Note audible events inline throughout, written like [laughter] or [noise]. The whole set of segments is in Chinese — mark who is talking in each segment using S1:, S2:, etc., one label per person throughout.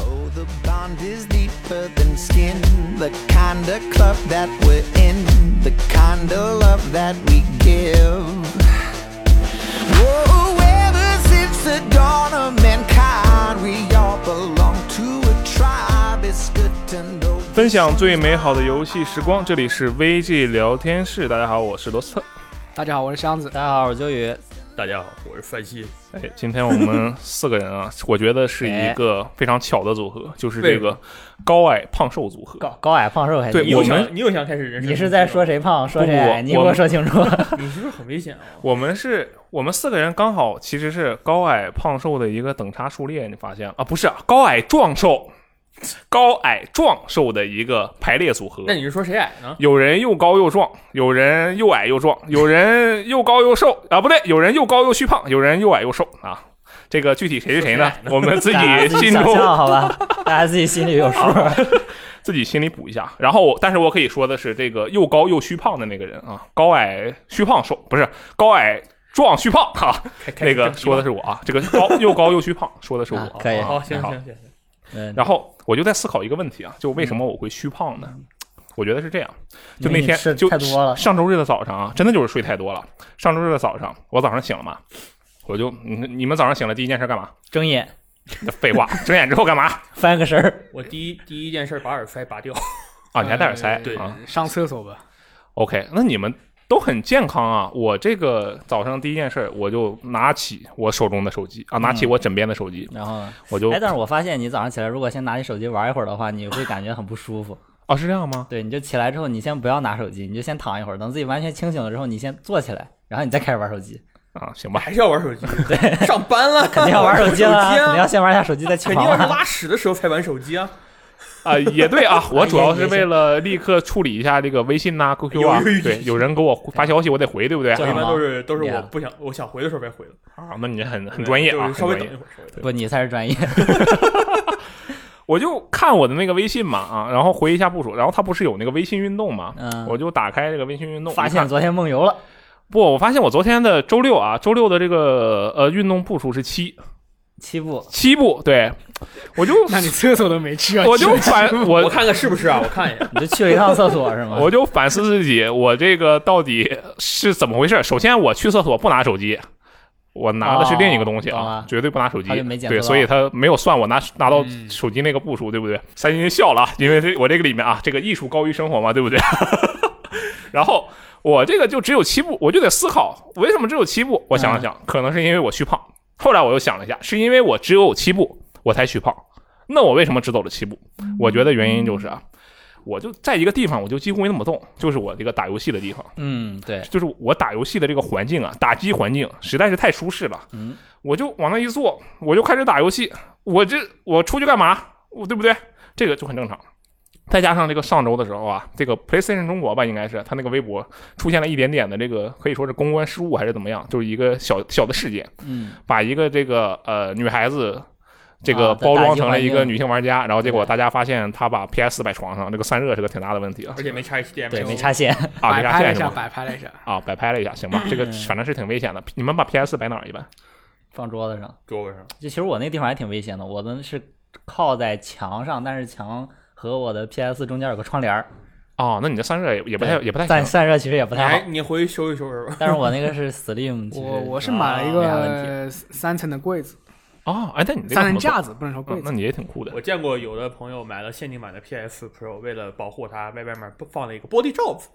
S1: Oh, the bond is deeper than skin. The kind of club that we're in. The kind of love that we give. Whoa, ever since the dawn of mankind, we all belong to a tribe. It's good to know.
S2: 分享最美好的游戏时光，这里是 VG 聊天室。大家好，我是罗斯特。
S3: 大家好，我是箱子。
S4: 大家好，我是周宇。
S5: 大家好，我是范西。
S2: 哎，今天我们四个人啊，我觉得是一个非常巧的组合，就是这
S5: 为什
S2: 个高矮胖瘦组合。
S4: 高高矮胖瘦还
S2: 对
S5: [laughs] 你
S4: 行
S5: 又
S2: 我们
S5: 想你又想开始人生？
S4: 你是在说？谁胖说谁
S2: 不
S4: 矮？
S2: 我
S4: 你给我说清楚。
S5: 你是不是很危险啊？
S2: 我们是我们四个人刚好其实是高矮胖瘦的一个等差数列，你发现了啊？不是啊高矮壮瘦，高矮壮瘦的一个排列组合。
S5: [laughs] 那你是说谁啊矮呢？
S2: 有人又高又壮，有人又矮又壮，有人又高又瘦啊，不对，有人又高又虚胖，有人又矮又瘦啊。这个具体谁是谁呢？我们 [laughs] 自
S4: 大家
S2: 己
S4: 自己
S2: 心
S4: 想
S2: 中
S4: 象好吧，大家自己心里有数。
S2: [laughs]
S4: [laughs]
S2: 自己心里补一下。然后我，但是我可以说的是，这个又高又虚胖的那个人啊，高矮虚胖瘦不是高矮壮虚胖哈、啊，
S5: 开开
S2: 那个说的
S5: 是
S2: 是我啊，这个高又高又虚胖说的是我、
S4: 啊可以
S5: 好，行行
S2: 好
S5: 行行，
S4: 嗯，
S2: 然后我就在思考一个问题啊，就为什么我会虚胖呢？我觉得是这样，就那
S4: 你
S2: 天
S4: 吃
S2: 就
S4: 太多了，
S2: 上周日的早上啊，真的就是睡太多了。上周日的早上，我早上醒了嘛，我就你你们早上醒了第一件事干嘛？
S4: 睁眼
S2: 废话，睁眼之后干嘛？
S4: 翻个身儿，
S5: 我第一第一件事把耳塞拔掉。
S2: 啊，你还戴耳塞、
S5: 呃对
S2: 啊
S3: 上厕所吧，
S2: ？OK，那你们都很健康啊。我这个早上第一件事，我就拿起我手中的手机啊，拿
S5: 嗯
S2: 起我枕边的手机，
S4: 然后呢？
S2: 我就
S4: 哎，但是我发现你早上起来，如果先拿起手机玩一会儿的话，你会感觉很不舒服。
S2: 啊，是这样吗？
S4: 对，你就起来之后，你先不要拿手机，你就先躺一会儿，等自己完全清醒了之后，你先坐起来，然后你再开始玩手机。
S2: 啊，行吧，
S5: 还是要玩手机？对，上班了
S4: 肯定要玩手
S5: [laughs]
S2: [laughs]
S4: 机了，肯定要
S5: 啊！
S4: 先玩一下手机再起
S5: 肯
S4: 床
S5: 定要是
S4: 啊。
S5: 拉屎的时候才玩手机啊！
S2: 啊，也对啊，我主要是
S4: 也行
S2: 为了立刻处理一下这个微信
S5: [laughs]
S2: 呐、QQ
S5: 有
S2: 啊
S5: 有有，
S2: 对，有人给我发消息，我得回，对不对？
S5: 我一般都是都是
S4: 对
S5: 我
S4: 啊
S5: 不想我想回的时候才回的，
S2: 啊，那你很很专业
S5: 就
S2: 啊，
S5: 是稍
S2: 很
S5: 微
S2: 专业
S5: 等一。会儿，稍微等一会
S4: 不，你才是专业。
S2: 我就看我的那个微信嘛啊，然后回一下部署，然后他不是有那个微信运动嘛，
S4: 嗯，
S2: 我就打开这个微信运动，
S4: 发
S2: 一看
S4: 现昨天梦游了，
S2: 不，我发现我昨天的周六啊，周六的这个呃运动步数是七
S4: 七步。
S2: 七步，对，我就
S3: [laughs] 那你厕所都没去啊？
S2: 我就反
S5: 儿。我
S2: 我
S5: 看看是不是啊？我看一眼。
S4: 你就去了一趟厕所是吗？
S2: 我就反思自己，我这个到底是怎么回事？首先，我去厕所不拿手机。我拿的是另一个东西
S4: 哦懂
S2: 啊，
S4: 了
S2: 绝对不拿手机
S4: 他就没。检测
S2: 对，
S4: 到
S2: 所以他没有算我拿拿到
S3: 嗯
S2: 手机那个步数，对不对？三金笑了啊，因为这我这个里面啊，这个艺术高于生活嘛，对不对？然后我这个就只有七步，我就得思考为什么只有七步。我想了想，可能是因为我虚胖。后来我又想了一下，是因为我只有七步我才虚胖。那我为什么只走了七步？我觉得原因就是啊，我就在一个地方，我就几乎没怎么动，就是我这个打游戏的地方，
S4: 嗯，对，
S2: 就是我打游戏的这个环境啊，打击环境实在是太舒适了。
S4: 嗯，
S2: 我就往那一坐，我就开始打游戏。我这我出去干嘛？我对不对？这个就很正常。再加上这个上周的时候啊，这个 PlayStation 中国吧，应该是他那个微博出现了一点点的这个可以说是公关失误还是怎么样，就是一个小小的事件，
S4: 嗯，
S2: 把一个这个呃女孩子这个
S4: 啊
S2: 包
S4: 打
S2: 装
S4: 击
S2: 成了
S4: 环
S2: 一个
S4: 境
S2: 女性玩家，然后结果
S4: 对
S2: 大家发现她把 PS 四摆床上，这个散热是个挺大的问题啊
S5: 而且没插 HDMI，
S4: 对，没插线，
S2: 啊，
S3: 摆
S2: 没啥
S3: 拍了
S2: 线
S3: 一
S2: 是
S3: 下，
S2: 吗？
S3: 摆拍了一下。
S2: 啊，摆拍了一下，行吧，这个
S4: 嗯
S2: 反正是挺危险的。你们把 PS 摆哪儿一般？
S4: [laughs] 放桌子上。
S5: 桌子上。
S4: 就其实我那个地方还挺危险的，我的是靠在墙上，但是墙和我的 PS 中间有个窗帘儿，
S2: 哦，那你的散热也也不太
S4: 对
S2: 也不太
S4: 散
S2: 行。
S4: 散热其实也不太
S5: 哎
S4: 好。，
S5: 你回去修一修是吧？
S4: 但是我那个是 Slim，其实啊
S3: 我我是买了一
S4: 没啥问题。
S3: 个三层的柜子，
S2: 哦，哎，但你这个怎
S3: 三层
S2: 么做
S3: 架子，不能说柜
S2: 嗯，那
S3: 子。
S2: 你也挺酷的
S5: [laughs] 我见过有的朋友买了限定版的 PS Pro，为了保护它，外外面放了一个玻璃罩子。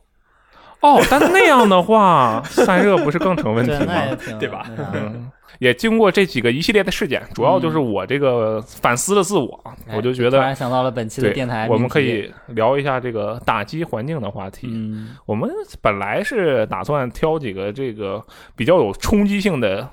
S2: 哦。但那样的话，散热不是更成问题
S4: 对，那也
S2: 吗？
S4: 挺
S5: 对吧
S4: 那啥的
S2: 嗯，也经过这几个一系列的事件，主要就是我这个反思了自我，
S4: 嗯哎
S2: 我就觉
S4: 突
S2: 得
S4: 然想到了本期的
S2: 对
S4: 电台，
S2: 我们可，以聊一下这个打击环境的话题。
S4: 嗯，
S2: 我们本来是打算挑几个这个比较有冲击性的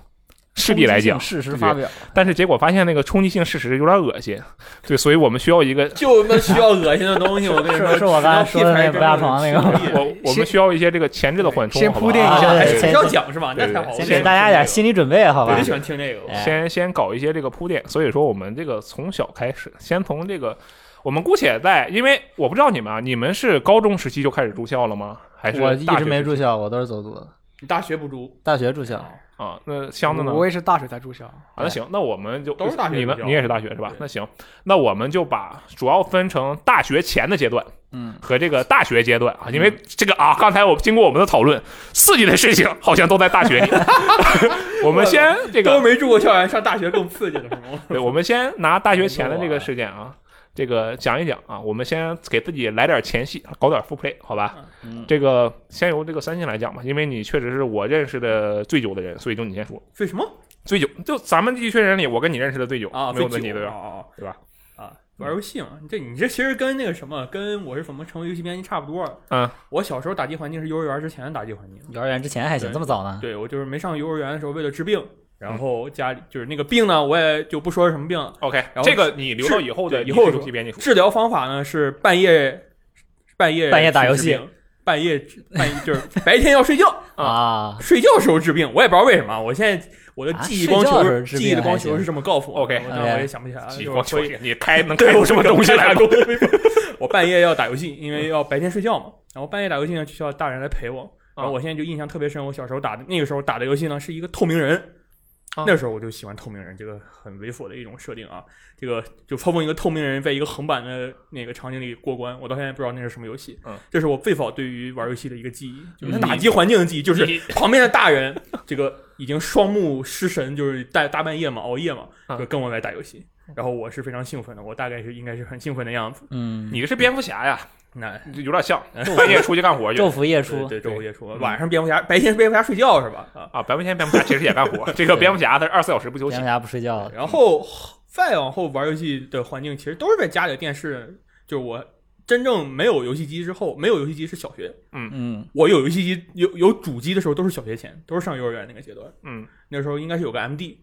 S2: 事例来讲，
S4: 事实
S2: 对
S4: 发表，
S2: 但是结果发现那个冲击性事实有点恶心，对，所以我们需要一个
S5: 就那需要恶心的东西，我跟你说，
S4: 是是我刚才
S5: 只
S4: 说
S5: 要
S4: 的那
S5: 屁
S4: 不压床那个吗
S5: 才真的是
S2: 我我们需要一些这个前置的缓冲，
S3: 先
S2: 好不
S3: 铺
S2: 好
S3: 垫一
S4: 啊
S3: 下
S4: 对，
S5: 哎
S4: 先
S5: 是要讲是吧？那太好了，
S4: 先
S2: 先
S4: 给大家点心理准备，好
S5: 我
S4: 吧
S5: 就？喜欢听这个。
S4: 哎
S2: 先先搞一些这个铺垫。所以说我们这个从小开始，先从这个，我们姑且在，因为我不知道你们啊，你们是高中时期就开始住校了吗？还是
S4: 我一
S2: 大学
S4: 直没
S2: 时期
S4: 住校，我都是走读的。
S5: 你大学不住，
S4: 大学住校，
S2: 啊，那箱子呢？
S3: 我也是大学才住校，
S2: 啊，那行，那我们就
S5: 哎都是大学
S2: 你们
S5: 比较
S2: 你也是大学是吧
S5: 对？
S2: 那行，那我们就把主要分成大学前的阶段，
S4: 嗯，
S2: 和这个大学阶段啊，
S5: 嗯
S2: 因为这个啊，刚才我经过我们的讨论，刺激的事情好像都在大
S5: [laughs]
S2: 学里。 [laughs] 我们先这
S5: 都
S2: 个，
S5: 没住过校园，上大学更刺激了，是
S2: [laughs]
S5: 吗？
S2: 对，我们先拿大学前的这个事件啊，这个讲一讲啊，我们先给自己来点前戏，搞点复 play，好吧？
S4: 嗯
S2: 这个先由这个三星来讲吧，因为你确实是我认识的最久的人，所以就你先说
S5: 最什么
S2: 最久，就咱们这群人里，我跟你认识的最久
S5: 啊？
S2: 没有
S5: 最
S2: 问题
S5: 久
S2: 对吧？
S5: 啊
S2: 对吧？
S5: 啊啊！玩游戏嘛，这你这其实跟那个什么，跟我是什么成为游戏编辑差不多。
S2: 嗯，
S5: 我小时候打击环境是幼儿园之前的打击环境。
S4: 幼儿园之前还行，
S5: 对
S4: 这么早呢？啊
S5: 对我就是没上幼儿园的时候，为了治病，
S4: 嗯
S5: 然后家里就是那个病呢，我也就不说是什么病了。
S2: OK，
S5: 后
S2: 这个你留到
S5: 是
S2: 以后的
S5: 对以后
S2: 主
S5: 说
S2: 题编辑处。
S5: 治疗方法呢是半夜半夜
S4: 半夜打
S5: 去
S4: 游
S5: 治
S4: 戏
S5: 病，半夜治半夜就是白天要睡觉，
S4: [laughs] 啊，
S5: 睡觉时候治病，我也不知道为什么，我现在我的
S4: 啊
S5: 记忆光
S4: 睡觉
S5: 球
S4: 的时候
S5: 是、
S4: 治病
S5: 记忆的光
S4: 还
S5: 球
S4: 行
S5: 是这么告诉我
S2: OK，
S5: 我当时
S4: OK
S5: 我也想不起来了，
S2: 几
S5: 啊就是
S2: 光
S5: 我
S2: 球
S5: 也？
S2: 也，你开能开出什么东西来
S5: [laughs] 我半夜要打游戏，因为要白天睡觉嘛。然后半夜打游戏呢，就需要大人来陪我。然
S2: 啊
S5: 后我现在就印象特别深，我小时候打的那个时候打的游戏呢是一个透明人，
S2: 啊
S5: 那时候我就喜欢透明人，这个很猥琐的一种设定啊。这个就操纵一个透明人在一个横版的那个场景里过关，我到现在不知道那是什么游戏。
S2: 嗯，
S5: 这是我最早对于玩游戏的一个记忆，就是
S2: 嗯
S5: 打击环境的记忆，就是
S2: 你
S5: [laughs] 旁边的大人这个已经双目失神，就是大大半夜嘛，熬夜嘛，
S2: 啊
S5: 就跟我来打游戏。然后我是非常兴奋的，我大概是应该是很兴奋的样子。
S4: 嗯，
S2: 你是蝙蝠侠呀，
S5: 那
S2: 你就有点
S5: [laughs]
S2: 像，半夜出去干活去
S4: 昼伏夜
S5: 对
S4: 出，
S2: 对
S5: 对，
S2: 嗯
S5: 周五夜出，晚上蝙蝠侠，白天蝙蝠侠睡觉是吧？啊，
S2: 啊。白天蝙蝠侠其实也干活，这个蝙蝠侠他是二十四小时不休息
S4: 蝙蝠。侠不睡觉，
S5: 然后再往后玩游戏的环境，其实都是在家里的电视。就是我真正没有游戏机之后，没有游戏机是小学，
S4: 嗯，
S5: 我有游戏机有有主机的时候都是小学前，都是上幼儿园那个阶段。
S2: 嗯，
S5: 那时候应该是有个 MD，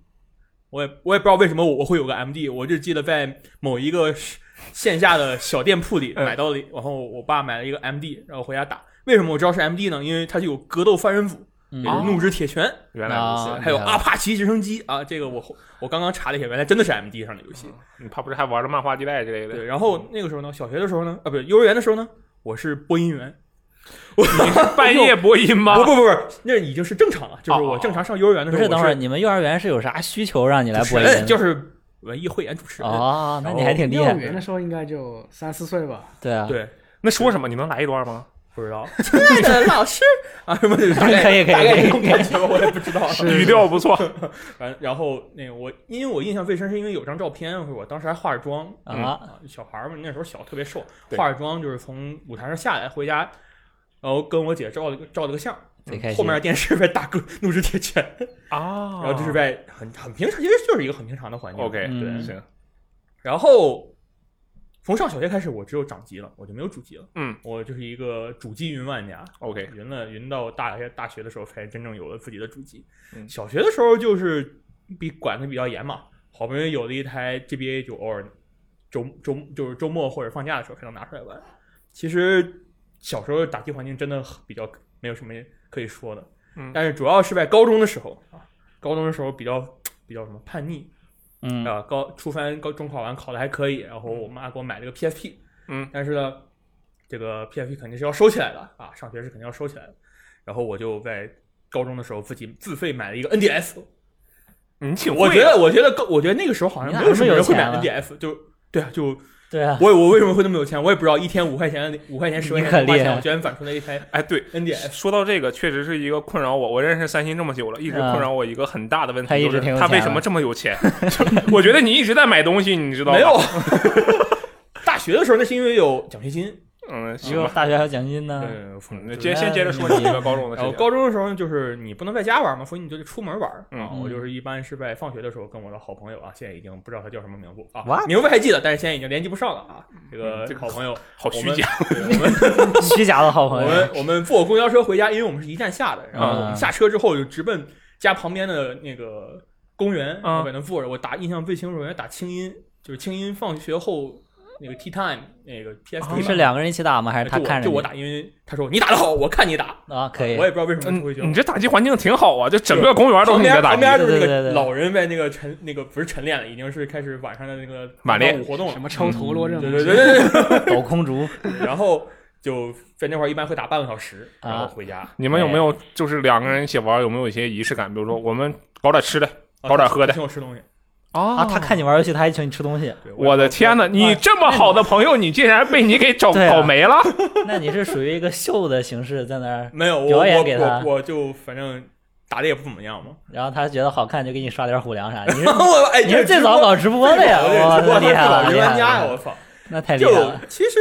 S5: 我也我也不知道为什么我会有个 MD，我就记得在某一个是线下的小店铺里
S2: 嗯
S5: 买到了，然后我爸买了一个 MD，然后回家打。为什么我知道是 MD 呢？因为它就有格斗三人组，
S4: 嗯
S5: 也就是怒之铁拳，
S2: 原来如此，
S4: 啊
S5: 还有
S4: 厉害了
S5: 阿帕奇直升机啊。这个我后我刚刚查了一下，原来真的是 MD 上的游戏。
S2: 你怕不是还玩了漫画地带之类
S5: 对，
S2: 的？嗯
S5: 然后那个时候呢，小学的时候呢，啊，不是幼儿园的时候呢，我是播音员。我
S2: 半 [laughs] 夜播音吗
S5: 不？不不不，那已经是正常了，就是
S2: 哦
S5: 我正常上幼儿园的
S4: 不
S5: 时候，
S4: 是，等会
S5: 我
S4: 儿
S5: 是
S4: 你们幼儿园是有啥需求让你来
S5: 主
S4: 播
S5: 持
S4: 音
S5: 人，
S4: 的？
S5: [laughs] 就是文艺汇演主持人。
S4: 哦，那你还挺厉
S3: 幼
S4: 害
S3: 儿，园的时候应该就三四岁吧，
S4: 对啊，
S5: 对，
S2: 那说什么？你能来一段吗？
S5: 不知道， [laughs] 亲爱的老师 [laughs] 啊，什么的，大概
S4: [laughs] 可以可以
S5: 大概这种
S4: 可以可以
S5: 感觉吧，我也不知道。
S3: 是
S5: [laughs]
S2: 语调不错，
S5: 然然后那个我，因为我印象最深是因为有张照片，我当时还化着妆
S4: 啊，
S5: 啊，小孩儿嘛，那时候小，特别瘦，
S2: 对
S5: 化着妆就是从舞台上下来回家，然后跟我姐照了个照了个相。嗯
S4: 贼开心哦
S5: 后面电视在打个 [laughs] 怒之铁拳，
S2: 啊
S5: 然后就是在很很平常，其实就是一个很平常的环境。
S2: OK，
S4: 嗯
S2: 对，行，
S5: 然后从上小学开始，我只有掌机了，我就没有主机了。
S2: 嗯，
S5: 我就是一个主机云玩家。
S2: OK
S5: 云了云到大学大学的时候才真正有了自己的主机。
S2: 嗯
S5: 小学的时候就是比管的比较严嘛，好不容易有了一台 GBA，就偶尔哦周周就是周末或者放假的时候才能拿出来玩。其实小时候打击环境真的很比较没有什么可以说的，
S2: 嗯
S5: 但是主要是在高中的时候啊，高中的时候比较比较什么叛逆，
S4: 嗯
S5: 啊，高初三高中考完考的还可以，然后我妈给我买了个 PSP，
S2: 嗯，
S5: 但是呢，这个 PSP 肯定是要收起来的啊，上学是肯定要收起来的。然后我就在高中的时候自己自费买了一个 NDS，
S2: 你挺
S5: 我
S2: 嗯会啊
S5: 觉
S2: 的
S5: 得我觉得高我觉得那个时候好像没有什么人会
S4: 你
S5: 买
S4: 哪那么
S5: NDS，就对啊，就
S4: 对啊，
S5: 我我为什么会那么有钱，我也不知道，一天五块钱五块钱十块钱
S4: 你很
S5: 花
S4: 厉害
S5: 钱，我居然攒出来一台
S2: 哎，对。
S5: NDS，
S2: 说到这个，确实是一个困扰我。我认识三星这么久了，一直
S4: 嗯
S2: 困扰我一个很大的问题，
S4: 他一
S2: 就
S4: 直
S2: 是
S4: 挺有
S2: 他为
S4: 钱
S2: 什
S4: 的
S2: 么这么有钱？
S4: [laughs]
S2: 就我觉得你一直在买东西，你知道吗？
S5: 没有。 [laughs] 大学的时候那是因为有奖学金，
S2: 嗯，
S4: 只
S2: 行
S4: 有
S2: 吧，
S4: 大学还有奖金呢，
S5: 嗯，反正
S2: 那
S5: 就
S2: 接先接着说你这个高中的事
S5: 然后
S2: 情。
S5: 高中的时候呢，就是你不能在家玩嘛，所以你就得出门玩儿啊。
S4: 嗯
S5: 我就是一般是在放学的时候跟我的好朋友啊，现在已经不知道他叫什么名字啊
S4: What？
S5: 名字还记得，但是现在已经联系不上了啊。这
S2: 嗯这
S5: 个
S2: 个
S5: 好
S4: [laughs]
S5: 朋友，
S2: 好虚假，
S5: [laughs] 我
S4: [laughs]
S5: 们
S4: 虚假的好
S5: 我
S4: 朋
S5: 们
S4: 友，
S5: 我们坐公交车回家，因为我们是一站下的，然后我
S4: 啊
S5: 们下车之后就直奔家旁边的那个公园，
S2: 啊
S5: 我在那坐着，我打印象最清楚，我在打清音，就是清音放学后那个 tea time 那个
S4: 你
S5: PSP 嘛
S4: 哦是两个人一起打吗？还是他
S5: 就我
S4: 看着
S5: 就
S4: 你
S5: 我打，因为他说你打的好，我看你打，
S4: 啊？可以
S5: 我，也不知道为什么他会觉得
S2: 嗯，你这打击环境挺好啊，这整个公园都
S5: 旁
S2: 是你
S5: 边
S2: 在打
S5: 旁
S2: 击。
S5: 边就是那
S4: 对对
S5: 个
S4: 对对
S5: 老人在那个晨那个不是晨练了，已经是开始晚上的那个
S2: 晚练
S3: 哦
S5: 舞活动了
S2: 嗯
S3: 什。么抽头落阵，
S5: 对对对
S4: [laughs]
S5: 对
S4: 抖空竹，
S5: 对，然后。就在那块儿一般会打半个小时，
S4: 啊
S5: 然后回家。
S2: 你们有没有就是两个人一起玩，有没有一些仪式感？比如说我们搞点吃的，搞点喝的
S5: 请我吃东西。
S2: 啊
S4: 啊，他看你玩游戏，他还请你吃东西，
S5: 对
S2: 我的天哪！你这么好的朋友，你竟然被你给找
S4: 哎对啊
S2: 搞没了？
S4: 那你是属于一个秀的形式在那儿，
S5: 没有我
S4: 表演
S5: 我
S4: 给他
S5: 我我就反正打的也不怎么样嘛。
S4: 然后他觉得好看就给你刷点虎粮啥，你是
S5: [laughs] 我哎，
S4: 你是最早搞直播的呀，
S5: 我这
S4: 哇，
S5: 直播
S4: 那
S5: 最
S4: 厉害
S5: 早
S4: 了，
S5: 是
S4: 厉
S5: 玩
S4: 害
S5: 家，我
S4: 了，
S5: 操！
S4: 那太厉害
S5: 就
S4: 了，
S5: 其实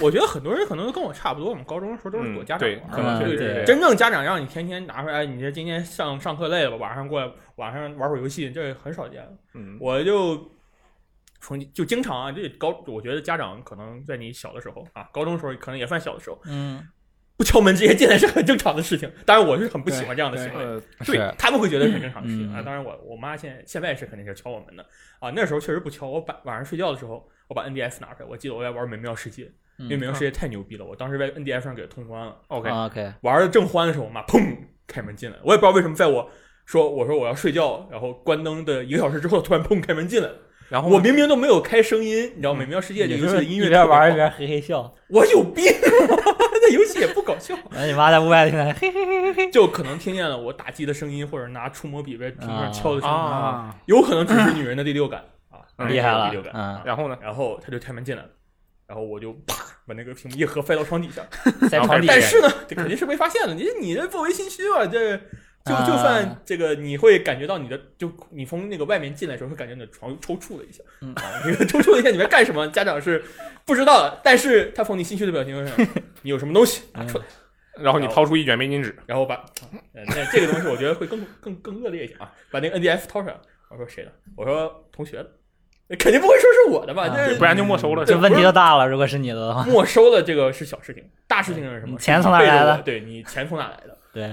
S5: 我觉得很多人可能都跟我差不多，我们高中的时候都是躲家长
S2: 嗯
S5: 玩
S2: 对
S5: 嘛，
S4: 可能
S5: 就是
S4: 对
S5: 真正家长让你天天拿出来，哎你这今天上上课累了吧，晚上过来晚上玩会儿游戏，这很少见。
S2: 嗯，
S5: 我就从就经常啊，这高，我觉得家长可能在你小的时候啊，高中的时候可能也算小的时候，
S4: 嗯，
S5: 不敲门直接进来是很正常的事情。当然，我是很不喜欢这样的行为。
S2: 呃，
S4: 是
S2: 对，
S5: 他们会觉得是很正常的事情
S4: 嗯
S5: 啊。当然我，我妈现在现在是肯定是敲我门的啊。那时候确实不敲，我把晚上睡觉的时候，我把 NDS 拿出来，我记得我在玩《美妙世界》，
S4: 嗯
S5: 因为《美妙世界》太牛逼了，我当时在 NDS 上给它通关了。
S2: OK，
S4: 啊 OK，
S5: 玩的正欢的时候，我妈砰开门进来，我也不知道为什么，在我说我说我要睡觉，然后关灯的一个小时之后，突然砰开门进来
S4: 嗯
S5: 了。
S2: 然后
S5: 我明明都没有开声音，你知道《美妙世界》
S4: [laughs]
S5: 这
S4: 你
S5: 个
S4: 是
S5: 游
S4: 不
S5: 戏的
S4: 是
S5: 音乐
S4: 一边玩一
S5: 特别好，
S4: 边嘿嘿笑？
S5: 我有病， [laughs] 那游戏也不
S4: [laughs]
S5: 搞笑。
S4: 然后你妈在屋外听着，嘿嘿，
S5: 就可能听见了我打击的声音，或者拿触摸笔在屏幕上敲的声音，
S2: 啊，
S5: 有可能只是女人的第六感
S4: [laughs]
S5: 啊，
S2: 嗯
S5: 女
S4: 厉
S5: 人
S4: 害
S5: 有
S4: 了
S5: 第六，感。
S4: 嗯，
S2: 然后呢？
S5: 然后他就开门进来了，然后我就啪把那个屏幕一合翻到床底
S4: [laughs]
S5: 下，
S4: 在床底
S5: 但是呢，这肯定是被发现了，你你这不为心虚啊，这。就
S4: 嗯啊
S5: 就算这个，你会感觉到你的，就你从那个外面进来的时候，会感觉你的床抽搐了一下， [laughs]
S4: 嗯
S5: 啊，你抽搐了一下，你在干什么？家长是不知道的，但是他从你心虚的表情上，你有什么东 [laughs] 西拿出来，
S2: 然后你掏出一卷面巾纸，
S5: 然后把，呃那这个东西我觉得会更更更恶劣一些啊，把那个 NDF 掏出来，我说谁的？我说同学的，肯定不会说是我的吧？
S4: 啊
S5: 这
S2: 对不然就没收了。
S4: 这问题就大了，如果是你的话，
S5: 没收了这个是小事情，大事情是什
S4: 你
S5: 么？
S4: 钱从哪儿来的
S5: 背着我对你钱从哪来的？
S4: 对，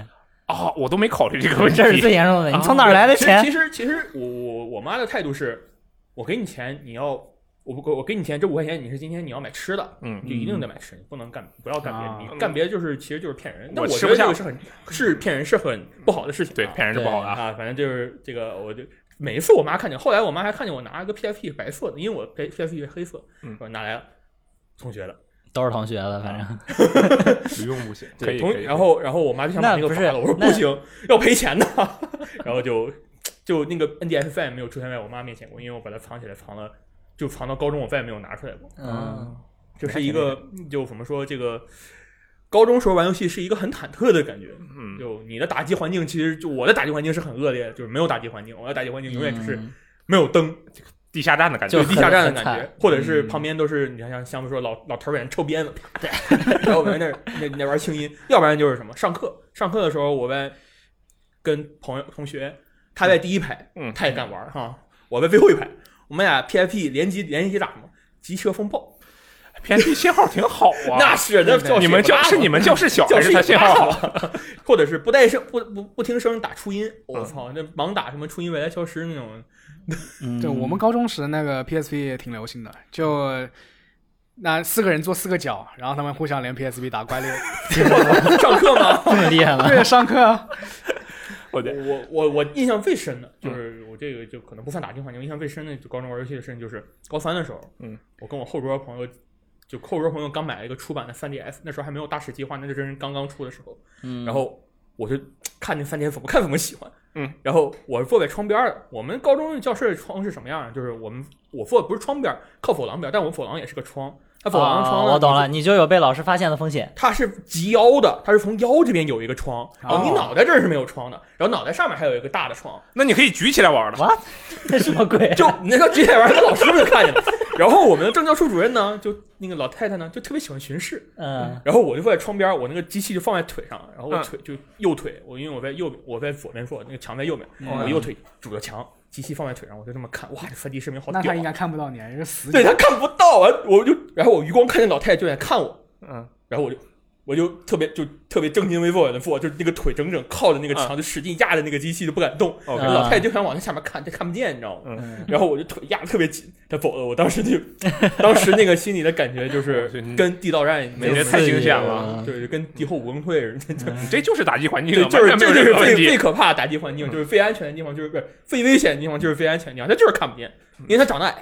S2: 啊，我都没考虑这个问
S4: 这是
S2: 题。
S4: 最严重的问题，你从哪儿来的
S5: 其实
S4: 钱
S5: 其？实其实我我我妈的态度是，我给你钱，你要我不我给你钱这五块钱，你是今天你要买吃的，
S2: [laughs] 嗯
S5: 你就一定得买吃，你不能干不要干别的，
S3: 啊
S5: 你干别的就是其实就是骗人。那
S2: 我吃不
S5: 觉得这
S2: 下
S5: 个是很是骗人是很不好的事情啊，
S2: 对，骗人是不好的啊。
S5: 啊，反正就是这个，我就每一次我妈看见，后来我妈还看见我拿了个 PFP 是白色的，因为我 PFP 是黑色，
S2: 嗯
S5: 我拿来了，同学的，
S4: 都是同学的，反正
S2: 不用不行，可
S5: 对，
S2: 以。
S5: 同
S2: 可以
S5: 然后然后我妈就想把
S4: 那
S5: 那个
S4: 不
S5: 拔
S4: 是
S5: 了，我说
S4: 那
S5: 不行，要赔钱的， [laughs] 然后就就那个 NDF 再也没有出现在我妈面前过，因为我把它藏起来，藏了就藏到高中，我再也没有拿出来过，
S4: 嗯，
S5: 这是一个就怎么说这个。高中时候玩游戏是一个很忐忑的感觉，
S2: 嗯，
S5: 就你的打击环境，其实就我的打击环境是很恶劣的，就是没有打击环境，我的打击环境永远就是
S4: 嗯
S5: 没有灯，
S2: 地下站的感
S4: 就
S2: 觉
S5: 有
S2: [laughs]
S5: 地下站
S4: 很
S5: 的感
S4: 很
S5: 觉
S4: 惨，
S5: 或者是
S4: 嗯
S5: 旁边都是你看像像说老老头儿在那抽鞭子，对，然后我们在那那那玩清音，要不然就是什么上课上课的时候，我们跟朋友同学，他在第一排，
S2: 嗯
S5: 他也敢玩儿哈，我在最后一排，我们俩 PFP 联机联机打嘛，机车风暴，
S2: ，PNP 信号挺好啊。
S5: 那是那教室
S2: 你们
S5: 也不
S2: 教
S5: 拉
S2: 是
S5: 我
S2: 你们教室小
S5: 教
S2: 还
S5: 室
S2: 是
S5: 也
S2: 他
S5: 不
S2: 信号
S5: 拉
S2: 好？
S5: 我， [laughs] 或者是不带声不不不听声打初音，我
S2: 嗯
S5: 操，那盲打什么初音未来消失那种， [laughs]
S4: 嗯，
S3: 对我们高中时那个 PSP 也挺流行的，就那四个人坐四个角，然后他们互相连 PSP
S4: [laughs]
S3: 打怪猎。
S5: 上课吗？
S4: 这么厉害吗？
S3: 对，上课啊
S2: 我的
S5: 我我我印象最深的
S2: 嗯
S5: 就是我这个就可能不算打金环境，印象最深的就高中玩游戏的事情就是高三的时候，
S2: 嗯，
S5: 我跟我后桌朋友，就后桌朋友刚买了一个出版的 3DS，那时候还没有大使计划，那就是刚刚出的时候，
S4: 嗯
S5: 然后我就看那 3DS 怎么看怎么喜欢，
S2: 嗯，
S5: 然后我是坐在窗边儿的，我们高中教室的窗是什么样的？就是我们我坐的不是窗边儿，靠走廊边儿，但我们走廊也是个窗，它走廊窗、啊
S4: 哦，我懂了，。你就有被老师发现的风
S5: [laughs]
S4: 险。
S5: 它是及腰的，它是从腰这边有一个窗，然后你
S3: 哦
S5: 脑袋这儿是没有窗的，然后脑袋上面还有一个大的窗，
S2: 那你可以举起来玩的。
S4: What？这什么鬼？
S5: [laughs] 就你那个这玩意儿，老师就看见了。然后我们的政教处主任呢，就那个老太太呢，就特别喜欢巡视。
S4: 嗯
S5: 然后我就坐在窗边，我那个机器就放在腿上，然后我
S2: 嗯
S5: 腿就右腿，我因为我在右，我在左边坐，那个墙在右边，
S4: 嗯
S5: 我右腿拄着墙，机器放在腿上，我就这么看，哇，这三 D 视频好
S3: 那
S5: 屌
S3: 他
S5: 啊
S3: 应！该看不到你，啊，因为死
S5: 对
S3: 角
S5: 他看不到啊，我就然后我余光看见老太太就在看我，
S2: 嗯，
S5: 然后我就我就特别就特别正襟危坐在那坐，就是那个腿整整靠着那个墙，就使劲压着那个机器就不敢动，
S2: OK
S5: 然后老
S4: 啊
S5: 太太就想往那下面看，但看不见，你知道吗？
S2: 啊嗯
S5: 然后我就腿压得特别紧，他走了，我当时就，当时那个心里的感
S2: [laughs]
S5: 觉就
S2: 就是你
S5: 跟地道战没
S2: 感觉
S5: 有
S2: 太惊险
S4: 了
S5: 对，就跟敌后武功退似的，
S2: 你这就是打击环境
S5: 对，
S2: 啊，
S5: 就
S2: 完
S5: 是
S2: 全没
S5: 这
S2: 有
S5: 就
S2: 任
S5: 是
S2: 何
S5: 最
S2: 问题
S5: 最。可怕的打
S2: 嗯
S5: 击环境，就是最安全的地方就是不是最危险的地方就是非安全的地方，他就是看不见，因为他长得矮，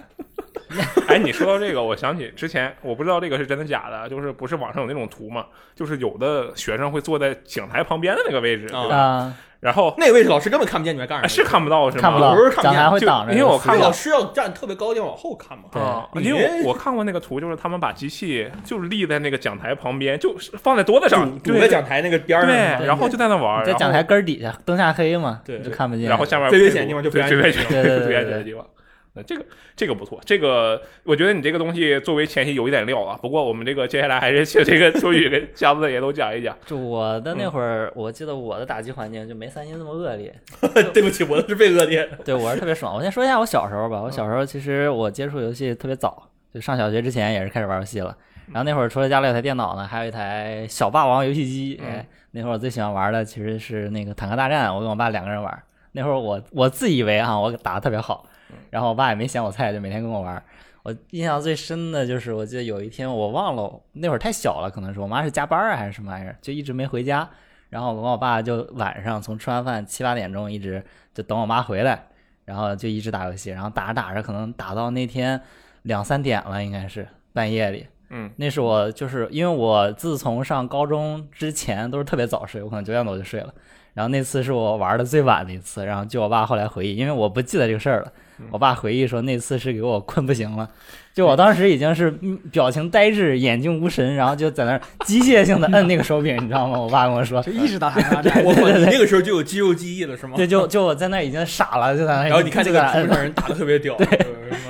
S2: 哎，你说到这个，我想起之前我不知道这个是真的假的，就是不是网上有那种图嘛，就是有的学生会坐在讲台旁边的那个位置，
S5: 啊
S2: 对吧
S4: 啊，
S2: 然后、
S5: 那个位置老师根本看不见你在干什
S2: 哎
S5: 么，
S2: 是看不到是吗？
S4: 看不到
S5: 我是，看不
S4: 讲
S5: 见
S4: 台会
S2: 就
S4: 挡着，
S2: 因为我看
S5: 那
S2: 过
S5: 老师要站特别高的地方往后看嘛。
S4: 对
S2: 啊，
S5: 哦你
S2: 因为
S5: 这
S2: 我我看过那个图，就是他们把机器就立在那个讲台旁边，就是放在桌子上，
S5: 堵
S2: 对
S5: 在讲台那个边儿
S2: 对，
S5: 上，
S2: 然后就在那玩儿，
S4: 在
S2: 然后
S4: 讲台根儿底下，灯下黑嘛，
S5: 对
S4: 你就看不见。
S2: 然后下面
S5: 最危险的地方就
S2: 对
S5: 不
S2: 最危
S5: 安
S2: 险的
S5: 全
S2: 地
S4: 对
S2: 方，[laughs]
S4: 对
S2: 最危
S4: 对
S2: 险的
S4: 对
S2: 地方。那这个这个不错，这个我觉得你这个东西作为前期有一点料啊。不过我们这个接下来还是去这个周宇跟瞎子也都讲一
S4: [laughs]
S2: 讲。
S4: 就我的那会儿，我记得我的打击环境就没三星那么恶劣，
S5: [laughs] 对不起，我是被恶劣。
S4: 对我是特别爽。我先说一下我小时候吧，我小时候其实我接触游戏特别早，就上小学之前也是开始玩游戏了。然后那会儿除了家里有台电脑呢，还有一台小霸王游戏机。
S2: 嗯
S4: 哎，那会儿我最喜欢玩的其实是那个坦克大战，我跟我爸两个人玩。那会儿我我自以为啊，我打的特别好，然后我爸也没嫌我菜，就每天跟我玩。我印象最深的就是，我记得有一天我忘了，那会儿太小了，可能是我妈是加班啊还是什么玩意儿，就一直没回家。然后我跟我爸就晚上从吃完饭七八点钟一直就等我妈回来，然后就一直打游戏，然后打着打着可能打到那天两三点了，应该是半夜里。
S2: 嗯，
S4: 那是我就是因为我自从上高中之前都是特别早睡，我可能九点多就睡了。然后那次是我玩的最晚的一次，然后据我爸后来回忆，因为我不记得这个事儿了，我爸回忆说那次是给我困不行了，就我当时已经是嗯表情呆滞、眼睛无神，然后就在那儿机械性的摁那个手柄，你知道吗？我爸跟我说，
S3: 就一直打坦克大战。
S5: 我靠，你那个时候就有肌肉记忆了是吗？
S4: 对，就就我在那儿已经傻了，就在那儿，
S5: 然后你看这
S4: 就
S5: 个
S4: 在那儿 [laughs] 摁
S5: 图上人打的特别屌，就是 什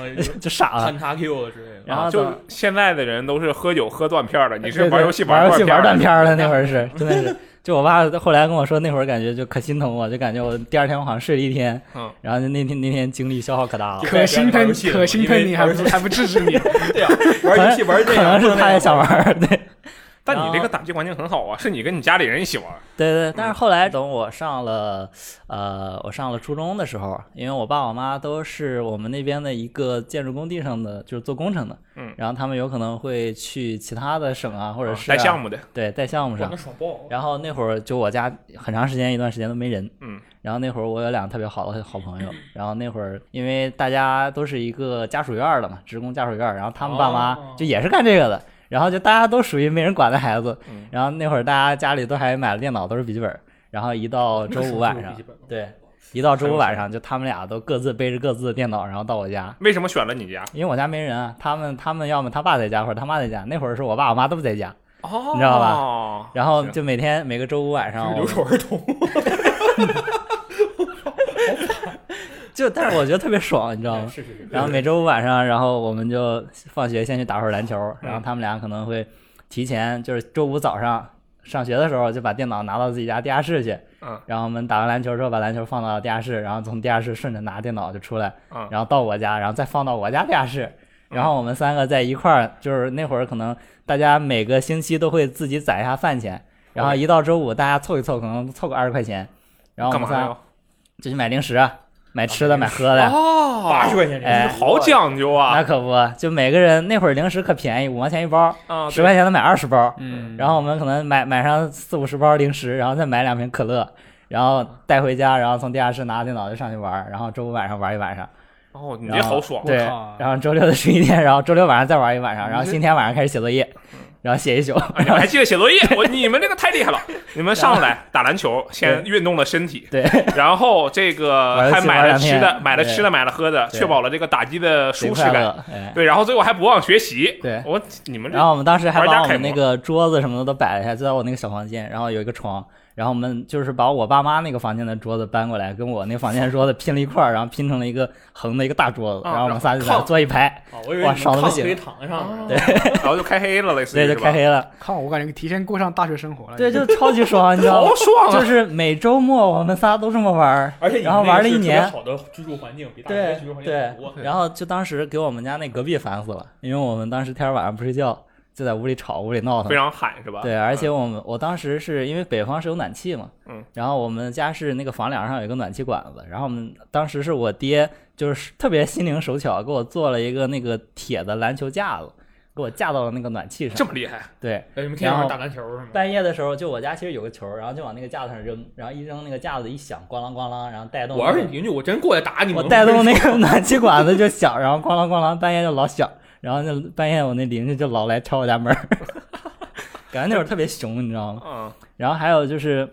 S4: [laughs] 着
S5: 么
S4: 就傻了。
S5: 看他 Q 了之类的。
S4: 啊然后
S2: 啊就
S4: 等
S2: 现在的人都是喝酒喝断片儿了，你是
S4: 对对
S2: 游戏
S4: 玩
S2: 玩
S4: 游戏
S2: 断
S4: 玩断
S2: 片
S4: 片
S2: 儿
S4: 儿了，那会儿 [laughs] 是真的是。就我爸后来跟我说，那会儿感觉就可心疼我，就感觉我第二天我好像睡了一天，
S2: 嗯，
S4: 然后就那天那天精力消耗可大了
S5: 啊就。
S3: 可心疼，可心疼你还
S5: 因
S3: 不还不制止你？
S5: [laughs] 对呀，玩游戏玩这
S4: 可能
S5: 样，
S4: 是他也想
S5: 玩。
S4: 玩儿，对
S2: 但你这个打击环境很好啊，是你跟你家里人一起玩儿。
S4: 对对。但是后来等我上了，呃，我上了初中的时候，因为我爸我妈都是我们那边的一个建筑工地上的，就是做工程的，
S2: 嗯哦
S4: 然后他们有可能会去其他的省啊，或者是
S2: 带项
S4: 目，
S2: 目的，
S4: 对，带项目上
S5: 那。爽爆！
S4: 然后那会儿就我家很长时间一段时间都没人，
S2: 嗯，
S4: 然后那会儿我有两个特别好的好朋友，然后那会儿因为大家都是一个家属院儿的嘛，职工家属院儿，然后他们爸妈
S5: 哦
S4: 就也是干这个的，然后就大家都属于没人管的孩子
S2: 嗯，
S4: 然后那会儿大家家里都还买了电脑，都是笔记本儿，然后一到周五晚上，对，一到周五晚上就他们俩都各自背着各自的电脑，然后到我家。
S2: 为什么选了你家？
S4: 因为我家没人啊，他们他们要么他爸在家，或者他妈在家。那会儿是我爸我妈都不在家，
S2: 哦
S4: 你知道
S2: 吧
S4: 然后就每天每个周五晚上我们，
S5: 留守儿童，
S4: 就但是我觉得特别爽，你知道吗？
S5: [laughs] 是是是。
S4: 然后每周五晚上，然后我们就放学先去打会儿篮球，然
S2: 嗯
S4: 后他们俩可能会提前，就是周五早上上学的时候就把电脑拿到自己家地下室去，
S2: 嗯，
S4: 然后我们打完篮球之后把篮球放到地下室，然后从地下室顺着拿电脑就出来
S2: 嗯，
S4: 然后到我家，然后再放到我家地下室。然后我们三个在一块儿，就是那会儿可能大家每个星期都会自己攒一下饭钱，然后一到周五大家凑一凑，可能凑个二十块钱，然后我
S2: 干
S4: 们
S2: 嘛
S4: 仨
S2: 呀？
S4: 就去买零食啊，买吃的，买喝的呀，
S2: 哦
S5: 八十块钱，
S4: 哎，
S2: 好讲究啊
S4: 那可不，就每个人那会儿零食可便宜，五毛钱一包，
S2: 啊！
S4: 十块钱能买二十包。
S3: 嗯，
S4: 然后我们可能买买上四五十包零食，然后再买两瓶可乐，然后带回家，然后从地下室拿电脑就上去玩儿，然后周五晚上玩一晚上，
S2: 哦，你
S4: 然
S2: 这
S4: 后
S2: 好爽。
S4: 对，
S3: 我靠
S4: 然后周六的十一天，然后周六晚上再玩一晚上，
S2: 嗯
S4: 然后星期天晚上开始写作业，然后写一宿，
S2: 啊，你们还记得写作业？我你们这个太厉
S4: [laughs]
S2: 害了！你们上来打篮球，先运动了身体，
S4: 对，
S2: 然后这个
S4: 玩游戏
S2: 还买了
S4: 玩两天
S2: 吃的，买了
S4: 对
S2: 吃的，买了喝的，
S4: 对
S2: 确保了这个打击的舒
S4: 贼
S2: 适
S4: 快
S2: 感。
S4: 乐，哎。
S2: 对，然后最后还不忘学习。
S4: 对
S2: 我你们这
S4: [laughs] 然后我们当时还
S2: 玩家
S4: 把我
S2: 楷
S4: 们那
S2: 模
S4: 个桌子什么的都摆了一下，就在我那个小房间，然后有一个床，然后我们就是把我爸妈那个房间的桌子搬过来，跟我那个房间的桌子拼了一块儿，然后拼成了一个横的一个大桌子，
S2: 啊
S4: 然后
S2: 然后
S4: 我们仨就在那
S2: 炕
S4: 坐一
S2: [laughs]
S4: 排，
S5: 啊，我以为
S4: 哇
S5: 你
S4: 爽
S5: 们
S4: 得不行啊
S5: 炕可以躺在上面，
S2: 对， [laughs] 然后就开黑了，类似于
S4: 对，
S2: 是
S4: 就
S2: 吧
S4: 开黑
S2: [laughs]
S4: 了，
S3: 靠，我感觉提前过上大学生活了。
S4: 对，就超级爽，你知道吗
S2: 好？爽
S4: 就
S2: 啊！
S4: 是每周末我们仨都这么玩
S2: [laughs]
S4: 儿，
S5: 而且你
S4: 然后
S5: 们那
S4: 玩了
S5: 个
S4: 一
S5: 是特别
S4: 年
S5: 好的居住环境比大学
S4: 对
S5: 居住环境
S4: 对
S5: 好多，。
S4: 然后就当时给我们家那隔壁烦死了，因为我们当时天儿晚上不睡觉，就在屋里吵，屋里闹腾
S2: 非，常喊
S5: 啊
S2: 是吧？
S4: 对，而
S5: 嗯
S4: 且我们我当时是因为北方是有暖气嘛，
S2: 嗯，
S4: 然后我们家是那个房梁上有一个暖气管子，然后我们当时是我爹就是特别心灵手巧给我做了一个那个铁的篮球架子，给我架到了那个暖气
S2: 啊这
S4: 上。
S2: 么厉害，
S4: 对，
S5: 哎，你们天天晚上打篮球是吗？
S4: 半夜的时候，就我家其实有个球，然后就往那个架子上扔，然后一扔那个架子一响，咣啷咣啷，然后带动
S5: 我
S4: 那
S5: 要
S4: 个
S5: 是你邻居，我真过来打你们。
S4: 我带动那个 [laughs] 暖气管子就响，然后咣啷咣啷，半夜就老响，然后就半夜我那邻居就老来敲我家门儿， [laughs] 感觉那会儿特别熊，你知道吗？
S2: 嗯
S4: 然后还有就是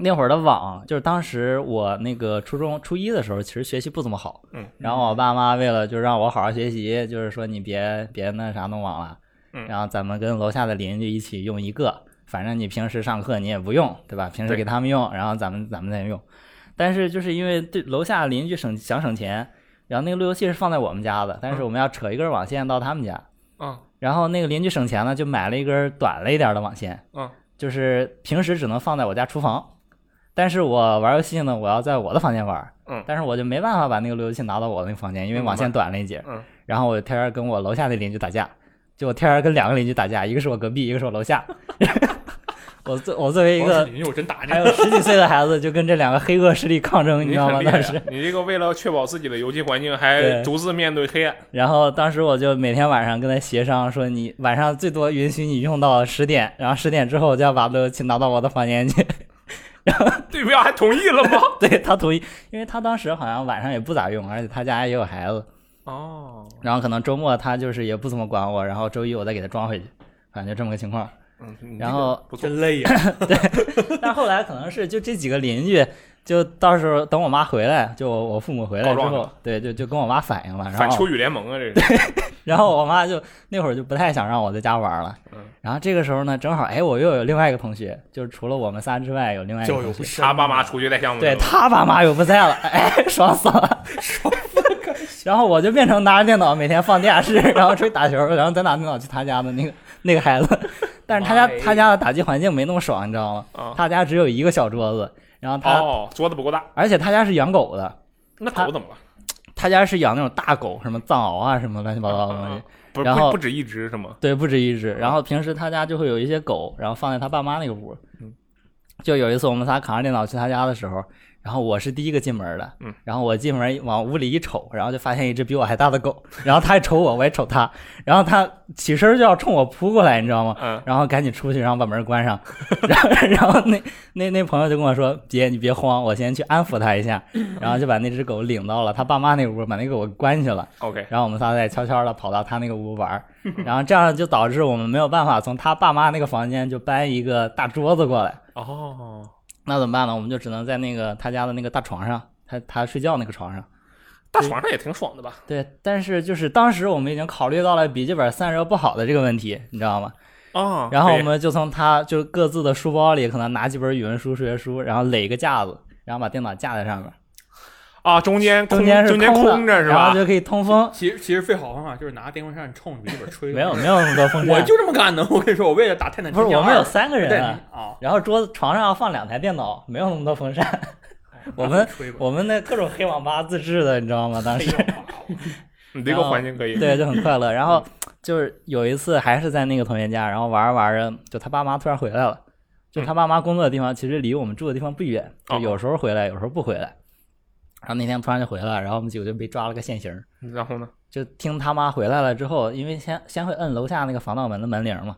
S4: 那会儿的网，就是当时我那个初中初一的时候，其实学习不怎么好，
S2: 嗯，
S4: 然后我爸妈为了就让我好好学习，就是说你别别那啥弄网了，
S2: 嗯
S4: 然后咱们跟楼下的邻居一起用一个，反正你平时上课你也不用，对吧？平时
S2: 对
S4: 给他们用，然后咱们咱们再用。但是就是因为对楼下邻居省想省钱，然后那个路由器是放在我们家的，但是我们要扯一根网线到他们家，
S2: 嗯
S4: 然后那个邻居省钱呢，就买了一根短了一点的网线，
S2: 嗯，
S4: 就是平时只能放在我家厨房，但是我玩游戏呢，我要在我的房间玩，
S2: 嗯
S4: 但是我就没办法把那个路由器拿到我那个房间，因为网线短了一截，
S2: 嗯，
S4: 然后我就天天跟我楼下那邻居打架，就我天天跟两个邻居打架，一个是我隔壁，一个是我楼
S2: [laughs]
S4: 下，我作我作为一
S5: 我要
S4: 个
S5: 是邻居，我真打你
S4: 还。有十几岁的孩子，就跟这两个黑恶势力抗争，你
S2: 你
S4: 知道
S2: 很
S4: 吗？
S2: 厉害
S4: 当
S2: 啊
S4: 时，，
S2: 你这个为了确保自己的游戏环境，还
S4: 对
S2: 独自面对黑暗，
S4: 然后当时我就每天晚上跟他协商，说你晚上最多允许你用到十点，然后十点之后就要把路由器拿到我的房间去。 [laughs]
S2: 对面还同意了吗？
S4: 对他同意，因为他当时好像晚上也不咋用，而且他家也有孩子，
S2: 哦，
S4: 然后可能周末他就是也不怎么管我，然后周一我再给他装回去，反正就这么个情况。
S2: 嗯，你这
S4: 然
S2: 个
S4: 后
S2: 不错，
S5: 真累
S4: 啊
S5: [laughs] 呀！
S4: 但后来可能是就这几个邻居，就到时候等我妈回来，就我我父母回来之
S2: 告状
S4: 后，对，就就跟我妈反映了，然
S2: 反
S4: 后
S2: 秋雨联盟啊，这
S4: [laughs]
S2: 是，
S4: 然后我妈就那会儿就不太想让我在家玩了
S2: 嗯。
S4: 然后这个时候呢，正好哎，我又有另外一个同学，就是除了我们仨之外，有另外一个
S5: 教育
S4: 同
S5: 不
S4: 学。
S5: 深啊
S2: 他爸妈出去带项目，
S4: 对他爸妈又不在了，哎， [laughs] 爽死
S2: [laughs]
S4: 了，然后我就变成拿着电脑每天放地下室，然后出去打球，然后再拿电脑去他家的那个那个孩子，但是他家
S5: 妈耶
S4: 他家的打击环境没那么爽，你知道吗？
S2: 啊
S4: 他家只有一个小桌子，然后他、
S2: 哦，桌子不够大，
S4: 而且他家是养狗的，
S2: 那
S4: 他
S2: 狗怎么了？
S4: 他家是养那种大狗，什么藏獒啊，什么乱七八糟的东
S2: 啊
S4: 西
S2: 啊。不是
S4: 然
S2: 不
S4: 后
S2: 不止一只是吗？
S4: 对，不止一只。然后平时他家就会有一些狗，然后放在他爸妈那个屋。就有一次我们仨扛着电脑去他家的时候，然后我是第一个进门的，
S2: 嗯
S4: 然后我进门往屋里一瞅，然后就发现一只比我还大的狗，然后他还瞅我，我也瞅他，然后他起身就要冲我扑过来，你知道吗？
S2: 嗯，
S4: 然后赶紧出去，然后把门关上。 [laughs] 然后，然后那那那朋友就跟我说：“姐，你别慌，我先去安抚他一下。”然后就把那只狗领到了他爸妈那屋，把那个狗关去了。
S2: OK，
S4: 然后我们仨再悄悄的跑到他那个屋玩儿，然后这样就导致我们没有办法从他爸妈那个房间就搬一个大桌子过来，
S2: 哦，
S4: 那怎么办呢？我们就只能在那个他家的那个大床上，他他睡觉那个床上。
S2: 大床上也挺爽的吧？
S4: 对，但是就是当时我们已经考虑到了笔记本散热不好的这个问题，你知道吗？
S2: 啊，
S4: 然后
S2: 可以
S4: 我们就从他就各自的书包里可能拿几本语文书、数学书，然后垒一个架子，然后把电脑架在上面，
S2: 啊，中间空
S4: 中间是
S2: 中间
S4: 空的，
S2: 空着是
S4: 然后
S2: 吧？
S4: 就可以通风。
S5: 其实其实最好的方法就是拿电风扇冲笔记本吹。
S4: 没有，没有那么多
S2: [laughs]
S4: 风扇，
S5: 我就这么干的。我跟你说，我为了打泰坦
S4: 不
S5: 天
S4: 是
S5: 降
S4: 我们
S5: 二
S4: 有三个人、啊。
S5: 对啊，
S4: 然后桌子床上要放两台电脑，没有那么多风扇。我们
S5: 吹吧。
S4: 我们那各种黑网吧自制的，你知道吗？当时
S2: 你这个环境可以，
S4: 对就很快乐。然后就是有一次还是在那个同学家，然后玩着玩着，就他爸妈突然回来了。就他爸妈工作的地方其实离我们住的地方不远，
S2: 哦
S4: 就有时候回来，有时候不回来。然后那天突然就回来了，然后我们几个就被抓了个现行儿。
S2: 嗯然后呢？
S4: 就听他妈回来了之后，因为先先会摁楼下那个防盗门的门铃嘛，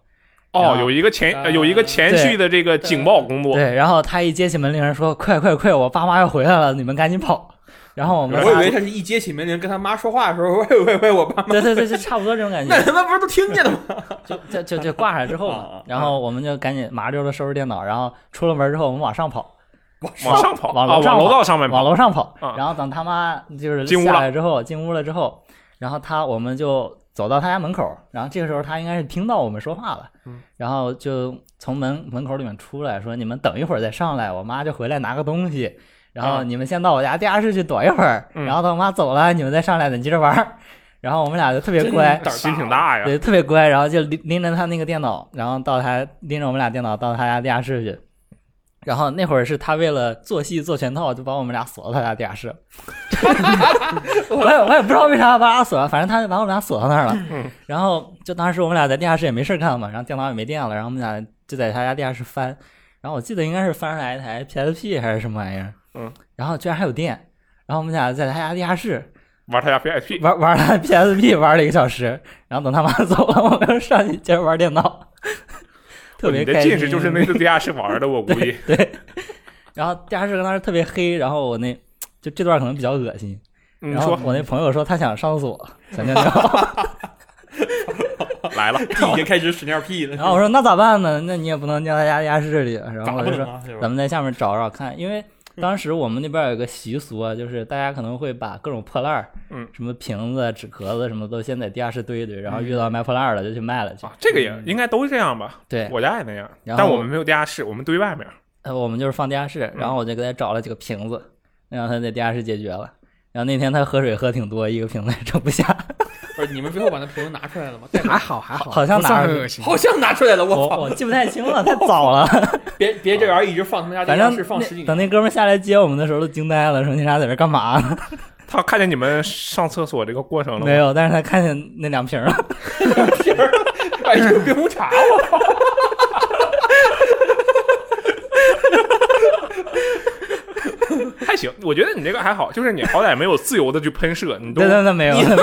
S4: 然
S2: 哦，
S4: 后
S2: 有一个前呃有一个前
S4: 啊对
S2: 序的这个警报工作，
S4: 对，然后他一接起门铃说：“快快快，我爸妈要回来了，你们赶紧跑。”然后我们
S5: 我以
S4: 仨
S5: 为他是一接起门铃跟他妈说话的时候，喂喂喂，我爸妈，
S4: 对对对，就差不多这种感
S5: 那
S4: 觉，
S5: 他妈不是都听见了
S4: [laughs]
S5: 吗？
S4: 就就就就挂上之后
S5: 啊啊
S4: 嘛，然后我们就赶紧麻溜的收拾电脑，然后出了门之后我们往上跑，
S2: 往上跑，
S4: 往
S2: 啊，
S4: 楼上
S2: 往楼
S4: 跑
S2: 道上面
S4: 往
S2: 跑，
S4: 楼上跑
S2: 啊，
S4: 然后等他妈就是
S2: 进屋
S4: 下
S2: 了
S4: 来之后进屋了之后，然后他我们就走到他家门口，然后这个时候他应该是听到我们说话了
S2: 嗯，
S4: 然后就从门门口里面出来说：“你们等一会儿再上来，我妈就回来拿个东西。”然后
S2: 啊
S4: 你们先到我家地下室去躲一会儿，
S2: 嗯
S4: 然后等我妈走了，你们再上来，你接着玩儿。然后我们俩就特别乖，
S5: 胆儿大
S2: 心挺大啊呀，
S4: 对，特别乖，然后就拎拎着他那个电脑，然后到他拎着我们俩电脑到他家地下室去。然后那会儿是他为了做戏做全套，就把我们俩锁到他家地下室。我也我也不知道为啥把他锁，反正他就把我们俩锁到那儿了。然后就当时我们俩在地下室也没事儿干嘛，然后电脑也没电了，然后我们俩就在他家地下室翻。然后我记得应该是翻出来一台 PSP 还是什么玩意儿，
S2: 嗯，
S4: 然后居然还有电，然后我们俩在他家地下室
S2: 玩他家 PSP，
S4: 玩玩了 PSP 玩了一个小时，然后等他妈走了，我又上去接着玩电脑， [laughs] 特别
S2: 你的
S4: 开心。
S2: 近视就是那次地下室玩的，我
S4: [laughs]
S2: 估计。
S4: 然后地下室当时特别黑，然后我那就这段可能比较恶心。
S2: 你
S4: 然后
S2: 嗯说
S4: 我那朋友说他想上厕所，想尿
S2: [laughs]
S4: 尿，
S2: 来了，
S5: 已经开始屎尿屁了。
S4: 然后我说那咋办呢？那你也不能尿在家地下室里。然
S5: 咋
S4: 后我
S5: 不
S4: 就
S5: 能
S4: 说
S5: 啊？是
S4: 咱
S5: 吧？
S4: 们在下面找找看，因为当时我们那边有个习俗啊，就是大家可能会把各种破烂儿，
S2: 嗯，
S4: 什么瓶子、纸壳子什么都先在地下室堆一堆，然后遇到卖破烂儿的就去卖了去。
S2: 啊，这个
S4: 嗯
S2: 也应该都这样吧？
S4: 对，
S2: 我家也那样，
S4: 然后
S2: 但我们没有地下室，我们堆外面。
S4: 呃，我们就是放地下室，然后
S2: 嗯
S4: 我就给他找了几个瓶子，然后他在地下室解决了。然后那天他喝水喝挺多，一个瓶子也装不下，
S5: 不是你们最后把那瓶子拿出来
S4: [laughs]
S5: 了吗？
S3: 还好还
S2: 哦
S3: 好，
S4: 好像
S3: 不算
S4: 哪儿
S3: 很恶心。
S5: 好像拿出来了，
S4: 我
S5: 我
S4: 我
S5: 操！
S4: 记不太清了，太早了。
S2: [laughs]
S5: 别别这玩意儿一直放他们家
S4: 反
S5: 电
S4: 正
S5: 视放十几
S4: 那
S5: 年
S4: 等，那哥们儿下来接我们的时候都惊呆了，说你俩在这干嘛呢？
S2: 他看见你们上厕所这个过程了吗
S4: 没？有，但是他看见那两瓶儿了，
S5: 哎，有冰红茶，我操！
S2: 还行，我觉得你这个还好，就是你好歹没有自由的去喷射，你都
S4: 对对对，没有，没有，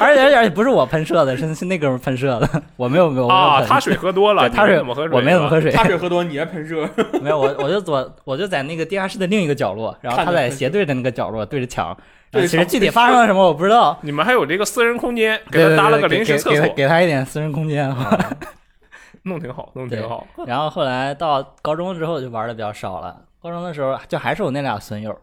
S4: 而且而且不是我喷射的，是是那哥们儿喷射的，我没有没有我没有
S2: 啊，
S4: 喷
S2: 他水喝多了，
S4: 对他
S2: 你
S4: 水
S2: 怎么喝水？啊
S4: 我没怎么喝水，
S5: 他水喝多，你还喷射，
S4: 没有我我就左我就在那个地下室的另一个角落，然后
S5: 看
S4: 他
S5: 着
S4: 在
S5: 喷
S4: 斜对着那个角落对着墙，然
S5: 对
S4: 后其实
S5: 墙
S4: 具体发生了什么我不知道，
S2: 你们还有这个私人空间，给他
S4: 对对
S2: 搭了
S4: 对
S2: 个
S4: 给
S2: 临时
S4: 给
S2: 厕
S4: 给他
S2: 所，
S4: 给他一点私人空间。
S2: 弄挺好，弄
S4: 对
S2: 挺好。
S4: [laughs] 然后后来到高中之后就玩的比较少了，高中的时候就还是我那俩损友，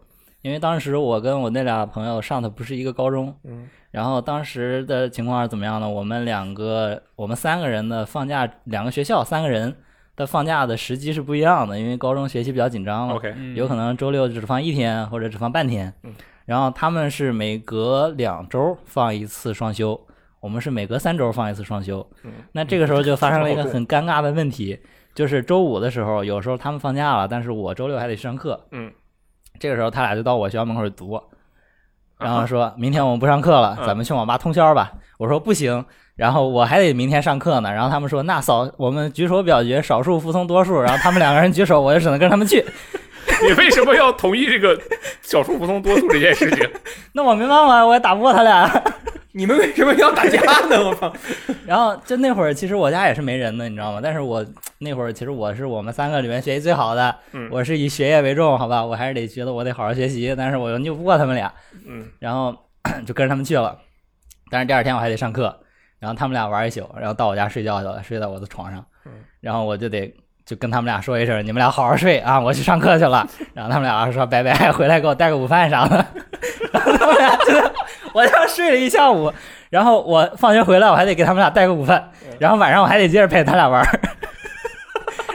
S4: 因为当时我跟我那俩朋友上的不是一个高中，
S2: 嗯，
S4: 然后当时的情况是怎么样呢？我们两个我们三个人的放假，两个学校三个人的放假的时机是不一样的，因为高中学习比较紧张了。
S2: OK，
S3: 嗯
S4: 有可能周六只放一天或者只放半天。
S2: 嗯
S4: 然后他们是每隔两周放一次双休，我们是每隔三周放一次双休。
S2: 嗯
S4: 那这个时候就发生了一个
S2: 嗯
S4: 很尴尬的问题，就是周五的时候，有时候他们放假了，但是我周六还得去上课。
S2: 嗯，
S4: 这个时候他俩就到我学校门口去堵我，
S2: 啊
S4: 然
S2: [laughs]
S4: 后说明天我们不上课了，
S2: 嗯
S4: 咱们去网吧通宵吧。我说不行，然后我还得明天上课呢。然后他们说那扫我们举手表决，少数服从多数。然后他们两个人举手，我就只能跟他们去。
S2: 你为什么要同意这个少数服从多数这件事情？
S4: 那我没办法，我也打不过他俩。 [laughs]
S5: 你们为什么要打架呢？我操！
S4: 然后就那会儿，其实我家也是没人的，你知道吗？但是我那会儿其实我是我们三个里面学习最好的，
S2: 嗯
S4: 我是以学业为重，好吧？我还是得觉得我得好好学习，但是我又拗不过他们俩，
S2: 嗯，
S4: 然后就跟着他们去了。但是第二天我还得上课，然后他们俩玩一宿，然后到我家睡觉去了，睡在我的床上
S2: 嗯，
S4: 然后我就得。就跟他们俩说一声，你们俩好好睡啊，我去上课去了。
S2: [laughs]
S4: 然后他们俩说拜拜，回来给我带个午饭啥的。然后他们俩就在我在那睡了一下午，然后我放学回来，我还得给他们俩带个午饭，
S2: 嗯
S4: 然后晚上我还得接着陪他俩玩儿。 [laughs]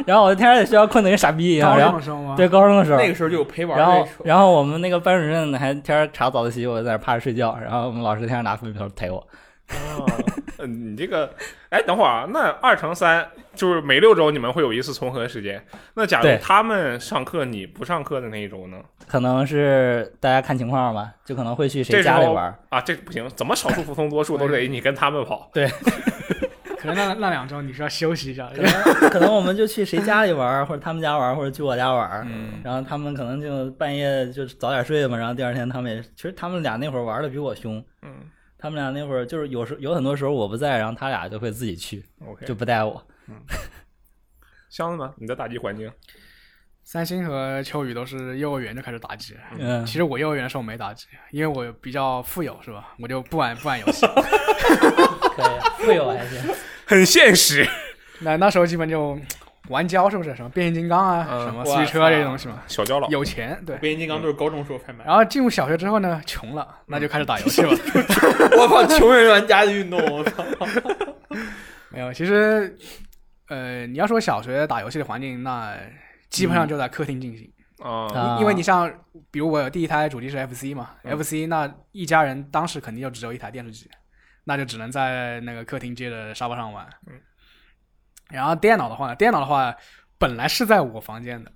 S4: 然后我天天在学校困得跟傻逼一样，
S3: 高
S4: 然后
S3: 中的啊时候吗？
S4: 对高中的时候，
S5: 那个时候就有陪玩
S4: 然后
S5: 这说，
S4: 然后我们那个班主任还天天查早自习，我就在那趴着睡觉，然后我们老师天天拿粪球逮我。
S2: 啊， [laughs] 呃你这个，哎，等会儿啊，那二乘三就是每六周你们会有一次重合时间。那假如
S4: 对
S2: 他们上课你不上课的那一周呢？
S4: 可能是大家看情况吧，就可能会去
S2: 这
S4: 谁
S2: 时
S4: 家里
S2: 候 [laughs]
S4: 玩儿。
S2: 啊，这不行，怎么少数服从多数都得你跟他们跑。
S3: 可能那那两周你是要休息一下，
S4: 可能可能我们就去谁家里玩儿，或者他们家玩儿，或者去我家玩儿。
S5: 嗯，
S4: 然后他们可能就半夜就早点睡嘛，然后第二天他们也，其实他们俩那会儿玩的比我凶，
S2: 嗯
S4: 他们俩那会儿就是有时有很多时候我不在，然后他俩就会自己去，
S2: ，OK，
S4: 就不带我。
S2: 箱子呢？你的打击环境
S3: [laughs] 三星和秋雨都是幼儿园就开始打击。
S4: 嗯
S3: 其，实我幼儿园的时候没打击，因为我比较富有，是吧？我就不玩不玩游戏。
S4: 可以，会有还行。
S2: 很现实。
S3: 那那时候基本就玩胶，是不是？什么变形金刚啊，
S2: 嗯
S3: 什么
S5: 哇
S3: 四驱车这些东西嘛。
S2: 小焦老，
S3: 有钱对，
S5: 变形金刚都是高中时候拍卖。
S3: 然后进入小学之后呢，穷了，那就开始打游戏了。
S5: 我靠，穷人玩家的运动，
S2: [laughs]
S5: 我操！
S3: 没有，其实，呃，你要说小学打游戏的环境，那基本上就在客厅进行，
S2: 啊，
S4: 啊
S3: 因为你像，比如我第一台主机是 FC 嘛、f c 那一家人当时肯定就只有一台电视机，那就只能在那个客厅接着沙发上玩。
S2: 嗯
S3: 然后电脑的话呢，电脑的话本来是在我房间的。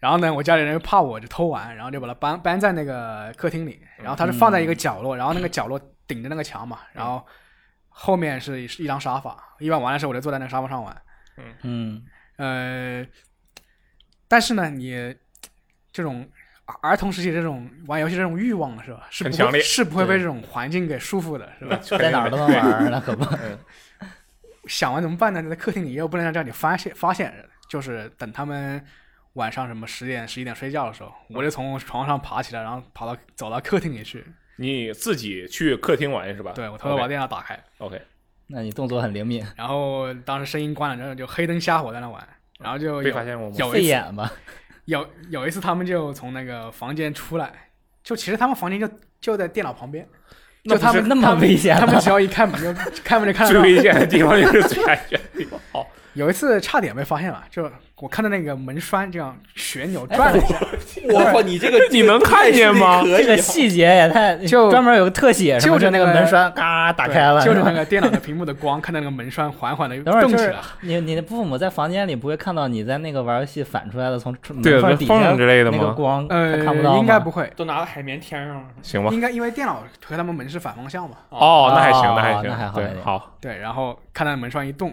S3: 然后呢，我家里人怕我就偷玩，然后就把它搬搬在那个客厅里，然后它是放在一个角落，然后那个角落顶着那个墙嘛，然后后面是是一张沙发，一般玩的时候我就坐在那个沙发上玩。
S4: 嗯，
S3: 呃，但是呢，你这种儿童时期这种玩游戏这种欲望是吧？是
S2: 很
S3: 不
S2: 强
S3: 会
S2: 烈
S3: 是不会被
S4: 对
S3: 这种环境给束缚的，是吧？
S4: 在哪儿都能玩儿，那可不。
S3: 想完怎么办呢？在客厅里又不能让家里发现发现，就是等他们晚上什么十点十一点睡觉的时候，我
S2: 嗯
S3: 就从床上爬起来，然后跑到走到客厅里去，
S2: 你自己去客厅玩是吧？
S3: 对我偷偷把电脑打开，
S2: OK，, o
S4: 那你动作很灵敏，
S3: 然后当时声音关了之后就黑灯瞎火在那玩，然后就
S2: k 被
S3: 有
S2: 发现过吗？
S3: 有
S4: 费
S3: 一次
S4: 眼
S3: [laughs]
S4: 吧？
S3: 有有一次他们就从那个房间出来，就其实他们房间就就在电脑旁边，
S4: 那
S3: 就他们
S4: 不是那么危险吗
S3: 他们只要一 [laughs] 开门就开门就看
S2: 最
S3: 得到。
S2: 危险的地方就是最安全的地
S4: [laughs]
S2: 方。好，
S3: 有一次差点被发现了，就我看到那个门栓这样旋钮
S4: 哎
S3: 转了一下，
S5: 我靠，你这个
S2: 你能看见吗
S5: 可
S4: 这
S5: 以啊
S4: 个细节也太
S3: [laughs] 就
S4: 专门有个特写，
S3: 就
S4: 着
S3: 是
S4: 那
S3: 那
S4: 个
S3: 个
S4: 门栓嘎
S3: 哎
S4: 打开了，
S3: 对就是
S4: 吧
S3: 那个电脑的屏幕的光，看到那个门栓缓缓的
S4: 等会儿
S3: 动
S4: 就
S3: 起
S4: 是
S3: 来。
S4: [laughs] 你你的父母在房间里不会看到你在那个玩游戏反出来的从门
S2: 对
S4: 缝底
S2: 缝
S4: 下
S2: 之类的
S4: 那个
S2: 吗
S4: 光，
S3: 呃
S4: 他看不到，
S3: 应该不。会，
S5: 都拿到海绵天上了。
S2: 行吧。
S3: 应该因为电脑和他们门是反方向嘛。
S2: 哦，那还行，
S4: 哦
S2: 还
S4: 那还
S2: 行，
S4: 好一
S2: 对，
S4: 点
S2: 好，
S3: 对，然后看到门栓一动，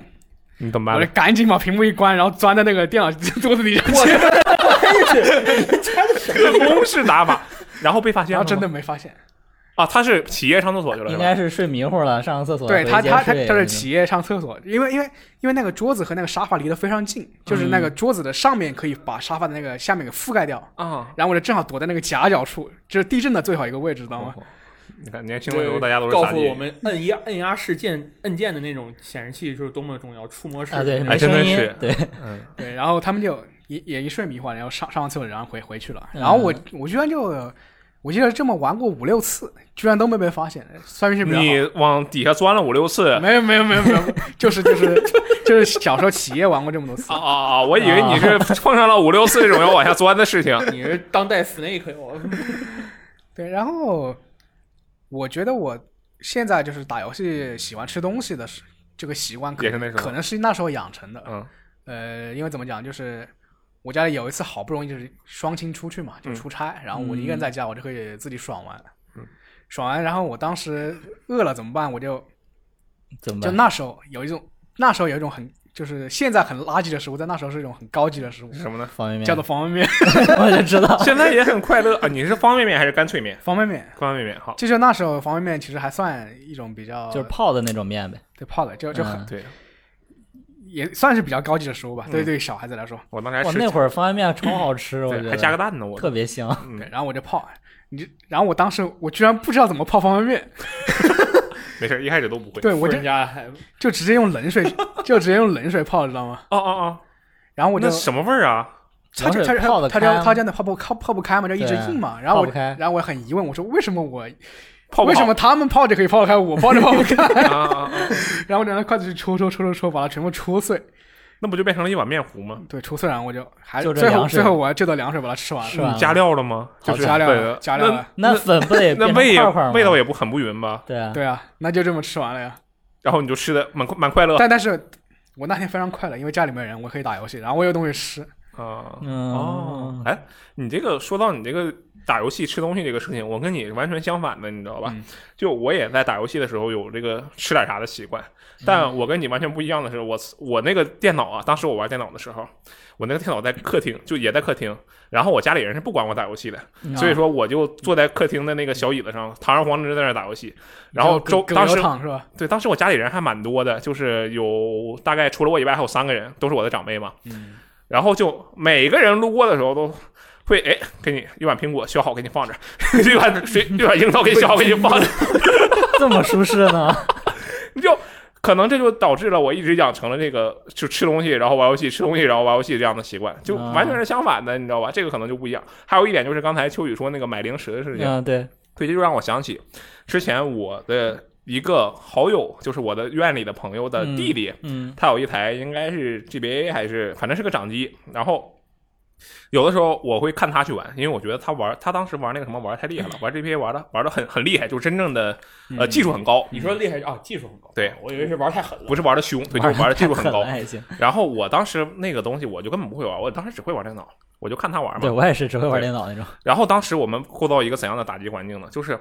S2: 你怎么
S3: 我
S2: 办 [laughs]
S3: 就
S2: 呢？
S3: 赶紧把屏幕一关，然后钻在那个电脑桌子底下去，
S2: 公式打法，然后被发现
S3: 然
S2: 了
S3: 后
S2: 吗，
S3: 真的没发现。
S2: 啊，他是起夜上厕所去了，是
S4: 应
S2: 吧
S4: 该是睡迷糊了，上个厕所
S3: 对
S4: 回
S3: 他，
S4: 接
S3: 他他
S4: 睡
S3: 他
S4: 那
S3: 是
S4: 种
S3: 起夜上厕所，因为因为因为那个桌子和那个沙发离得非常近，就是
S4: 嗯
S3: 那个桌子的上面可以把沙发的那个下面给覆盖掉，
S2: 啊，
S3: 然后我就正好躲在那个夹角处，这是地震的最好一个位置，知道
S4: 哦
S3: 吗？
S2: 你看年轻的时候大家都是
S5: 告
S2: 傻
S5: 诉
S2: 逼
S5: 我们摁压摁压式键按键的那种显示器就是多么的重要，触摸式
S4: 啊，对，
S2: 哎
S4: 没
S2: 真的
S4: 声音
S2: 是，
S4: 对，
S3: 对，然后他们就也也一睡迷幻，然后上上完厕所，然后回回去
S4: 嗯
S3: 了。然后我我居然就，我记得这么玩过五六次，居然都没被发现，算命是比较
S2: 你
S3: 好。
S2: 往底下钻了五六 [laughs] 次，
S3: 没有没有没有没有，就是就是就是小时候起夜玩过这么多次
S2: 啊，啊啊！我以为你是碰上了五六次这种要往下钻的事情。
S5: 你是当代 Snake 我
S3: 对，然后我觉得我现在就是打游戏喜欢吃东西的时这个习惯可，
S2: 也是那时候
S3: 可能是那时候养成的。
S2: 嗯，
S3: 呃，因为怎么讲，就是我家里有一次好不容易就是双亲出去嘛，
S2: 嗯
S3: 就出差，然后我一个人在家，我就可以自己爽玩。 [laughs] 爽完，然后我当时饿了怎么办？我就
S4: 怎么
S3: 就
S4: 办？
S3: 那时候有一种，那时候有一种很就是现在很垃圾的食物，在那时候是一种很高级的食物，
S2: 什么呢？
S4: 方便面
S3: 叫做方便面。
S4: [laughs] 我就知道，
S2: 现在也很快乐啊！你是方便面还是干脆面？
S3: 方便面，
S2: 方便面好，
S3: 这就那时候方便面其实还算一种比较
S4: 就是泡的那种面呗。
S3: 对泡的，就就很、
S4: 嗯
S2: 对
S3: 也算是比较高级的食物吧，对对，小孩子来说。
S2: 我当时还
S4: 哇，
S2: 吃
S4: 那会儿方便面超好吃，我觉
S2: 对
S4: 得
S2: 还加个蛋呢，我嗯
S4: 特别香。
S3: 对，然后我就泡，啊你就然后我当时我居然不知道怎么泡方便面，
S2: 没事，一开始都不会。
S3: 对我就
S5: 人家还
S3: 就直接用冷水，就直接用冷水泡，知道吗？
S2: 哦哦
S3: 然后
S2: 哦，
S3: 我就
S2: 那什么味儿
S4: [laughs]
S2: 啊？
S3: 它就
S4: 冷
S3: 它
S4: 水泡
S3: 就
S4: 得
S3: 它
S4: 开吗
S3: 就它真的泡不泡泡不开嘛，就一直
S4: 对
S3: 硬嘛。然后
S4: 泡
S3: 我
S4: 不开
S3: 然后我很疑问，我说为什么我
S2: 泡不
S3: 为
S2: 好
S3: 什么他们泡着可以泡得开，我泡着泡不开？ [laughs]
S2: 啊啊啊！啊
S3: 然后我就拿筷子去戳戳戳戳戳，把它全部戳碎。
S2: 那不就变成了一碗面糊吗？
S3: 对，戳碎然后我就还
S4: 就这
S3: 最后
S4: 凉水
S3: 最后我就到凉水把它吃完
S4: 是
S3: 嗯了，
S4: 吧
S2: 你加料了吗？
S4: 好
S2: 就是
S3: 加料
S2: 对的
S3: 加料了
S4: 那粉不得
S2: 那
S4: 变成
S2: 味也
S4: 块块吗？
S2: 味道也不很不匀吧？
S4: 对啊，
S3: 对啊，那就这么吃完了呀。
S2: 然后你就吃的蛮蛮快乐 [laughs]
S3: 但但是我那天非常快乐，因为家里没人，我可以打游戏，然后我有东西吃。
S2: 啊。
S4: 嗯
S2: 哦，哎，你这个说到你这个打游戏吃东西这个事情，我跟你完全相反的，你知道吧？就我也在打游戏的时候有这个吃点啥的习惯，但我跟你完全不一样的是，我我那个电脑啊，当时我玩电脑的时候，我那个电脑在客厅，就也在客厅，然后我家里人是不管我打游戏的，所以说我就坐在客厅的那个小椅子上，堂而皇之在那儿打游戏，然后
S3: 就
S2: 周
S3: 葛葛
S2: 当
S3: 优
S2: 时
S3: 躺是吧？
S2: 对，当时我家里人还蛮多的，就是有大概除了我以外还有三个人，都是我的长辈嘛。嗯。然后就每个人路过的时候都会哎，给你一碗苹果削好给你放着， [laughs] 一碗水一碗樱桃给你削好给你放着，
S4: [laughs] 这么舒适呢？
S2: 你就可能这就导致了我一直养成了这个就吃东西然后玩游戏吃东西然后玩游戏这样的习惯，就完全是相反的，你知道吧？这个可能就不一样。还有一点就是刚才秋雨说那个买零食的事情，
S4: 嗯，对，
S2: 对，这就让我想起之前我的一个好友，就是我的院里的朋友的弟弟，
S4: 嗯，
S2: 他有一台应该是 GBA 还是反正是个掌机，然后。有的时候我会看他去玩，因为我觉得他玩，他当时玩那个什么玩得太厉
S4: 嗯
S2: 害了，玩 GBA 玩的玩的很很厉害，就是真正的呃技术很高，
S5: 你说厉害啊，技术很高。
S2: 对
S5: 我以为是玩太狠了。
S2: 不是玩的凶，对，就是玩的技术很高
S4: 太狠了。还行。
S2: 然后我当时那个东西我就根本不会玩，我当时只会玩电脑，我就看他玩嘛。
S4: 对我也是只会玩
S2: 对
S4: 电脑那种。
S2: 然后当时我们获到一个怎样的打击环境呢？就是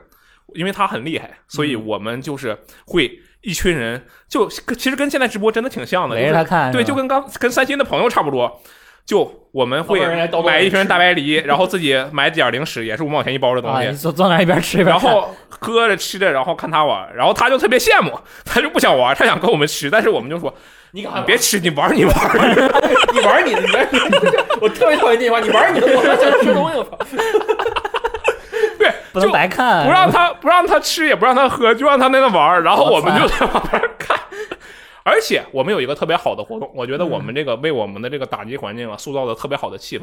S2: 因为他很厉害，所以
S4: 嗯
S2: 我们就是会一群人，就其实跟现在直播真的挺像的，
S4: 围着
S2: 就是
S4: 他看是
S2: 嗯对，
S4: 吧
S2: 就跟刚跟三星的朋友差不多。
S5: 老板人来叨叨
S2: 买一瓶大白梨，然后自己买点零食，也是五毛钱一包的东
S4: 啊，
S2: 西
S4: 你，坐坐那儿一边吃一边
S2: 然
S4: 看
S2: 后喝着吃着，然后看他玩，然后他就特别羡慕，他就不想玩，他想跟我们吃，但是我们就说
S5: 你
S2: 你
S5: 敢
S2: 别吃，你玩你
S4: 哎
S2: 玩。
S5: 你玩你的，你玩你的， [laughs] 我特别讨厌这句话，你玩你的，我还想吃东西，我操！
S2: 对，
S4: 不
S2: 就
S4: 能白看，
S2: 不让他不让他吃，也不让他喝，就让他在那玩儿，然后我们就在旁边看。而且我们有一个特别好的活动，我觉得我们这
S4: 嗯
S2: 个为我们的这个打击环境啊塑造了特别好的气氛，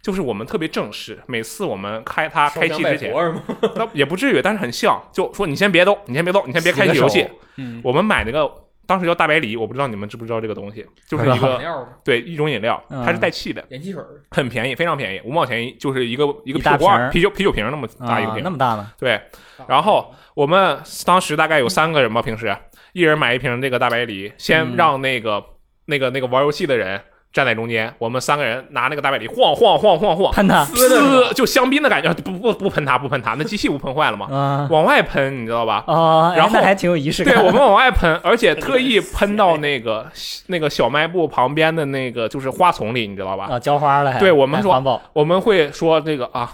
S2: 就是我们特别正式。每次我们开他开机之前，
S5: 活吗？
S2: 那也不至于，但是很像，就说你先别动，你先别动，你先别开启游
S4: 洗
S2: 戏
S4: 个手。
S3: 嗯
S2: 我们买那个当时叫大白梨，我不知道你们知不知道这个东西，就是一
S4: 不知
S2: 个
S5: 料吗？
S2: 对一种饮料，
S4: 嗯
S2: 它是带气的，
S5: 盐汽水 [laughs] 儿，
S2: 很便宜，非常便宜，五毛钱一，就是一个一个啤
S4: 一大
S2: 酒罐
S4: 瓶
S2: 儿
S4: 儿
S2: 啤酒啤酒瓶儿那么大一个
S4: 啊
S2: 瓶，
S4: 那么大呢，
S2: 对，然后我们当时大概有三个人吧，平时一人买一瓶这个大白梨，先
S4: 嗯
S2: 让那个、那个那个玩游戏的人站在中间，我们三个人拿那个大白梨晃晃晃晃晃，
S4: 喷他，
S2: 呲就香槟的感觉，不不不喷它，不喷它，那机器不喷坏了吗？
S4: [laughs] 啊
S2: 往外喷，你知道吧？
S4: 哦，哎
S2: 然后
S4: 那还挺有仪式感
S2: 对
S4: 的，
S2: 我们往外喷，而且特意喷到那
S4: [laughs]
S2: 个那个小卖部旁边的那个就是花丛里，你知道吧？
S4: 啊浇花了还，
S2: 对我们
S4: 还
S2: 说
S4: 环保，
S2: 我们会说这个啊，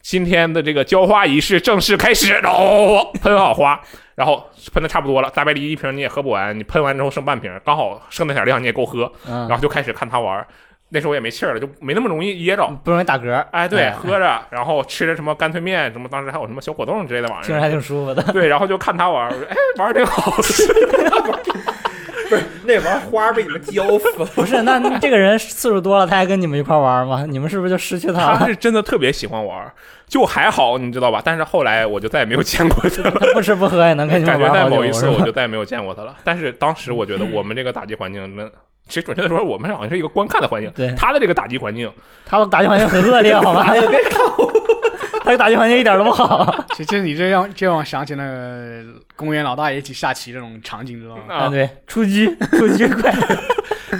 S2: 今天的这个浇花仪式正式开始，然后喷好花，然后喷的差不多了，大白梨一瓶你也喝不完，你喷完之后剩半瓶，刚好剩那点量你也够喝，
S4: 嗯
S2: 然后就开始看他玩儿。那时候也没气儿了，就没那么容易噎着。
S4: 不容易打嗝，
S2: 哎，对，喝着，然后吃着什么干脆面，什么当时还有什么小果冻之类的玩意
S4: 听着
S2: 儿。
S4: 还挺舒服的， [laughs]
S2: 对，然后就看他玩儿，我说哎，玩儿挺好。
S5: 不是那玩意儿花儿被你们浇死了。
S4: 不是，那那这个人次数多了，他还跟你们一块玩吗？你们是不是就失去他
S2: 他
S4: 了？
S2: 是真的特别喜欢玩儿，就还好，你知道吧？但是后来我就再也没有见过他了。
S4: [laughs] [laughs] 他不吃不喝也能跟你
S2: 感
S4: 们
S2: 觉
S4: 哎玩
S2: 在
S4: 好久，
S2: 某一次
S4: 是吧
S2: 我就再也没有见过他了。但是当时我觉得我们这个打击环境，那其实准确的说，我们好像是一个观看的环境。
S4: [laughs] 对
S2: 他的这个打击环境，
S4: 他的打击环境很恶劣，好 [laughs] 吧？别看我，他的打击环境一点都不好。
S3: 其实你这让这让我想起那个公园老大爷一起下棋这种场景，知道吗？
S2: 啊
S4: 啊，对，出击， [laughs] 出击快！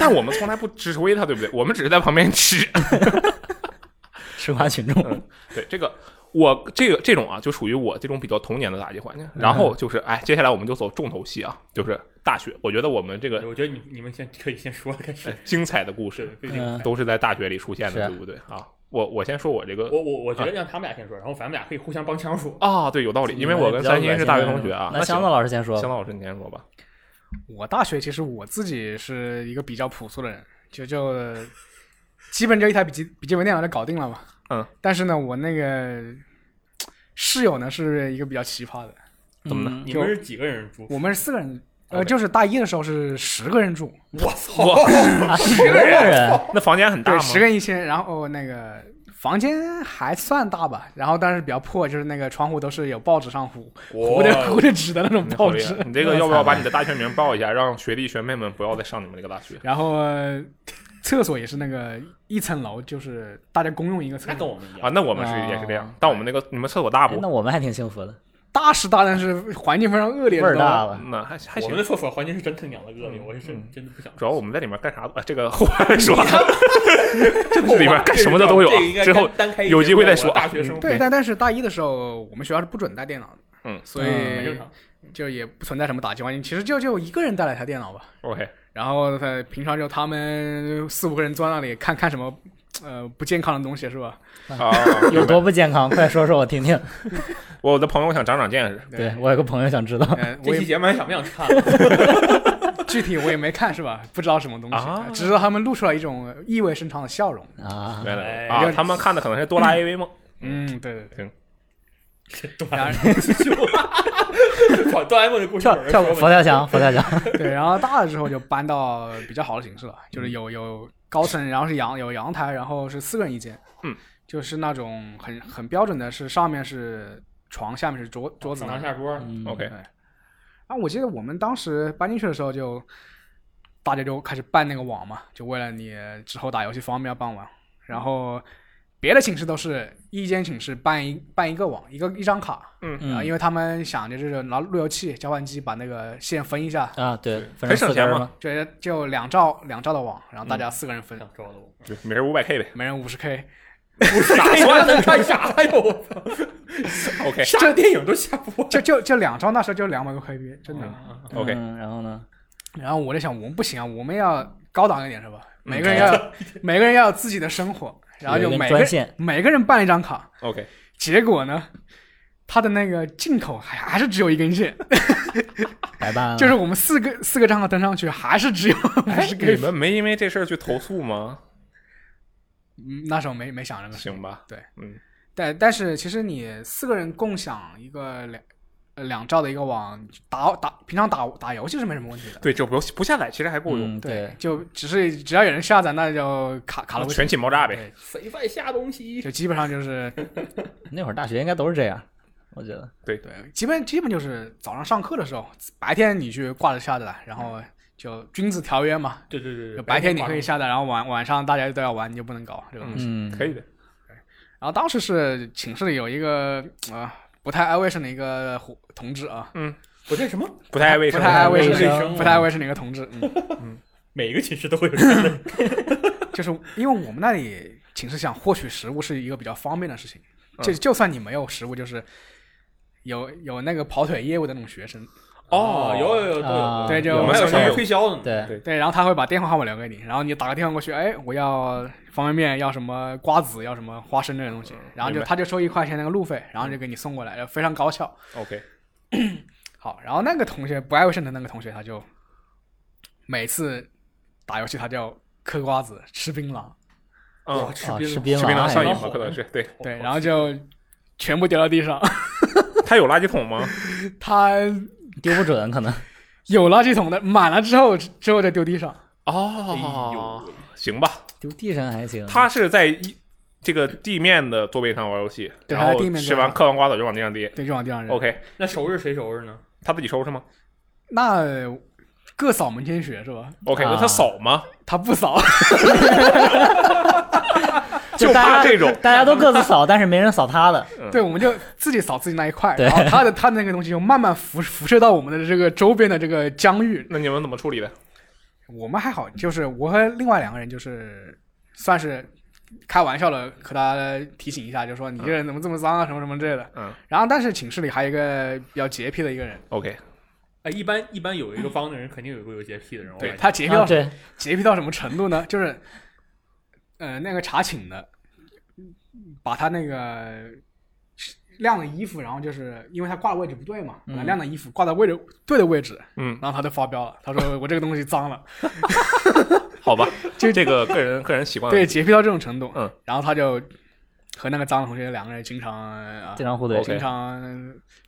S2: 但我们从来不指挥他，对不对？我们只是在旁边吃。 [laughs]
S4: 吃瓜群众，
S2: 对这个。我这个这种啊，就属于我这种比较童年的打击环境。
S4: 嗯
S2: 然后就是，哎，接下来我们就走重头戏啊，就是大学。我觉得我们这个
S5: 我觉得你你们先可以先说开始，
S2: 精彩的故事
S5: 对
S4: 嗯
S5: 对
S2: 都是在大学里出现的，
S4: 哎是
S2: 对不对啊？我我先说我这个
S5: 我我我觉得让他们俩先说，然后咱们俩可以互相帮腔说。
S2: 啊，对，有道
S4: 嗯
S2: 理，因为我跟三星是大学同学啊。
S4: 那
S2: 行
S4: 箱子，老师先说
S2: 香子，老师你先说吧。
S3: 我大学其实我自己是一个比较朴素的人，就就基本就一台笔记笔记本电脑就搞定了嘛。
S2: 嗯。
S3: 但是呢，我那个室友呢是一个比较奇葩的，
S2: 怎么
S4: 呢？
S5: 你们是几个人住？
S3: 我们是四个人，呃，
S2: OK
S3: 就是大一的时候是十个人住，
S5: 我操！
S2: 我 [laughs]
S4: 啊十个人，
S2: 那房间很大
S3: 对，
S2: 吗？
S3: 十个人一间，然后那个房间还算大吧，然后但是比较破，就是那个窗户都是有报纸上糊糊的糊
S5: 我
S3: 的纸的那种
S2: 你好
S3: 报
S2: 厉害啊
S3: 纸。
S2: 你这个要不要把你的大学名报一下，让学弟学妹们不要再上你们那个大学？
S3: 然后呃厕所也是那个一层楼，就是大家公用一个厕
S5: 那跟我
S3: 所，
S5: 们一
S2: 啊，
S5: 样。
S2: 那我们是
S4: 哦
S2: 也是这样，但我们那个你们厕所大
S4: 哎
S2: 不
S4: 那？我们还挺幸福的，
S3: 大是大，但是环境非常恶劣，
S4: 味儿
S3: 知道吗
S4: 大了。
S2: 那还还
S5: 我
S2: 行
S5: 们。的厕所环境是真他娘的恶劣，我是真真的不想。
S2: 主要我们在里面干啥？啊这个后来说，
S5: [laughs]
S2: 这里面干什么的都有啊
S5: 这个应该
S2: 之后
S5: 单开一
S2: 有机会再
S5: 节目
S2: 说啊
S5: 我大学生活
S3: 对，但但是大一的时候，我们学校是不准带电脑的，
S2: 嗯
S3: 所
S5: 很正
S3: 以
S5: 常。
S3: 就也不存在什么打击环境。其实就就一个人带了台电脑吧，
S2: OK，
S3: 然后他平常就他们四五个人坐那里看看什么，呃，不健康的东西是吧？
S2: 啊， [laughs]
S4: 有多不健康？快说说我听听。
S2: 我的朋友想长长见识，
S4: 对我有个朋友想知道，
S3: 呃，我
S5: 这期
S3: 也
S5: 节目还想不想看？
S3: 具体我也没看是吧？不知道什么东西，
S2: 啊
S3: 只知道他们露出来一种意味深长的笑容。
S4: 啊，
S2: 原来
S5: 哎
S2: 啊，
S5: 就是
S2: 他们看的可能是哆啦 A 梦，
S3: 嗯，对 [laughs] 对对。
S5: 然后， [laughs] 哇哆啦 A 梦的故事
S4: 跳
S5: 有人
S4: 跳
S5: 说
S4: 佛跳墙，佛跳墙，
S2: [laughs]
S3: 对，然后大了之后就搬到比较好的寝室了，就是有有高层，然后是阳有阳台，然后是四个人一间，
S2: 嗯，
S3: 就是那种很很标准的，是上面是床，下面是桌桌子
S5: 上
S3: 那
S5: 堂
S3: 种。
S5: 下桌，
S4: 嗯
S2: OK
S3: 啊，我记得我们当时搬进去的时候就，大家就开始办那个网嘛，就为了你之后打游戏方便要办网，然后。别的寝室都是一间寝室办一办一个网，一个一张卡，然
S2: 啊
S3: 后
S4: 嗯
S3: 因为他们想着就是拿路由器、交换机把那个线分一下，
S4: 啊，对，分
S2: 很
S4: 成
S2: 省
S4: 四个
S2: 钱
S4: 人
S2: 嘛
S4: 吗？
S3: 就就两兆两兆的网，然后大家四个人分，
S5: 想招了我。 [laughs]
S2: 就每人五百 K 呗，
S3: [laughs] 每人五十 K，
S5: 打算能看啥呀？我操！
S2: OK
S5: 下个电影都下播。
S3: 就就就两兆，那时候就两百个 KB，真的。
S5: 嗯
S2: ，OK，
S4: 嗯然后呢？
S3: 然后我在想，我们不行啊，我们要高档一点是吧？每个人要有每个人要有自己的生活，然后就每个
S4: 专
S3: 人
S4: 线
S3: 每个人办一张卡，
S2: OK，
S3: 结果呢，它的那个进口还还是只有一根线，
S4: 白办了，
S3: [laughs] 就是我们四个四个账号登上去，还是只有五
S2: 啊哎
S3: 十，
S2: 你
S3: 根。
S2: 们没因为这事儿去投诉吗？
S3: 嗯那时候没没想这个事，
S2: 行吧，
S3: 对，
S2: 嗯，
S3: 但但是其实你四个人共享一个两呃两兆的一个网，打打平常打打游戏是没什么问题的。
S2: 对，这不不下载其实还够用，
S4: 嗯对，
S3: 就只是只要有人下载，那就卡卡了不起
S2: 啊全寝爆炸呗。
S3: 对，
S5: [laughs] 谁在下东西？
S3: 就基本上就是
S4: 那会儿大学应该都是这样，我觉得
S3: 对，基本基本就是早上上课的时候，白天你去挂着下载，然后就君子条约嘛，
S5: 对对对
S3: 就
S5: 对，
S3: 白天你可以下载，然后晚晚上大家都要玩，你就不能搞这个东西。
S4: 嗯
S2: 可以的，
S3: 然后当时是寝室里有一个呃不太爱卫生的一个伙同志啊，
S5: 不太什么，
S2: 不太爱卫
S3: 不
S2: 生，嗯
S3: 太爱卫
S4: 卫生
S3: 生，不太爱卫生的一个同志，嗯，
S5: 每个寝室都会有人的。
S3: 就是因为我们那里寝室想获取食物是一个比较方便的事情，就就算你没有食物，就是有有那个跑腿业务的那种学生，
S2: 哦，
S5: 有有有都
S4: 啊
S5: 有，
S3: 对，就
S2: 有
S5: 我们还有
S2: 小
S5: 商
S2: 朋
S5: 业
S2: 友
S5: 推销呢。
S4: 对
S2: 对
S3: 对，然后他会把电话号码留给你，然后你打个电话过去，哎，我要方便面，要什么瓜子，要什么花生这种东西，然后就
S2: 明白
S3: 他就收一块钱那个路费，然后就给你送过来，非常高效。
S2: OK，
S3: 好，然后那个同学不爱卫生的那个同学，他就每次打游戏他就要嗑瓜子、吃槟榔，
S5: 哇，
S2: 嗯，
S5: 吃
S4: 啊
S5: 槟
S4: 吃
S5: 榔，
S4: 槟
S2: 吃槟榔
S4: 榔
S2: 上瘾
S5: 哎
S2: 嘛，可能是对。
S3: 对，然后就全部丢到地上。 [laughs]
S2: 他有垃圾桶吗？
S3: 他
S4: 丢不准可能。
S3: 有垃圾桶的，满了之后之后再丢地上。
S2: 哦，行吧，
S4: 丢地上还
S3: 嗯
S4: 行，
S2: 他是在一这个地面的座位上玩游戏，
S3: 对
S2: 然
S3: 他在
S2: 后
S3: 地面嗯
S2: 吃
S3: 座位
S2: 完
S3: 上
S2: 嗑完瓜子就往地上跌。
S3: 对，就往地上扔。
S2: OK，
S5: [laughs] 那收拾谁收拾呢？
S2: 他自己收拾吗
S3: 那各扫门前雪是吧？
S2: ？OK，那
S4: 啊
S2: 他扫吗？
S3: 他不扫，
S2: 就
S4: 大
S2: 怕
S4: 家
S2: 这种
S4: 大家都各自扫，但是没人扫他的，
S2: 嗯
S3: [laughs] 对，我们就自己扫自己那一块，
S4: 对
S3: 然后他的他那个东西就慢慢辐辐射到我们的这个周边的这个疆域。
S2: 那你们怎么处理的？
S3: 我们还好，就是我和另外两个人就是算是开玩笑的，和他提醒一下，就说你这人怎么这么脏啊，什么什么之类的。
S2: 嗯。
S3: 然后，但是寝室里还有一个比较洁癖的一个人，
S2: OK，
S5: 哎，一般一般有一个帮的人，肯定有一个有洁癖的人。我
S3: 对
S5: 感觉
S3: 他
S2: 哎
S3: 洁癖
S4: 啊
S3: 到
S4: 对，
S3: 洁癖到什么程度呢？就是，呃，那个查寝的，把他那个晾的衣服，然后就是因为他挂的位置不对嘛，
S4: 嗯
S3: 本来晾的衣服挂在位置对的位置，
S2: 嗯，
S3: 然后他就发飙了，他说我这个东西脏了，
S2: 好吧，就这个个人个人习惯
S3: 对，洁癖到这种程度，
S2: 啊嗯，
S3: 然后他就和那个脏的同学两个人经常啊
S4: 经，常互怼
S2: OK
S3: 经常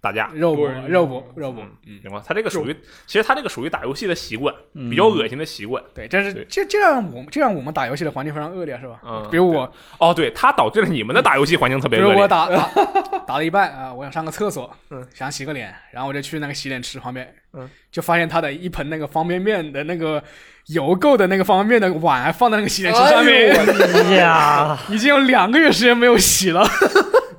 S2: 打架，
S3: 肉搏
S5: 多人
S3: 肉搏肉搏，
S2: 嗯，行吧，他这个属于，其实他这个属于打游戏的习惯，
S4: 嗯
S2: 比较恶心的习惯。
S3: 对，这是
S2: 对
S3: 这这让我们这让我们打游戏的环境非常恶劣，是吧？
S2: 嗯
S3: 比如我
S2: 哦，对，他导致了你们的打游戏环境特
S3: 比
S2: 别恶
S3: 如我
S2: 劣。 [laughs]
S3: 打打打了一半啊、我想上个厕所，
S2: 嗯，
S3: 想洗个脸，然后我就去那个洗脸池旁边，
S2: 嗯，
S3: 就发现他的一盆那个方便面的那个邮购的那个方便面的碗还放在那个洗脸池
S2: 哎
S3: 上面，
S4: 哎呀，
S3: 已经有两个月时间没有洗了。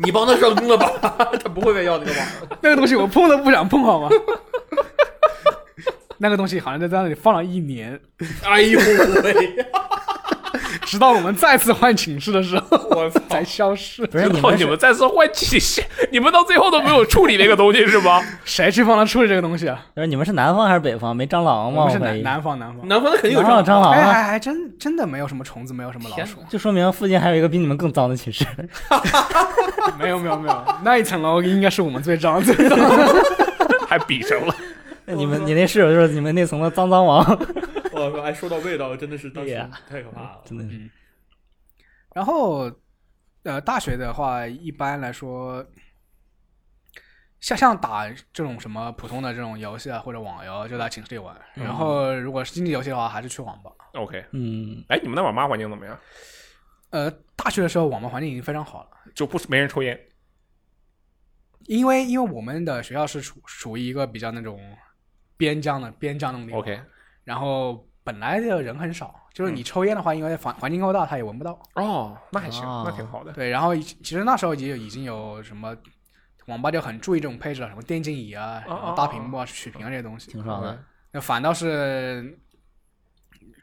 S5: 你帮他扔了吧， [laughs] 他不会再要那个网了。
S3: 那个东西我碰都不想碰，好吗？ [laughs] 那个东西好像就在那里放了一年，
S5: 哎呦喂！ [laughs]
S3: 直到我们再次换寝室的时候
S5: 我操
S3: 才！消失。
S4: [laughs] 不是你
S2: 靠 [laughs]
S4: 们
S2: 你
S4: 是
S2: 们再次换体系，你们到最后都没有处理这个东西是吧？
S3: 谁去帮他处理这个东西啊？
S4: 不是你们是南方还是北方？没蟑螂吗？
S3: 我们是
S4: 怀
S3: 南
S4: 疑
S3: 南方，南方。
S5: 南方他肯定有
S4: 南方有
S5: 账，
S4: 蟑螂
S3: 哎，
S4: 啊，
S3: 还还真真的没有什么虫子，没有什么老鼠，
S4: 就说明附近还有一个比你们更脏的寝 [laughs] 室。
S3: 没有没有没有，那一层楼应该是我们最脏最脏。
S2: 还比上了，
S4: 那你们你那室友就是你们那层的脏脏王，
S5: 我靠！哎，说到味道，真的是当时
S4: 对呀
S5: 太可怕了。
S4: 真的是
S3: 然后，呃，大学的话，一般来说，像像打这种什么普通的这种游戏啊，或者网游，就在寝室里玩。然后，如果是竞技游戏的话，还是去网吧。
S2: OK，
S4: 嗯，
S2: 哎，你们那网吧环境怎么样？
S3: 呃，大学的时候网吧环境已经非常好了，
S2: 就不没人抽烟
S3: 因为因为我们的学校是属属于一个比较那种边疆的边疆那种地方
S2: ？OK，
S3: 然后本来的人很少，就是你抽烟的话，因为环环境够大，他也闻不到。
S2: 哦，那还行，
S4: 哦
S2: 那挺好的。
S3: 对，然后其实那时候也有已经有什么网吧就很注意这种配置了，什么电竞椅啊、
S2: 哦
S3: 然后大屏幕啊、曲屏啊这些东西。
S4: 挺爽的。
S3: 那反倒是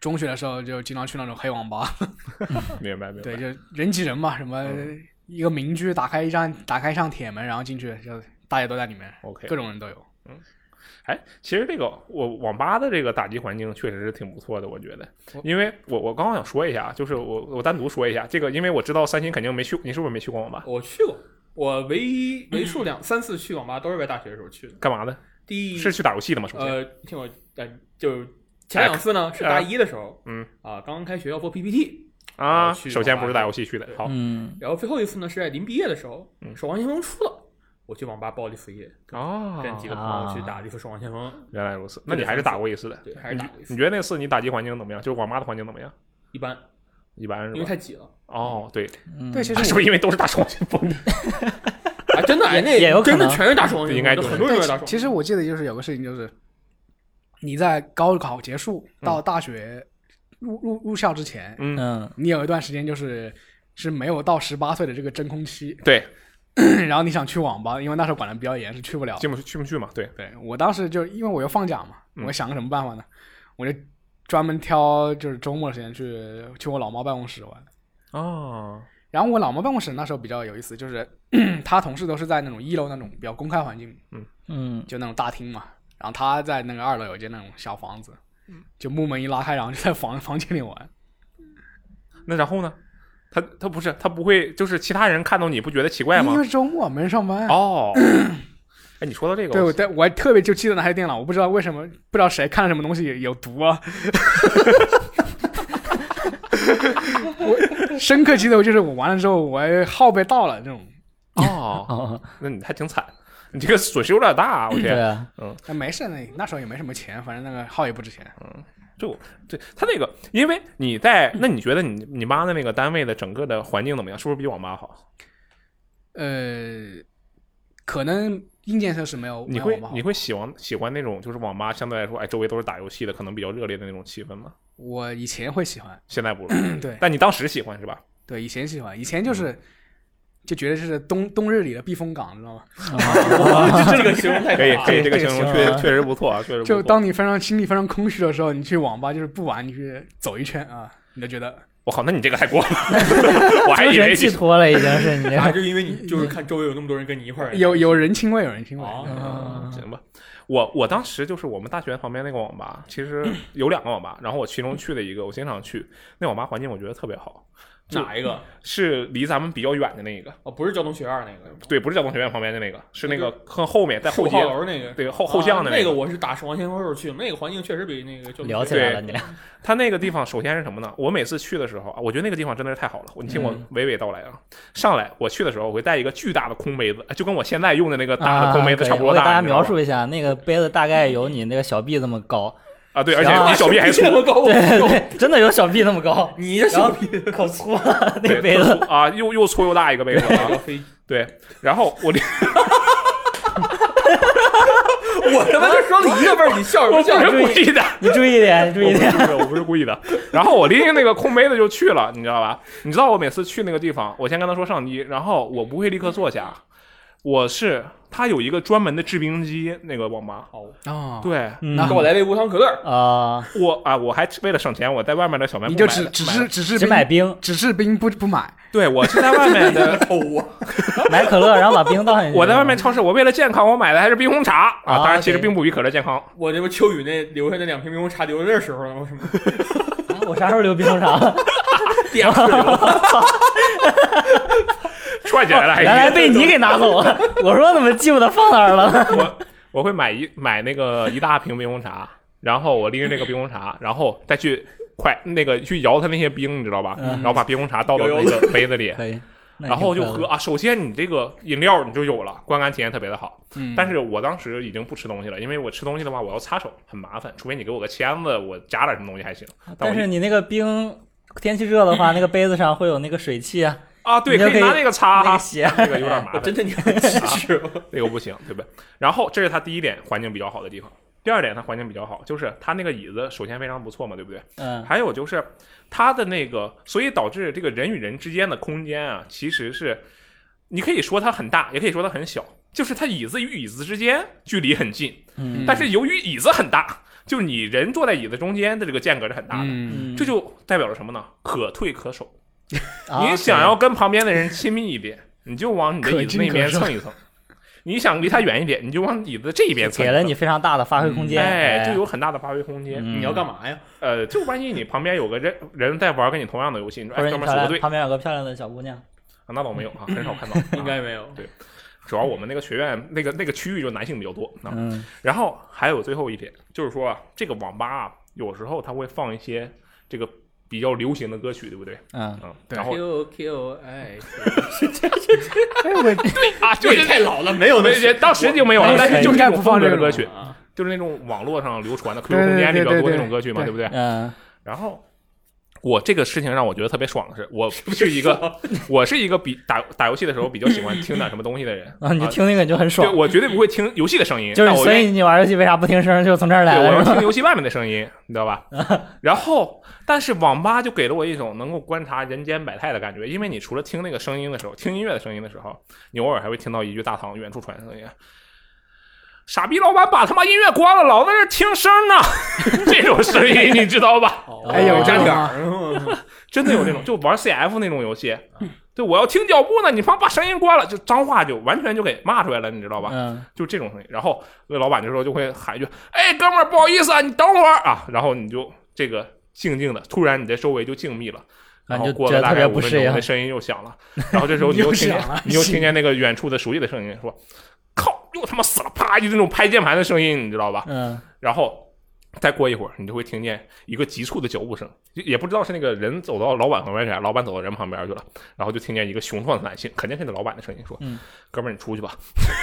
S3: 中学的时候就经常去那种黑网吧，
S2: 明白嗯明白。
S3: 对，就人挤人嘛，什么一个民居打开一扇打开一扇铁门，然后进去就大家都在里面，
S2: OK，
S3: 各种人都有。
S2: 嗯，哎，其实这个我网吧的这个打击环境确实是挺不错的，我觉得，因为我我刚刚想说一下，啊就是我我单独说一下这个，因为我知道三星肯定没去，你是不是没去过网吧？
S5: 我去过，我唯一为数两三次去网吧都是在大学的时候去的。
S2: 干嘛的？
S5: 第一
S2: 是去打游戏的吗？首先，
S5: 呃，听我呃，就是前两次呢是大一的时候，
S2: 嗯
S5: 啊，刚刚开学要做 PPT，
S2: 啊，
S5: 我呃去
S2: 首先
S5: 网吧
S2: 不是打游戏去的，好，
S4: 嗯，
S5: 然后最后一次呢是在临毕业的时候，
S2: 嗯
S5: 守望先锋出了，我去网吧报了一次夜，
S2: 哦
S5: 跟几个朋友去
S4: 啊
S5: 打了一次守望先锋，
S2: 原来如此，那你还是打过一次的，
S5: 对，还是打过一
S2: 你
S5: 次，
S2: 觉得那次你打击环境怎么样？就是网吧的环境怎么样？
S5: 一般，
S2: 一般
S5: 因
S2: 是
S5: 为
S2: 吧？
S5: 太嗯挤了
S2: 哦，对，
S3: 对，其实我
S5: [laughs]
S2: 是不是因为都是打双旋风的？
S5: 啊，真的，哎那
S4: 也有可
S5: 真
S4: 能
S5: 的全是打守望先锋，
S2: 应该就是
S5: 很多人
S3: 对
S5: 都在打守望先锋。
S3: 其实我记得就是有个事情，就是你在高考结束到大学入入入校之前，
S2: 嗯
S4: 嗯，
S3: 你有一段时间就是是没有到十八岁的这个真空期，
S2: 对，
S3: [clears throat] 然后你想去网吧，因为那时候管的比较严，是去不了的。
S2: 进不去去不去嘛？对，
S3: 对我当时就因为我要放假嘛，
S2: 嗯
S3: 我想个什么办法呢？我就专门挑就是周末的时间去去我老妈办公室玩。
S5: 嗯
S2: 哦，
S3: 然后我老妈办公室那时候比较有意思，就是 [clears throat] 她同事都是在那种一楼那种比较公开环境，
S4: 嗯，
S3: 就那种大厅嘛。然后她在那个二楼有间那种小房子，就木门一拉开，然后就在房房间里玩。
S2: 那然后呢？他他不是他不会，就是其他人看到你不觉得奇怪
S3: 哎因
S2: 吗
S3: 为？是周末没人上班，啊
S2: 哦，哎，你说到这个，
S3: 嗯对，我
S2: 我
S3: 在我还特别就记得那台电脑，我不知道为什么，不知道谁看了什么东西有毒啊。我深刻记得，就是我完了之后，我还号被盗了这种，
S2: 哦，
S4: 哦，
S2: 那你还挺惨，你这个损失有点大啊，我
S4: 对
S2: 天。 [laughs]
S4: 啊，
S3: 但没事，那那时候也没什么钱，反正那个号也不值钱。
S2: 就对他那个，因为你在，那你觉得你你妈的那个单位的整个的环境怎么样？是不是比网吧好？
S3: 呃，可能硬件设施没有
S2: 嗯你
S3: 没有
S2: 会
S3: 我们好
S2: 你会喜欢喜欢那种就是网吧相对来说，哎，周围都是打游戏的，可能比较热烈的那种气氛吗？
S3: 我以前会喜欢， [coughs]
S2: 现在不 [clears throat] 是，
S3: 对
S2: 但你当时喜欢是吧？ [laughs]
S3: 对，以前喜欢，以前
S2: 嗯
S3: 就是、就觉得这是冬冬日里的避风港，你知道吗？
S5: 哇这个形容太
S2: 可以，
S5: 可
S2: 可
S5: 怕
S2: 以，
S5: 了
S2: 这个形容确
S4: 这个形容啊
S2: 确实不错，啊，确实不错。
S3: 就当你非常心里非常空虚的时候，你去网吧就是不玩，你去走一圈啊，你就觉得
S2: 我靠，那你这个太 [laughs] 过了，我还
S4: 精
S2: 以为
S4: 神寄
S2: 你
S4: 托了，已经是
S2: [laughs]
S4: 你这
S5: 啊，
S4: 个，
S5: 就是因为你就是看周围有那么多人跟你一块儿
S3: 有有人情味，有人情味。
S5: 哦
S2: 嗯行吧。我我当时就是我们大学旁边那个网吧，其
S4: [clears throat]
S2: 实有两个网吧，然后我其中去了一个，我经常去那网吧，环境我觉得特别好，
S5: 哪一个？
S2: 是离咱们比较远的那一个，
S5: 哦，不是交通学院那个，
S2: 对，不是交通学院旁边的那个，是那个更后面在
S5: 是
S2: 后
S5: 五
S2: 街
S5: 号，楼那个。
S2: 对后后巷的
S5: 啊那
S2: 个。
S5: 我是打守望先锋时候去，那个环境确实比那个交通
S4: 聊起
S5: 学院
S4: 来了，你俩，
S2: 它那个地方首先是什么呢？我每次去的时候啊，我觉得那个地方真的是太好了。你听我
S4: 嗯
S2: 娓娓道来啊，上来我去的时候，我会带一个巨大的空杯子，就跟我现在用的那个大的空杯子
S4: 啊
S2: 差不多
S4: 我给
S2: 大。
S4: 大家
S2: 你知道
S4: 描
S2: 吧
S4: 述一下，那个杯子大概有你那个小臂这么高，
S2: 啊，对，而且
S4: 行啊
S2: 你手臂还粗
S5: [laughs] 这，么
S4: [laughs]
S5: 高，
S2: [laughs]
S4: 对，真的有小臂那么高，
S5: 你这
S4: 然
S5: 小
S4: 后 [laughs]
S5: 屁
S4: 可粗了
S2: 对
S4: 那杯
S2: 特
S4: 子，
S2: 粗啊，又又粗又大一个杯子啊。
S5: 飞机！
S2: 对，然后我
S5: 我他妈就说了一个字儿，你笑
S2: [laughs]
S5: 什
S2: 我
S5: 么
S2: 不
S5: 笑？
S2: 是故意的，
S4: 你注意点，你注
S2: 我
S4: 意
S2: 不 [laughs]
S4: 点，
S2: 是我不是故意的。然后我拎着那个空杯子就去了，你知道吧？你知道我每次去那个地方，我先跟他说上机，然后我不会立刻坐下，我是他有一个专门的制冰机那个网吧，
S5: 好，
S3: 哦，
S2: 对。
S4: 嗯
S5: 给我来杯无糖可乐。
S4: 啊，
S2: 我啊，我还为了省钱，我在外面的小卖部
S3: 你就
S2: 买
S3: 只
S2: 的
S3: 只
S2: 买
S3: 是
S2: 的
S3: 只是
S4: 只买冰，
S3: 只是冰不不买，
S2: 对我是在外面 [laughs] 的，
S5: 哦，啊！
S4: 买可乐，然后把冰倒进去。
S2: 我在外面超市，我为了健康，我买的还是冰红茶 [laughs] 啊，
S4: 啊
S2: 当然其实
S4: OK
S2: 并不比可乐健康。 [laughs]
S5: 我这不秋雨那留下那两瓶冰红茶留到那时候了，我什么
S4: 啊，我啥时候留冰红茶了？
S5: 点水了？
S2: 串起来了，还
S4: 原来被你给拿走了。我说怎么记不得放哪儿了？
S2: 我 [laughs] 我会买一买那个一大瓶冰红茶，然后我拎着那个冰红茶，然后再去快那个去摇它那些冰，你知道吧？
S4: 嗯
S2: 然后把冰红茶倒到
S5: 摇
S2: 那个杯子
S4: [laughs]
S2: 里，
S4: 可以，
S2: 然后就喝。啊。首先你这个饮料你就有了，观感体验特别的好。
S3: 嗯
S2: 但是我当时已经不吃东西了，因为我吃东西的话我要擦手，很麻烦，除非你给我个签子，我夹点什么东西还行。但
S4: 啊但
S2: 我
S4: 是你那个冰，天气热的话，那个杯子上会有那个水汽啊，
S2: 啊，对，
S4: 你就
S2: 可以
S4: 可以
S2: 拿那个擦
S4: 那
S2: 哈
S4: 个，鞋。
S2: 那个有点麻
S5: 我
S2: 烦。
S5: [laughs] 真的你很
S2: 啊
S5: 机智，
S2: 那个不行，对不对？然后这是它第一点环境比较好的地方。第二点，它环境比较好，就是它那个椅子首先非常不错嘛，对不对？
S4: 嗯，
S2: 还有就是它的那个，所以导致这个人与人之间的空间啊，其实是你可以说它很大，也可以说它很小，就是它椅子与椅子之间距离很近，
S4: 嗯
S2: 但是由于椅子很大，就是你人坐在椅子中间的这个间隔是很大的，
S3: 嗯，
S4: 嗯
S2: 这就代表着什么呢？可退可守。
S4: 啊
S2: 你想要跟旁边的人亲密一点，你就往你的
S3: 可
S2: 椅子
S3: 敬
S2: 那
S3: 可
S2: 边
S3: 守
S2: 蹭一蹭。你想离它远一点，你就往椅子这一边蹭，
S4: 给了你非常大的发挥空间，
S2: 哎，就有很大的发挥空间。
S4: 嗯
S5: 你要干嘛
S2: [laughs]
S5: 呀？
S2: 呃，就万一你旁边有个人人在玩跟你同样的游戏，你说
S4: 或
S2: 哎，哥
S4: 者你
S2: 们儿
S4: 漂
S2: 组个
S4: 亮啊
S2: 队，
S4: 旁边有个漂亮的小姑娘，
S2: 啊那倒没有啊，很少看到。
S5: 应该没有。
S2: 主要我们那个学院那个那个区域就男性比较多啊。
S4: 嗯，
S2: 然后还有最后一点就是说啊，这个网吧啊，有时候它会放一些这个比较流行的歌曲，对不对？
S4: 嗯，
S2: 嗯，
S3: 对
S2: 然后
S5: Q Q I，
S3: 哎，我
S2: 啊，就
S5: [laughs] 这也
S2: 是
S5: 太老了，没有那些
S2: 当时就没有了，
S4: 我
S2: 但是就是这种风格的
S3: 应该不放这种
S2: 歌曲，
S5: 啊
S2: 就是那种网络上流传的 QQ
S3: 对对
S2: 空间里比较
S3: 对
S2: 多
S3: 对
S2: 那种歌曲嘛，
S3: 对
S2: 对不对？
S4: 嗯，
S2: 然后我这个事情让我觉得特别爽的是，
S4: [laughs]
S2: 我是一个我是一个比打打游戏的时候比较喜欢听点什么东西的人
S4: 啊，你就听那个你就很
S2: 对
S4: [laughs] 爽，
S2: 我绝对不会听游戏的声音，
S4: 就是
S2: 但我
S4: 所
S2: 愿意
S4: 以你玩游戏为啥不听声，就是从这儿来
S2: 对，我
S4: 的
S2: 要
S4: 是吧，
S2: 听游戏外面的声音，你知道
S4: [laughs]
S2: 吧？然后，但是网吧就给了我一种能够观察人间百态的感觉，因为你除了听那个声音的时候，听音乐的声音的时候，你偶尔还会听到一句大堂远处传来的声音：“傻逼老板把他妈音乐关了，老子在这听声呢。” [laughs] 这种声音你知道吧？
S3: 哎有
S5: 加
S3: 这种
S5: 点
S3: 吗
S5: [laughs] 儿，
S2: 真的有
S4: [laughs]
S2: 这种，就玩 CF 那种游戏。
S4: 嗯
S2: 对，我要听脚步呢，你他妈把声音关了，就脏话就完全就给骂出来了，你知道吧？
S4: 嗯，
S2: 就这种声音。然后那老板这时候就会喊一句：“哎，哥们儿，不好意思啊，你等会儿啊。”然后你就这个静静的，突然你的周围就静谧了。
S4: 啊
S2: 然
S4: 你就
S2: 后过
S4: 觉
S2: 了
S4: 得
S2: 大
S4: 特
S2: 概
S4: 别
S2: 五
S4: 不
S2: 分
S4: 适
S2: 钟，
S4: 应
S2: 那声音又响了。然后这时候你
S3: 又
S2: 又
S4: [laughs]
S2: 听见
S3: 响了，
S2: 你又听见那个远处的熟悉的声音，说：“靠，又他妈死了！”啪，就那种拍键盘的声音，你知道吧？
S4: 嗯，
S2: 然后再过一会儿，你就会听见一个急促的脚步声，也也不知道是那个人走到老板旁边去，老板走到人旁边去了，然后就听见一个雄壮的男性，肯定是那老板的声音说：“
S4: 嗯
S2: 哥们儿，你出去吧。” [laughs]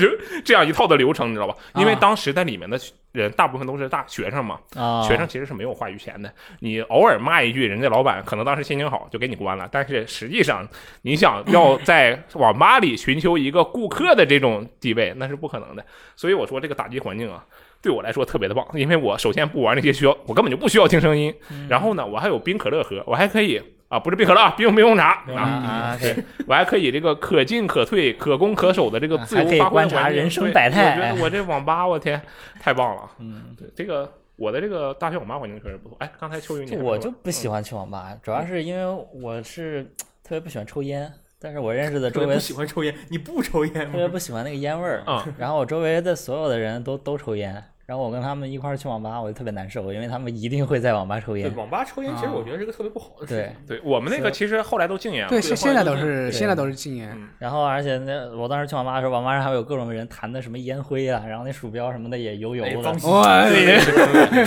S2: 就这样一套的流程，你知道吧？因为
S4: 啊
S2: 当时在里面的人大部分都是大学生嘛，
S4: 啊，
S2: 学生其实是没有话语权的。你偶尔骂一句，人家老板可能当时心情好就给你关了，但是实际上你
S4: [laughs]
S2: 想要在网吧里寻求一个顾客的这种地位，那是不可能的。所以我说这个打击环境啊。对我来说特别的棒，因为我首先不玩那些需要，我根本就不需要听声音。
S4: 嗯
S2: 然后呢，我还有冰可乐喝，我还可以啊，不是冰可乐啊，冰冰红茶
S4: 啊
S2: 啊，
S4: 啊，可以
S2: 我还可以这个可进可退、可攻可守的这个自
S4: 啊还
S2: 由
S4: 可以
S2: 发挥
S4: 观
S2: 的
S4: 察
S2: 环境
S4: 人生
S2: 对
S4: 百态
S2: 我觉得我这网吧，我天，太棒了！
S4: 嗯，
S2: 对，这个我的这个大学网吧环境确实不错。哎，刚才秋雨你
S4: 就
S2: 还
S4: 我
S2: 说嗯
S4: 就不喜欢去网吧，主要是因为我是特别不喜欢抽烟，但是我认识的
S5: 特
S4: 周
S5: 别
S4: 围
S5: 不喜欢抽烟，你不抽烟
S4: 特别
S5: 吗？
S4: 不喜欢那个烟味儿，
S2: 嗯
S4: 然后我周围的所有的人都都抽烟，然后我跟他们一块儿去网吧，我就特别难受，因为他们一定会在网吧抽
S5: 对
S4: 烟。
S5: 网吧抽烟，其实我觉得是个特别不好的事
S4: 对
S5: 情。，
S2: 对我们那个
S4: 是
S2: 其实后来都禁言了
S3: 对，。现现在都
S4: 对
S3: 是现在都是禁烟
S2: 嗯，
S4: 然后而且那我当时去网吧的时候，网吧上还有各种人弹的什么烟灰啊，然后那鼠标什么的也油油
S5: 哎
S4: 的。
S5: 放心
S3: 哇
S5: 对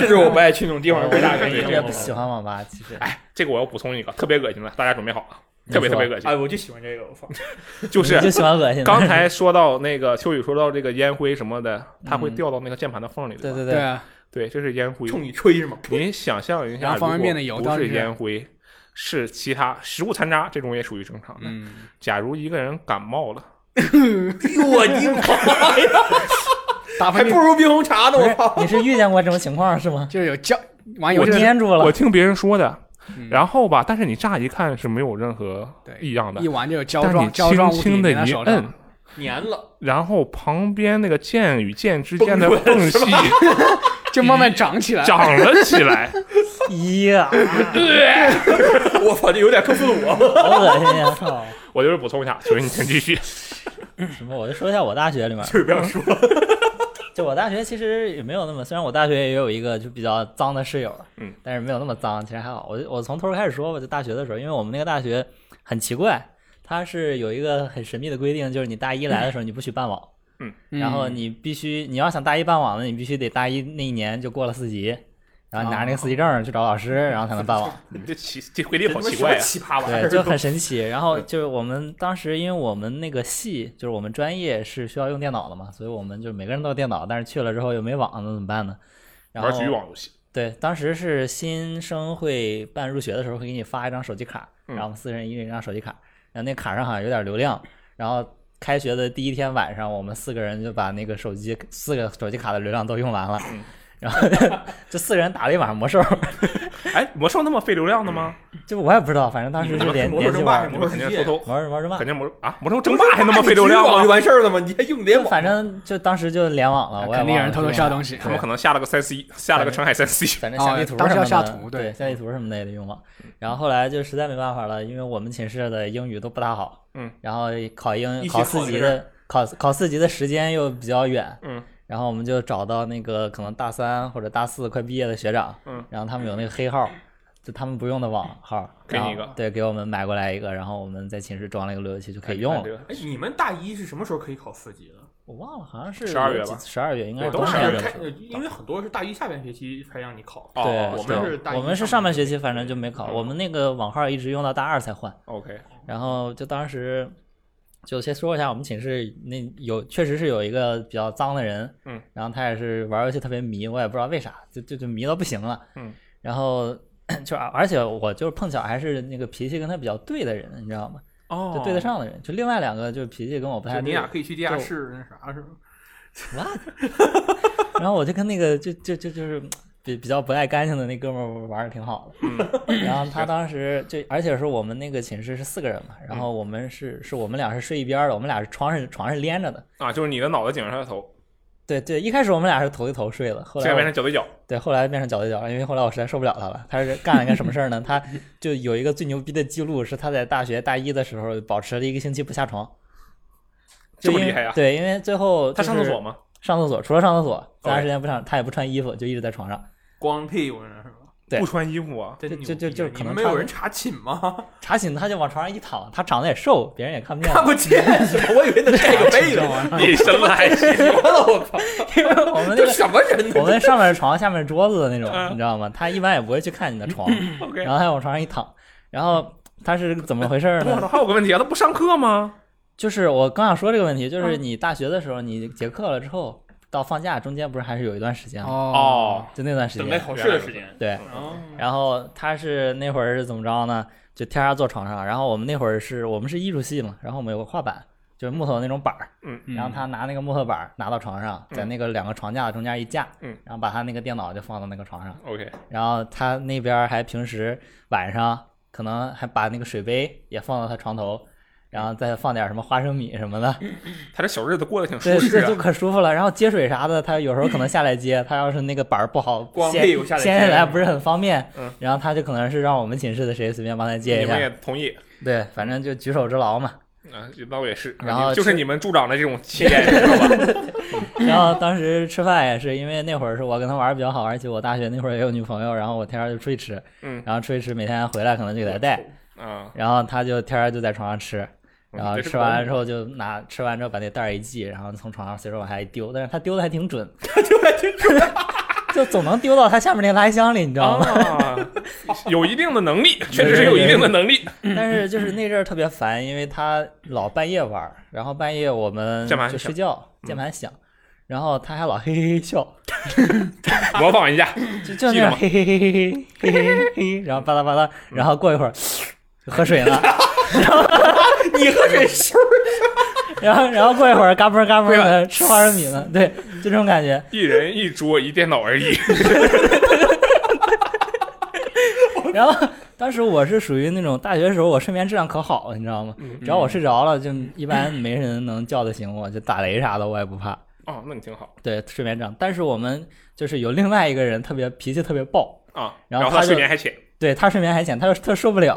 S5: 这就是我不爱去那种地方的最大原因。
S4: 特别不喜欢网吧，其实。
S2: 哎，这个我要补充一个特别恶心的，大家准备好了，啊
S4: 你
S2: 特别特
S4: 说
S2: 别恶心
S5: 哎，，我就喜欢这个，我操！
S2: 就。
S4: 啊你就是喜欢恶心的。
S2: 刚才说到那个秋雨说到这个烟灰什么的，它会掉到那个键盘的缝里的。
S4: [laughs] 对嗯对
S3: 对啊，
S2: 对，这是烟灰。
S5: 冲你吹是吗？
S2: 您想象一
S3: 然
S2: 下，
S3: 后方便面的
S2: 如果
S3: 油
S2: 不
S3: 倒
S2: 是
S3: 进去
S2: 烟灰，是其他食物残渣，这种也属于正常的。
S3: 嗯，
S2: 假如一个人感冒了，
S5: 我哎你妈呀，
S3: 打
S5: 还
S3: 分
S5: 不如冰红茶呢！
S4: 不
S5: 我
S4: 是
S5: 操！
S2: [laughs]
S4: 你是遇见过这种情况是吗？
S3: 就是有胶玩游
S4: 我
S3: 戏的时候
S4: 粘住了
S2: 我，听别人说的，
S3: 嗯
S2: 然后吧，但是你乍一看是没有任何
S3: 对
S2: 异样的
S3: 一，玩就有胶
S2: 但你
S3: 状胶
S2: 轻
S3: 状物体
S2: 轻的
S3: 粘在
S2: 一
S3: 手
S2: 摁
S3: 上，，
S5: 粘了，
S2: 然后旁边那个键与键之间的缝隙
S3: 就慢慢长起来。
S2: [laughs] 长了起来，
S4: 咦哎呀，
S5: 我操，这有点克苏鲁啊。
S4: 好恶心呀！操，
S2: [laughs] 我就是补充一下，所以你请继续。
S4: 什么？我就说一下我大学里面，
S5: 就是不要说，
S4: [laughs] 就我大学其实也没有那么，虽然我大学也有一个就比较脏的室友，
S2: 嗯，
S4: 但是没有那么脏，其实还好。我我从头开始说吧，就大学的时候，因为我们那个大学很奇怪，它是有一个很神秘的规定，就是你大一来的时候你不许办网，
S3: 嗯
S4: 然后你必须你要想大一办网呢，你必须得大一那一年就过了四级，然后你拿着那个四级证去找老师，然后才能办网。
S2: 你们这奇这规定好
S5: 什
S2: 奇
S5: 么
S2: 怪啊！
S4: [laughs]
S5: 奇葩玩意
S2: [laughs]
S4: 对，
S5: 儿？
S4: 就很神奇。然后就是我们当时，因为我们那个系就是我们专业是需要用电脑的嘛，所以我们就每个人都有电脑，但是去了之后又没网，那怎么办呢？然后
S2: 玩局域网游戏，
S4: 对，当时是新生会办入学的时候会给你发一张手机卡，
S2: 嗯
S4: 然后我们四人一人一张手机卡，然后那卡上好像有点流量，然后开学的第一天晚上，我们四个人就把那个手机四个手机卡的流量都用完了，然后就四个人打了一晚上魔兽，
S2: 哎，魔兽那么费流量的吗？
S4: 就我也不知道，反正当时是连
S5: 魔兽
S4: 连机
S5: 争霸
S4: 玩
S5: 还
S4: 儿
S5: 是
S2: 你们肯定
S4: 魔
S5: 魔兽世界
S2: 是偷偷，
S4: 兽魔兽争霸
S2: 肯。定魔啊，魔兽争霸还那么费流量
S5: 网
S2: 吗？
S5: 就完事儿了吗？你还用联网？
S4: 反正就当时就联网了，啊我也
S3: 肯定有
S4: 忘
S3: 人
S4: 了
S3: 偷偷
S4: 是
S3: 下
S4: 吧
S3: 东西。
S2: [laughs] 他们可能下了个三 C，下了个澄海三 C。
S4: 反正
S3: 哦
S4: 下地图什么的，
S3: 当时要下图
S4: 对
S3: 对嗯
S4: 下地图什么的也得用网。然后后来就实在没办法了，因为我们寝室的英语都不大好，
S2: 嗯，
S4: 然后考英
S5: 一起
S4: 考
S5: 考
S4: 四
S5: 这
S4: 级
S5: 个
S4: 的考考四级的时间又比较远，
S2: 嗯，
S4: 然后我们就找到那个可能大三或者大四快毕业的学长，
S2: 嗯，
S4: 然后他们有那个黑号，就他们不用的网号，
S2: 给你一个
S4: 然后对，给我们买过来一个，然后我们在寝室装了一个路由器 [laughs] 就可以用
S2: 看这
S4: 了。
S2: 个
S5: 哎，你们大一是什么时候可以考四级的？
S4: 我忘了，好像是
S2: 12月吧
S4: 十二月应该
S2: 对
S4: 是
S2: 都
S4: 冬
S2: 是
S4: 天
S2: 12
S4: 的
S2: 月
S4: 时候
S5: 开，呃因为很多是大一下半学期才让你考。
S2: 哦
S4: 对，
S2: 我
S4: 对
S2: 们
S5: 是大一
S4: 我们是
S5: 上
S4: 上
S5: 半
S4: 半
S5: 学
S4: 学
S5: 期
S4: 期反正就没考，
S2: 嗯
S4: 我们那个网号一直用到大二才换。
S2: OK，
S4: 然后就当时就先说一下我们寝室那有确实是有一个比较脏的人，
S2: 嗯，
S4: 然后他也是玩游戏特别迷，我也不知道为啥，就就就迷到不行了，
S2: 嗯，
S4: 然后 [clears throat] 就而且我就是碰巧还是那个脾气跟他比较对的人，你知道吗？
S2: 哦
S4: 就对得。上的人，就另外两个就是脾气跟我不太
S5: 就你
S4: 对，
S5: 俩可以去地下
S4: 就
S5: 室那啥是吗？
S4: What？然后我就跟那个就就就就是比比较不爱干净的那哥们儿玩的挺好
S2: 嗯
S4: 的，然后他当时就而且是我们那个寝室是四个人嘛，然
S2: 嗯
S4: 后我们是是我们俩是睡一边儿的，我们俩是床是床是连着的。
S2: 啊，就是你的脑袋顶上他的头，
S4: 对对，一开始我们俩是头对头睡的，后
S2: 现
S4: 来
S2: 在
S4: 我
S2: 变成脚对脚。
S4: 对，后来变成脚对脚了，因为后来我实在受不了他了。他是干了一个什么事儿呢？
S2: [laughs]
S4: 他就有一个最牛逼的记录，是他在大学大一的时候保持了一个星期不下床。
S2: 这么
S4: 就因
S2: 厉害呀啊
S4: 对，因为最后、
S2: 他上厕所？吗？哦
S4: 上厕所，除了上厕所，其他
S2: OK
S4: 时间不上，他也不穿衣服，就一直在床上。
S5: 光屁股那是吗？
S4: 对
S2: 不穿衣服
S4: [laughs]
S2: 啊？
S5: 真
S4: 就
S5: 牛
S4: 就就
S5: 逼
S4: 就
S5: 啊
S4: 是可
S5: 你们
S4: 能
S5: 没
S4: 他
S5: 有人查寝吗？
S4: 查寝他就往床上一躺，他长得也瘦，别人也看不见。
S5: 看不见是吧？我以为能盖
S4: [laughs]
S5: 个被子。
S2: [laughs] 你神来
S5: 我靠，
S4: 因为我们那
S5: [laughs] 这
S4: 个
S5: 什么
S2: [laughs]
S5: 人
S4: 我
S5: 呢？
S4: 们上面是床，下面是桌子的那
S2: 嗯
S4: 种，你知道吗？他一般也不会去看你的床，
S2: [laughs] ！OK，
S4: 然后他往床上一躺，然后他是怎么回事
S2: 我 [laughs] 操，
S4: 呢？
S2: 还有个问题啊，他不上课吗？
S4: 就是我刚想说这个问题，就是你大学的时候，你结课了之后，到放假中间不是还是有一段时间吗？
S2: 哦，
S4: 就那段时
S5: 等待
S4: 间，
S5: 考试的时间。
S4: 对，
S5: 哦，
S4: 然后他是那会儿是怎么着呢？就天天坐床上，然后我们那会儿是我们是艺术系嘛，然后我们有个画板，就是木头的那种板儿，
S2: 嗯
S4: 然后他 [laughs] 拿那个木头板儿拿到床上，在那个两个床架的中间一架，
S2: 嗯，
S4: 然后把他那个电脑就放到那个床上，
S2: ，OK，
S4: 然后他那边还平时晚上可能还把那个水杯也放到他床头，然后再放点什么花生米什么的，
S2: 他这小日子过得挺
S4: 对
S2: 舒，适
S4: 这就
S2: 啊。
S4: 可舒服了。然后接水啥的，他有时候可能下来接，他要是那个板儿不好，
S5: 光
S4: 掀
S5: 屁股下来
S4: 掀
S5: 接
S4: 起来不是很方便。
S2: 嗯
S4: 然后他就可能是让我们寝室的谁随便帮他接
S2: 你
S4: 一
S2: 们也
S4: 下。
S2: 同意
S4: 对，反正就举手之劳嘛。
S2: 啊？那我也是。
S4: 然后
S2: 就是
S4: 吃
S2: 你们助长的这种气
S4: [laughs]
S2: 焰，知道吧？
S4: 然后当时吃饭也是因为那会儿是我跟他玩儿比较好，而且我大学那会儿也有女朋友，然后我天天就出去吃，
S2: 嗯
S4: 然后出去吃每天回来可能就给他带，
S2: 啊，
S4: 然后他就天天就在床上吃，
S2: 嗯
S4: 然后
S2: 这是
S4: 吃完
S2: 光
S4: 了之后就拿吃完之后把那袋儿一系，然后从床上随手往下一丢，但是他丢的还挺准，
S2: [laughs]
S4: [laughs] 就总能丢到他下面那垃圾箱里，你知道吗？ [laughs]
S2: 啊，有一定的能力，确实是有一定的能力。
S4: 但
S2: 嗯
S4: 是就是那阵儿特别烦，因为他老半夜玩儿，然后半夜我们
S2: 键盘
S4: 就
S2: 响嗯
S4: 睡觉，键盘响，然后他还老嘿嘿嘿笑，
S2: 模仿一下，
S4: 就就
S2: 记得
S4: 那样
S2: 吗嗯
S4: 嘿嘿嘿嘿嘿嘿嘿嘿嘿，然后吧嗒吧嗒，然后过一会儿喝水了，
S5: 你喝水是
S4: 然后然后过一会儿嘎嘣儿嘎嘣儿
S2: 对
S4: 的吃花生米呢，对，就这种感觉。
S2: 一人一桌一电脑而已。
S4: [laughs] 然后当时我是属于那种大学时候我睡眠质量可好了，你知道吗？
S5: 嗯
S4: 只要我睡着了，就一般没人能叫得醒我，就打雷啥的我也不怕。
S2: 哦，那你挺好
S4: 对，睡眠质量。但是我们就是有另外一个人特别脾气特别暴，
S2: 啊。
S4: 然后
S2: 后他
S4: 他
S2: 睡
S4: 就
S2: 眠还浅，
S4: 对他睡眠还浅，他就他受不了。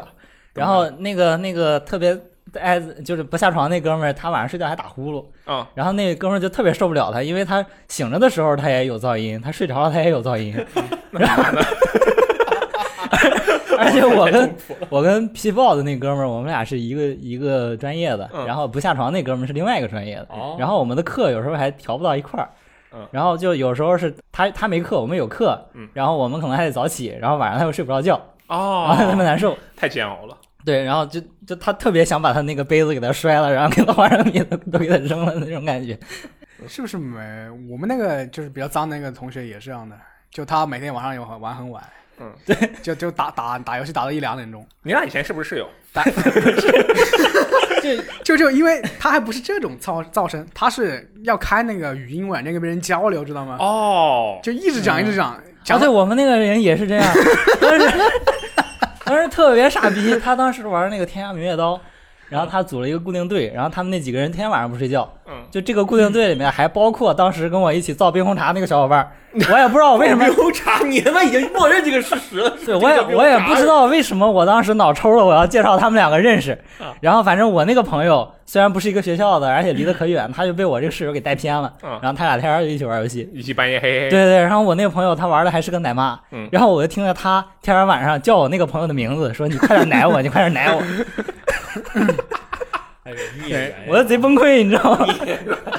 S2: 懂
S4: 然后那个那个特别爱就是不下床那哥们儿，他晚上睡觉还打呼噜，
S2: 啊，
S4: 然后那哥们儿就特别受不了他，因为他醒着的时候他也有噪音，他睡着了他也有
S2: [laughs]
S4: 噪音。然后，
S2: [laughs]
S4: 而且我跟我跟皮豹的那哥们儿，我们俩是一个一个专业的，
S2: 嗯
S4: 然后不下床那哥们儿是另外一个专业的，
S5: 哦
S4: 然后我们的课有时候还调不到一块儿
S2: 嗯。
S4: 然后就有时候是他他没课，我们有课
S2: 嗯，
S4: 然后我们可能还得早起，然后晚上他又睡不着觉，然后他特别
S2: 哦，
S4: [laughs] 难受。
S2: 太煎熬了。
S4: 对，然后就就他特别想把他那个杯子给他摔了，然后给他花生米都都给他扔了那种感觉。
S3: 是不是没？我们那个就是比较脏的那个同学也是这样的，就他每天晚上有很玩很晚，
S2: 嗯，
S3: 对，就就打打打游戏打到一两点钟，
S2: 你俩以前是不是室友？
S3: 就就因为他还不是这种噪噪声，他是要开那个语音软件跟别人交流，知道吗？
S2: 哦，
S3: 就一直讲一直讲，
S4: 啊，
S3: 讲
S4: 对
S3: 到
S4: 我们那个人也是这 [laughs] 样，当时当时特别傻逼，他当时玩那个《天涯明月刀》，然后他组了一个固定队，然后他们那几个人天天晚上不睡觉，
S2: 嗯，
S4: 就这个固定队里面还包括当时跟我一起造冰红茶那个小伙伴 [laughs] 儿，我也不知道我为什么，
S5: 牛茶？你他妈已经默认这个事实了。
S4: 对我也
S5: 这个
S4: 我也不知道为什么我当时脑抽了，我要介绍他们两个认识
S5: 啊。
S4: 然后反正我那个朋友虽然不是一个学校的，而且离得可远，他就被我这个室友给带偏了。
S2: 啊
S4: 然后他俩天天就一起玩游戏。
S2: 一起半夜嘿嘿嘿。
S4: 对对，然后我那个朋友他玩的还是个奶妈
S2: 嗯，
S4: 然后我就听着他天天晚上叫我那个朋友的名字，说你快点奶我，你快点奶我，
S2: [laughs]
S5: 哎呦，孽缘呀
S4: 我就贼崩溃，你知道吗？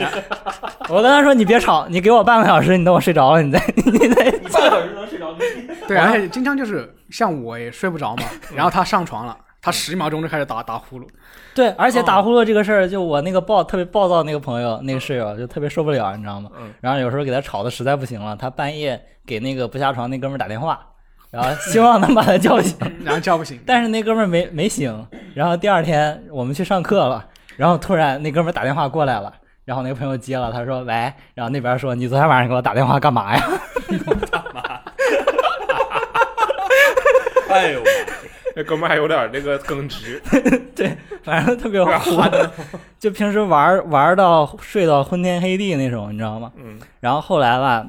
S4: [laughs] 我跟他说你别吵，你给我半个小时，你等我睡着了，
S2: [laughs]
S4: 你再你再
S5: 你半小时能睡着你？
S3: 对，而且经常就是像我也睡不着
S4: [laughs]
S3: 嘛，然后他上床了，他十秒钟就开始打打呼噜，
S4: 对，而
S2: 哦
S4: 且打呼噜这个事儿，就我那个暴特别暴躁那个朋友，那个室友就特别受不了，你知道吗？
S2: 嗯
S4: 然后有时候给他吵的实在不行了，他半夜给那个不下床那哥们儿打电话，然后希望能把他叫醒，
S3: 然后叫不醒。
S4: [laughs] 但是那哥们儿没没醒。然后第二天我们去上课了，然后突然那哥们儿打电话过来了。然后那个朋友接了，他说：“喂。”然后那边说：“你昨天晚上给我打电话干嘛呀 [laughs]
S5: 哎呦，
S2: 那哥们儿还有点那个耿直，？”
S4: 反正特别糊，就平时玩儿玩儿到睡到昏天黑地那种，你知道吗？
S2: 嗯，
S4: 然后后来吧，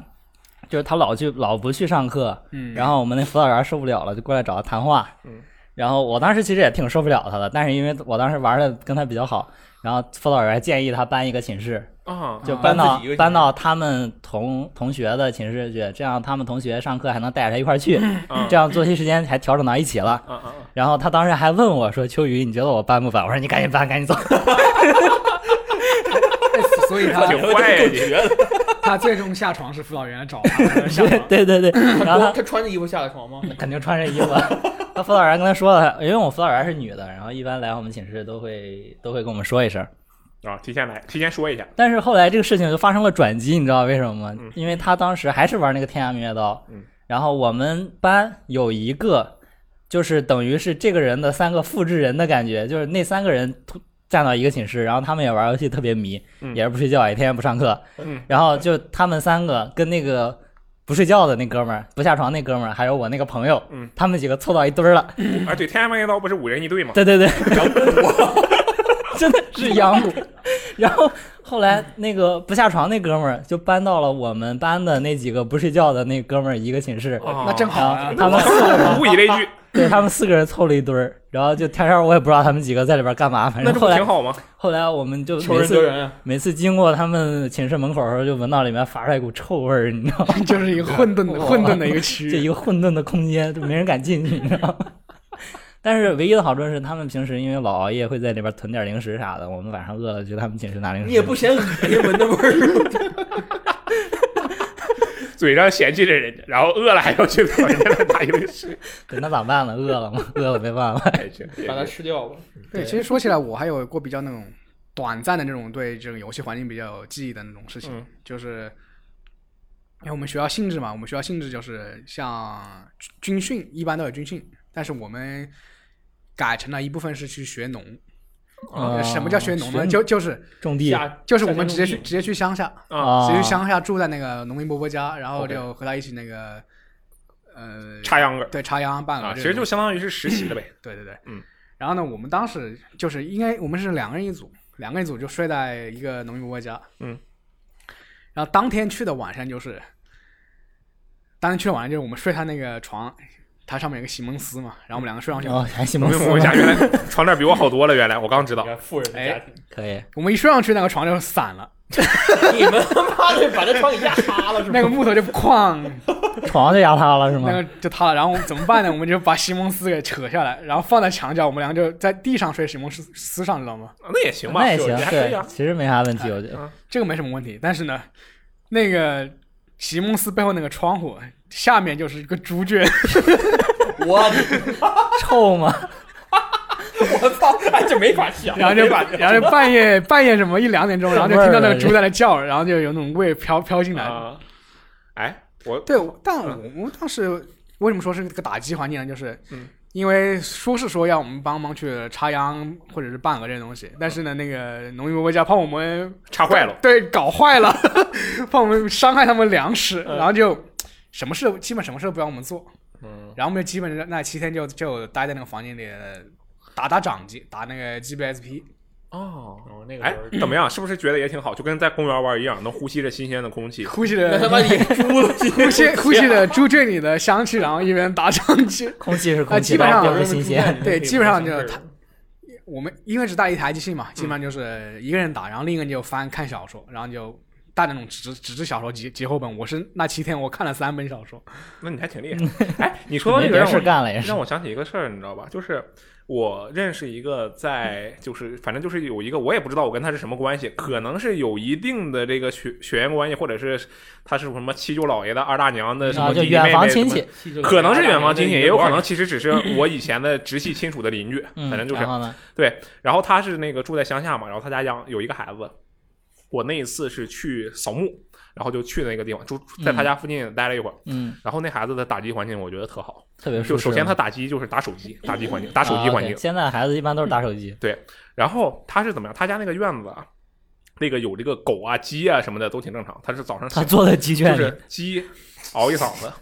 S4: 就是他老去老不去上课，
S3: 嗯，
S4: 然后我们那辅导员受不了了，就过来找他谈话。
S2: 嗯，
S4: 然后我当时其实也挺受不了他的，但是因为我当时玩的跟他比较好，然后辅导员建议他搬一个寝室，
S5: 嗯
S2: 啊，
S4: 就
S3: 啊
S4: 搬到、
S5: 搬自己一个寝室
S4: 搬到他们同同学的寝室去，这样他们同学上课还能带着他一块儿去，
S2: 啊
S4: 这样作息时间还调整到一起了。
S5: 嗯
S2: 啊啊！
S4: 然后他当时还问我说：“秋雨，你觉得我搬不搬？”我说：“你赶紧搬，赶紧走。
S3: 所 [laughs] 以
S4: [laughs]
S3: 他
S2: 挺坏呀你，
S3: 他最终下床是辅导员来找
S4: [laughs]
S3: 他下床。
S4: 对”对对对，然后他
S5: 嗯他穿着衣服下的床吗？
S4: [laughs] 肯定穿着衣服。 [laughs] 他辅导员跟他说了，因为我辅导员是女的，然后一般来我们寝室都会都会跟我们说一声。
S2: 啊，提前来，提前说一下，
S4: 但是后来这个事情就发生了转机，你知道为什么吗
S2: 嗯？
S4: 因为他当时还是玩那个天涯明月刀
S2: 嗯，
S4: 然后我们班有一个就是等于是这个人的三个复制人的感觉，就是那三个人突站到一个寝室，然后他们也玩游戏特别迷，
S2: 嗯
S4: 也是不睡觉，也天天不上课，
S2: 嗯
S4: 然后就他们三个跟那个。不睡觉的那哥们儿，不下床那哥们儿，还有我那个朋友，
S2: 嗯
S4: 他们几个凑到一堆儿了，
S2: 啊，对，天安门一刀不是五人一队吗？
S4: 对对对， [laughs]
S2: [laughs]
S4: 真的是羊骨。 [laughs] 然后后来那个不下床那哥们儿就搬到了我们班的那几个不睡觉的那哥们儿一个寝室，
S2: 啊
S5: 嗯
S3: 那正好啊
S4: 然后他们四个人，
S2: 物以类聚，
S4: 对他们四个人凑了一堆儿，然后就天天我也不知道他们几个在里边干嘛，反
S2: 那
S4: 正
S2: 这
S4: 后
S2: 不
S4: 来
S2: 挺好吗？
S4: 后来我们就
S5: 求
S4: 每
S5: 人得
S4: 次
S5: 人啊！
S4: 每次经过他们寝室门口的时候，就闻到里面发出来一股臭味儿，你知道吗？
S3: 就是一个
S4: [laughs]
S3: 混沌的混沌的一个区
S4: 就一
S3: 域，
S4: 个混沌的空间，就没人敢进去，你知道吗？ [laughs] 但是唯一的好处是，他们平时因为老熬夜，会在里边囤点零食啥的。我们晚上饿了去他们寝室拿零食。
S5: 你也不嫌恶心闻那味儿，
S2: 嘴上嫌弃着人家，然后饿了还要去找人家那打游戏，
S4: 对，那咋办呢？饿了吗？饿了没办法。
S2: 哎
S4: [laughs]
S2: 这
S5: 把它吃掉吧。
S3: 对，
S2: 嗯
S3: 其实说起来，我还有过比较那种短暂的那种对这个游戏环境比较有记忆的那种事情，
S2: 嗯
S3: 就是因为我们学校性质嘛，我们学校性质就是像军军训一般都有军训，但是我们改成了一部分是去学农。
S2: 哦
S4: 啊
S3: 什么叫学农呢？
S4: 学
S3: 就就是
S4: 种地
S5: 下
S3: 就是我们直接去
S5: 下
S3: 直接去乡下，
S2: 啊
S4: 啊，
S3: 直接去乡下住在那个农民伯伯家，然后
S2: OK
S3: 就和他一起那个呃
S2: 插秧歌
S3: 对插秧办了
S2: 啊，
S3: 这
S2: 其实
S3: 种
S2: 就相当于是实习了呗。
S3: 对对对，
S2: 嗯。
S3: 然后呢，我们当时就是应该我们是两个人一组，两个人一组就睡在一个农民伯伯家。
S2: 嗯。
S3: 然后当天去的晚上就是，当天去的晚上就是我们睡他那个床，他上面有个席梦思嘛，然后我们两个睡上去，
S4: 哦，还行
S2: 我
S4: 吧。
S2: 跟我一下，原来床垫比我好多了，原来我刚知道
S4: 嗯
S5: 你。看富人的家庭，
S4: 可以。
S3: 我们一睡上去那个床就散了，
S5: 哎你们他妈的把这床给压塌了是吗
S3: 那？个木头就哐，
S4: 床就压塌了是吗
S3: 那？个就塌了。然后我们怎么办呢？我们就把席梦思给扯下来，然后放在墙角，我们两个就在地上睡席梦思思上，你知道吗？
S2: 啊那也行吧，
S4: 那也行
S2: 还，可以
S4: 对
S2: 啊，。
S4: 其实没啥问题，我觉得。
S3: 这个没什么问题。但是呢，那个席梦思背后那个窗户下面就是一个猪圈，
S5: 我
S4: 臭吗？
S5: 我操，哎，这没法想，
S3: 然后
S2: [laughs]
S3: 就
S5: 没法想
S3: 然后就半夜半夜什么一两点钟，然后就听到那个猪在那叫，然后就有那种味飘飘进来。
S2: 啊，哎，我
S3: 对，但我我当时为什么说是个打击环境呢？就是
S2: 嗯
S3: 因为说是说要我们帮忙去插秧或者是办鹅这些东西，但是呢，那个农民伯伯家怕我们
S2: 插坏了，
S3: 对，搞坏了，怕我们伤害他们粮食，然后就什么事基本什么事都不让我们做，
S2: 嗯，
S3: 然后我们就基本上那七天就就待在那个房间里打打掌机，打那个 GBSP，
S2: 哦，
S5: 然后那个
S2: 哎
S5: 时候，
S2: 怎么样？是不是觉得也挺好？就跟在公园玩一样，能呼吸着新鲜的空气。
S3: 呼吸
S5: 那他
S3: 着
S5: 妈也猪了，
S3: 呼吸呼吸着猪圈里的香气，然后一边打上去。
S4: 空气是
S3: 啊
S2: 哎
S4: 空
S3: 基
S4: 气，
S3: 本上
S4: 但是不是新鲜。
S3: 对基本上就是他我们因为是大一台机器嘛，基本上就是一个人打，然后另一个人就翻看小说，然后就带那种纸质纸质小说集节后本。我是那七天我看了三本小说，
S2: 那你还挺厉
S4: [laughs]
S2: 害。哎，你说到
S4: 没
S2: 这个
S4: 别
S2: 让
S4: 事
S2: 我
S4: 干了也是
S2: 让。我想起一个事儿，你知道吧？就是我认识一个在，就是反正就是有一个，我也不知道我跟他是什么关系，可能是有一定的这个血血缘关系，或者是他是什么七舅姥爷的二大娘的什
S4: 啊，
S2: 么
S4: 就
S2: 弟弟妹妹
S4: 远房
S2: 什
S4: 亲
S2: 么
S4: 戚，
S2: 可能是远房亲戚，也有可能
S5: 是
S2: 其实只是我以前的直系亲属的邻居，
S4: 嗯，
S2: 反正就是
S4: 然。后呢，
S2: 然后他是那个住在乡下嘛，然后他家养有一个孩子。我那一次是去扫墓，然后就去那个地方，住在他家附近待了一会儿。
S4: 嗯，
S2: 然后那孩子的打击环境我觉得特好，
S4: 特别
S2: 就
S4: 舒适。
S2: 首先他打击就是打手机，打击环境，打
S4: 打
S2: 手机嗯环境。
S4: 啊现在孩子一般都是打手机，
S2: 然后他是怎么样？他家那个院子啊，那个有这个狗啊、鸡啊什么的都挺正常。他是早上
S4: 他
S2: 醒，
S4: 坐在鸡
S2: 就
S4: 圈里
S2: 是鸡嗷一嗓子，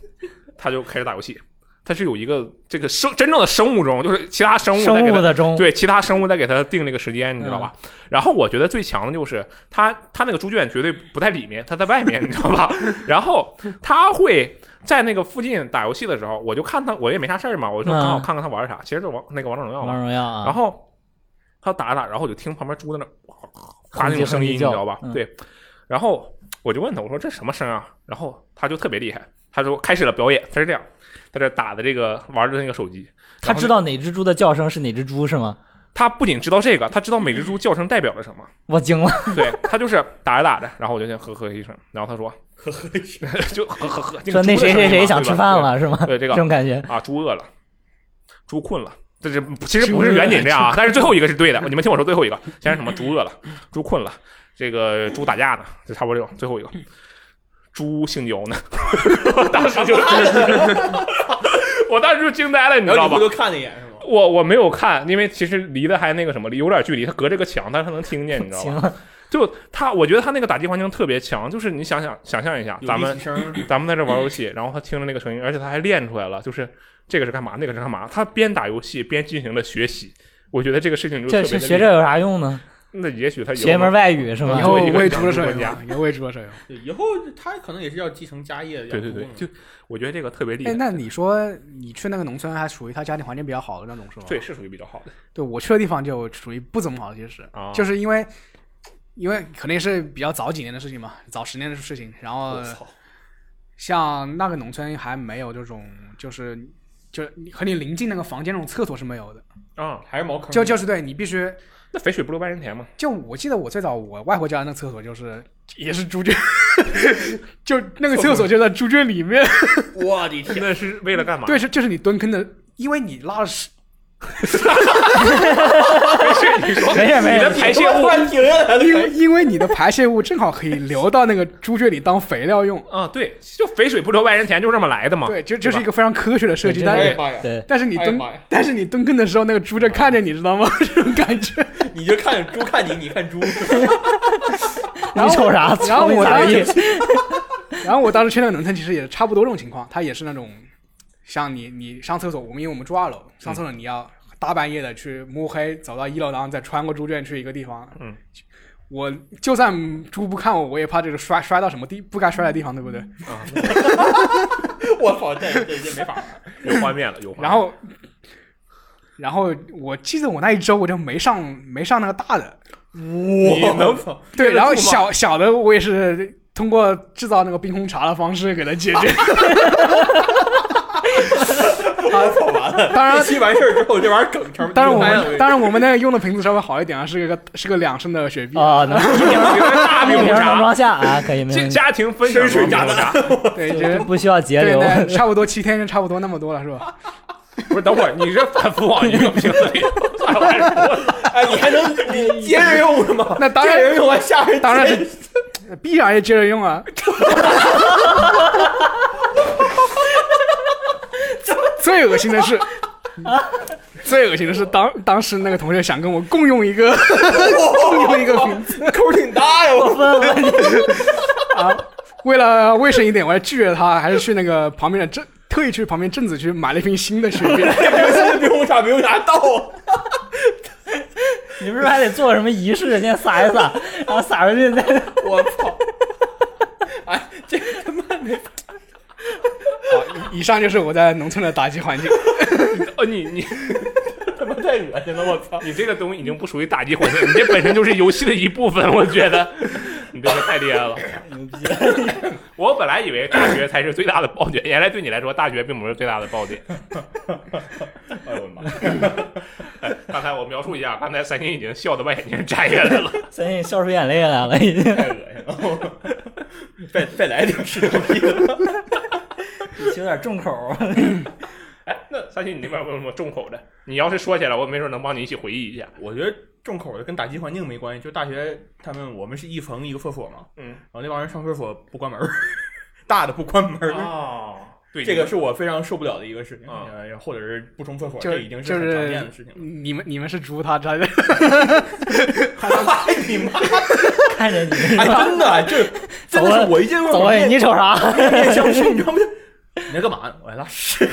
S2: 他就开始打游戏。他是有一个这个生真正的生物钟，就是其他生物在
S4: 生
S2: 给他
S4: 物的钟，
S2: 对，其他生物在给它定那个时间，你知道吧？
S4: 嗯
S2: 然后我觉得最强的就是它，它那个猪圈绝对不在里面，它在外面，你知道吧？ [laughs] 然后它会在那个附近打游戏的时候，我就看它，我也没啥事儿嘛，我就
S4: 嗯
S2: 刚好看看它玩啥，其实就是王那个王者荣耀
S4: 王
S2: 嘛
S4: 者。荣耀啊，
S2: 然后它打着打着，然后我就听旁边猪在那发那
S4: 哼唧
S2: 种声
S4: 哼唧
S2: 音，你知
S4: 叫
S2: 道吧？
S4: 嗯
S2: 对，然后我就问他，我说这什么声啊？然后他就特别厉害，他说开始了表演，他是这样，在这打的这个玩的那个手机，
S4: 他
S2: 然后
S4: 知道哪只猪的叫声是哪只猪是吗？
S2: 他不仅知道这个，他知道每只猪叫声代表了什么。
S4: 我惊了，
S2: 对他就是打着打着，然后我就先呵呵一声，然后他说就呵呵呵，这
S4: 说
S2: 个猪的
S4: 那谁
S2: 声音
S4: 谁谁
S2: 嘛
S4: 想
S2: 对
S4: 吃
S2: 吧
S4: 饭
S2: 对
S4: 了是吗？
S2: 对这
S4: 这
S2: 个
S4: 种感觉，
S2: 啊，猪饿了，猪困了。这是其实不是远景这样啊，但是最后一个是对的。你们听我说最后一个，先是什么？猪饿了，猪困了，这个猪打架呢，就差不多这种。最后一个，猪性交呢， [laughs] 当时就， [laughs] 我当时就惊呆了，你知
S5: 然后
S2: 道
S5: 你
S2: 吧
S5: 回？头看了一眼是吗？
S2: 我我没有看，因为其实离得还那个什么，离有点距离，他隔着个墙，但是他能听见，你知道
S4: 行
S2: 吧？
S4: 了，
S2: 就他，我觉得他那个打击环境特别强，就是你想想想象一下，
S5: 有
S2: 咱们
S5: 立体声
S2: [laughs] 咱们在这玩游戏，然后他听着那个声音，而且他还练出来了，就是这个是干嘛，那个是干嘛，他边打游戏边进行了学习。我觉得这个事情就特
S4: 这
S2: 别
S4: 是
S2: 的
S4: 学
S2: 厉害，
S4: 这有啥用呢？
S2: 那也许他以后
S4: 学一门外语是
S2: 嗯
S4: 吗
S3: 以
S2: 然？
S3: 后
S2: 后一个
S3: 喂猪
S2: 养殖
S3: 的手
S2: 专家
S3: 游，以后喂猪的手游。
S5: 对，以后他可能也是要继承家业，
S2: 对对
S4: 嗯
S2: 对，就我觉得这个特别厉
S3: 哎，
S2: 害，
S3: 那你说你去那个农村，还属于他家庭环境比较好的那种是吧？
S2: 对，是属于比较好的
S3: 对我去的地方就属于不怎么好，其实、
S2: 啊
S3: 就是因为因为可能也是比较早几年的事情嘛，早十年的事情。然后
S5: 我操，
S3: 像那个农村还没有这种，就是就是你和你邻近那个房间那种厕所是没有的，
S2: 啊。
S5: 还是茅坑，
S3: 就就是对你必须。
S2: 那肥水不流外人田嘛，
S3: 就我记得我最早我外婆家的那个厕所就是也是猪圈， [laughs] 就那个厕所就在猪圈里面。
S5: 我的天，
S2: 那是为了干嘛？
S3: 对，是就是你蹲坑的，因为你拉了 [laughs] 屎，
S2: 没事，你说
S4: 没事没
S2: [laughs] 你
S4: 事
S2: 的排
S5: [laughs]
S2: 泄物
S5: 然停下来
S3: 因为因为你的排泄物正好可以流到那个猪圈里当肥料用。
S2: 啊，对，就肥水不流外人田，就这么来的嘛。
S3: 对，就就是
S2: 吧
S3: 一个非常科学的设计，
S4: 对
S3: 但
S5: 哎
S3: 是
S5: 呀妈呀！
S2: [laughs]
S4: 对，
S3: 但是你
S5: 哎呀
S3: 蹲
S5: 妈呀，
S3: 但是你蹲坑的时候，那个猪在看着你，知道吗？ [laughs] 这种感觉。
S5: 你就看猪看你，你看猪，
S3: 然
S4: 你
S3: 后
S4: 瞅啥？
S3: 然后
S4: 瞅你
S3: 我
S4: 咋
S3: 当
S4: 地
S3: 时，然后我当时去那个农村，其实也差不多这种情况，他也是那种，像你你上厕所，我们因为我们住二楼，上厕所你要大半夜的去摸黑走到一楼，然后再穿过猪圈去一个地方。
S2: 嗯。
S3: 我就算猪不看我，我也怕这个摔摔到什么地不该摔的地方，对不对？
S5: [laughs] 嗯我操，这这这没法玩。
S2: 有画面了，有画面。
S3: 然后，然后我记得我那一周我就没上没上那个大的，
S2: 你能
S3: 对，
S2: 憋得
S3: 然后
S2: 住吗
S3: 小小的我也是通过制造那个冰红茶的方式给它解决。 [laughs]
S5: [laughs] 我操完了！
S3: 当
S5: 这
S3: 然，
S5: 期完事儿之后，这玩意儿梗成。
S3: [laughs] 当然我
S5: 成了
S3: 们当然我们那个用的瓶子稍微好一点啊，是个是个两升的雪碧，
S2: [laughs]
S4: 啊，能一瓶儿
S2: 大
S4: 一
S2: 冰
S4: 瓶儿能
S2: 茶，
S4: 装下啊，可以没
S2: 家
S4: 问题，
S2: 家庭分享
S5: 深水
S2: 冰
S5: 炸
S2: 红茶。
S3: 对，就
S4: 就是不需要节
S3: 对，
S4: 流。
S3: 那
S2: [laughs]
S3: 差不多七天就差不多那么多了，是吧？
S2: 不是，等会儿你这反复往一个瓶子里，
S5: 哎，你还
S3: [laughs]
S5: 能你接着用是吗？
S3: 那当然
S5: 接着用完下人
S3: 当然是必然要接着用啊。最恶心的是，最恶心的是当当时那个同学想跟我共用一个共用一个瓶子
S5: 口儿挺大呀，我
S4: 问问你，
S3: 啊，为了卫生一点，我还拒绝他，还是去那个旁边的镇，特意去旁边镇子区买了一瓶新的雪碧。
S5: 啊这冰红茶冰红茶倒。
S4: 你不是还得做什么仪式，先撒一撒，然后撒出去再
S5: [laughs] 我操！哎，这个他妈没
S3: 以上就是我在农村的打击环境。
S2: 哦，你你
S5: 他妈太恶心了！我操！
S2: 你这个东西已经不属于打击环境，你这本身就是游戏的一部分，我觉得你这个太厉害了。
S4: 牛逼。
S2: 我本来以为大学才是最大的爆点，原来对你来说大学并不是最大的爆点。
S5: 哎呦我的妈！
S2: 哎，刚才我描述一下，刚才三星已经笑得把眼睛摘下来了。
S4: 三爷笑出眼泪来了，已经。
S5: 太恶心了！再再来点吃牛逼的。 [laughs]
S4: 有点重口。啊
S2: 哎， [laughs] 那三星你那边有没有什么重口
S5: [laughs]
S2: 的？你要是说起来，我没准能帮你一起回忆一下。
S5: 我觉得重口的跟打击环境没关系，就大学他们我们是一层一个厕所嘛，
S2: 嗯，
S5: 然后那帮人上厕所不关门儿， [laughs] 大的不关门
S3: 啊
S5: 儿。
S2: 哦，对，
S5: 这个是我非常受不了的一个事情，
S2: 啊
S5: 呃，或者是不冲厕所，
S3: 就
S5: 这已经
S3: 就是
S5: 很常见的事情了。
S3: 你们你们是猪，他他
S5: 哎你妈！
S4: [laughs] 看着你，
S5: 哎，真的，
S3: [laughs]
S5: 这真的
S4: 走了
S5: 是我一进屋，
S4: [laughs] 走
S5: 我
S4: 位，
S5: 面
S4: 你瞅啥？
S5: 面相觑，你知道吗？就 [laughs] 你在干嘛呢？我在拉屎，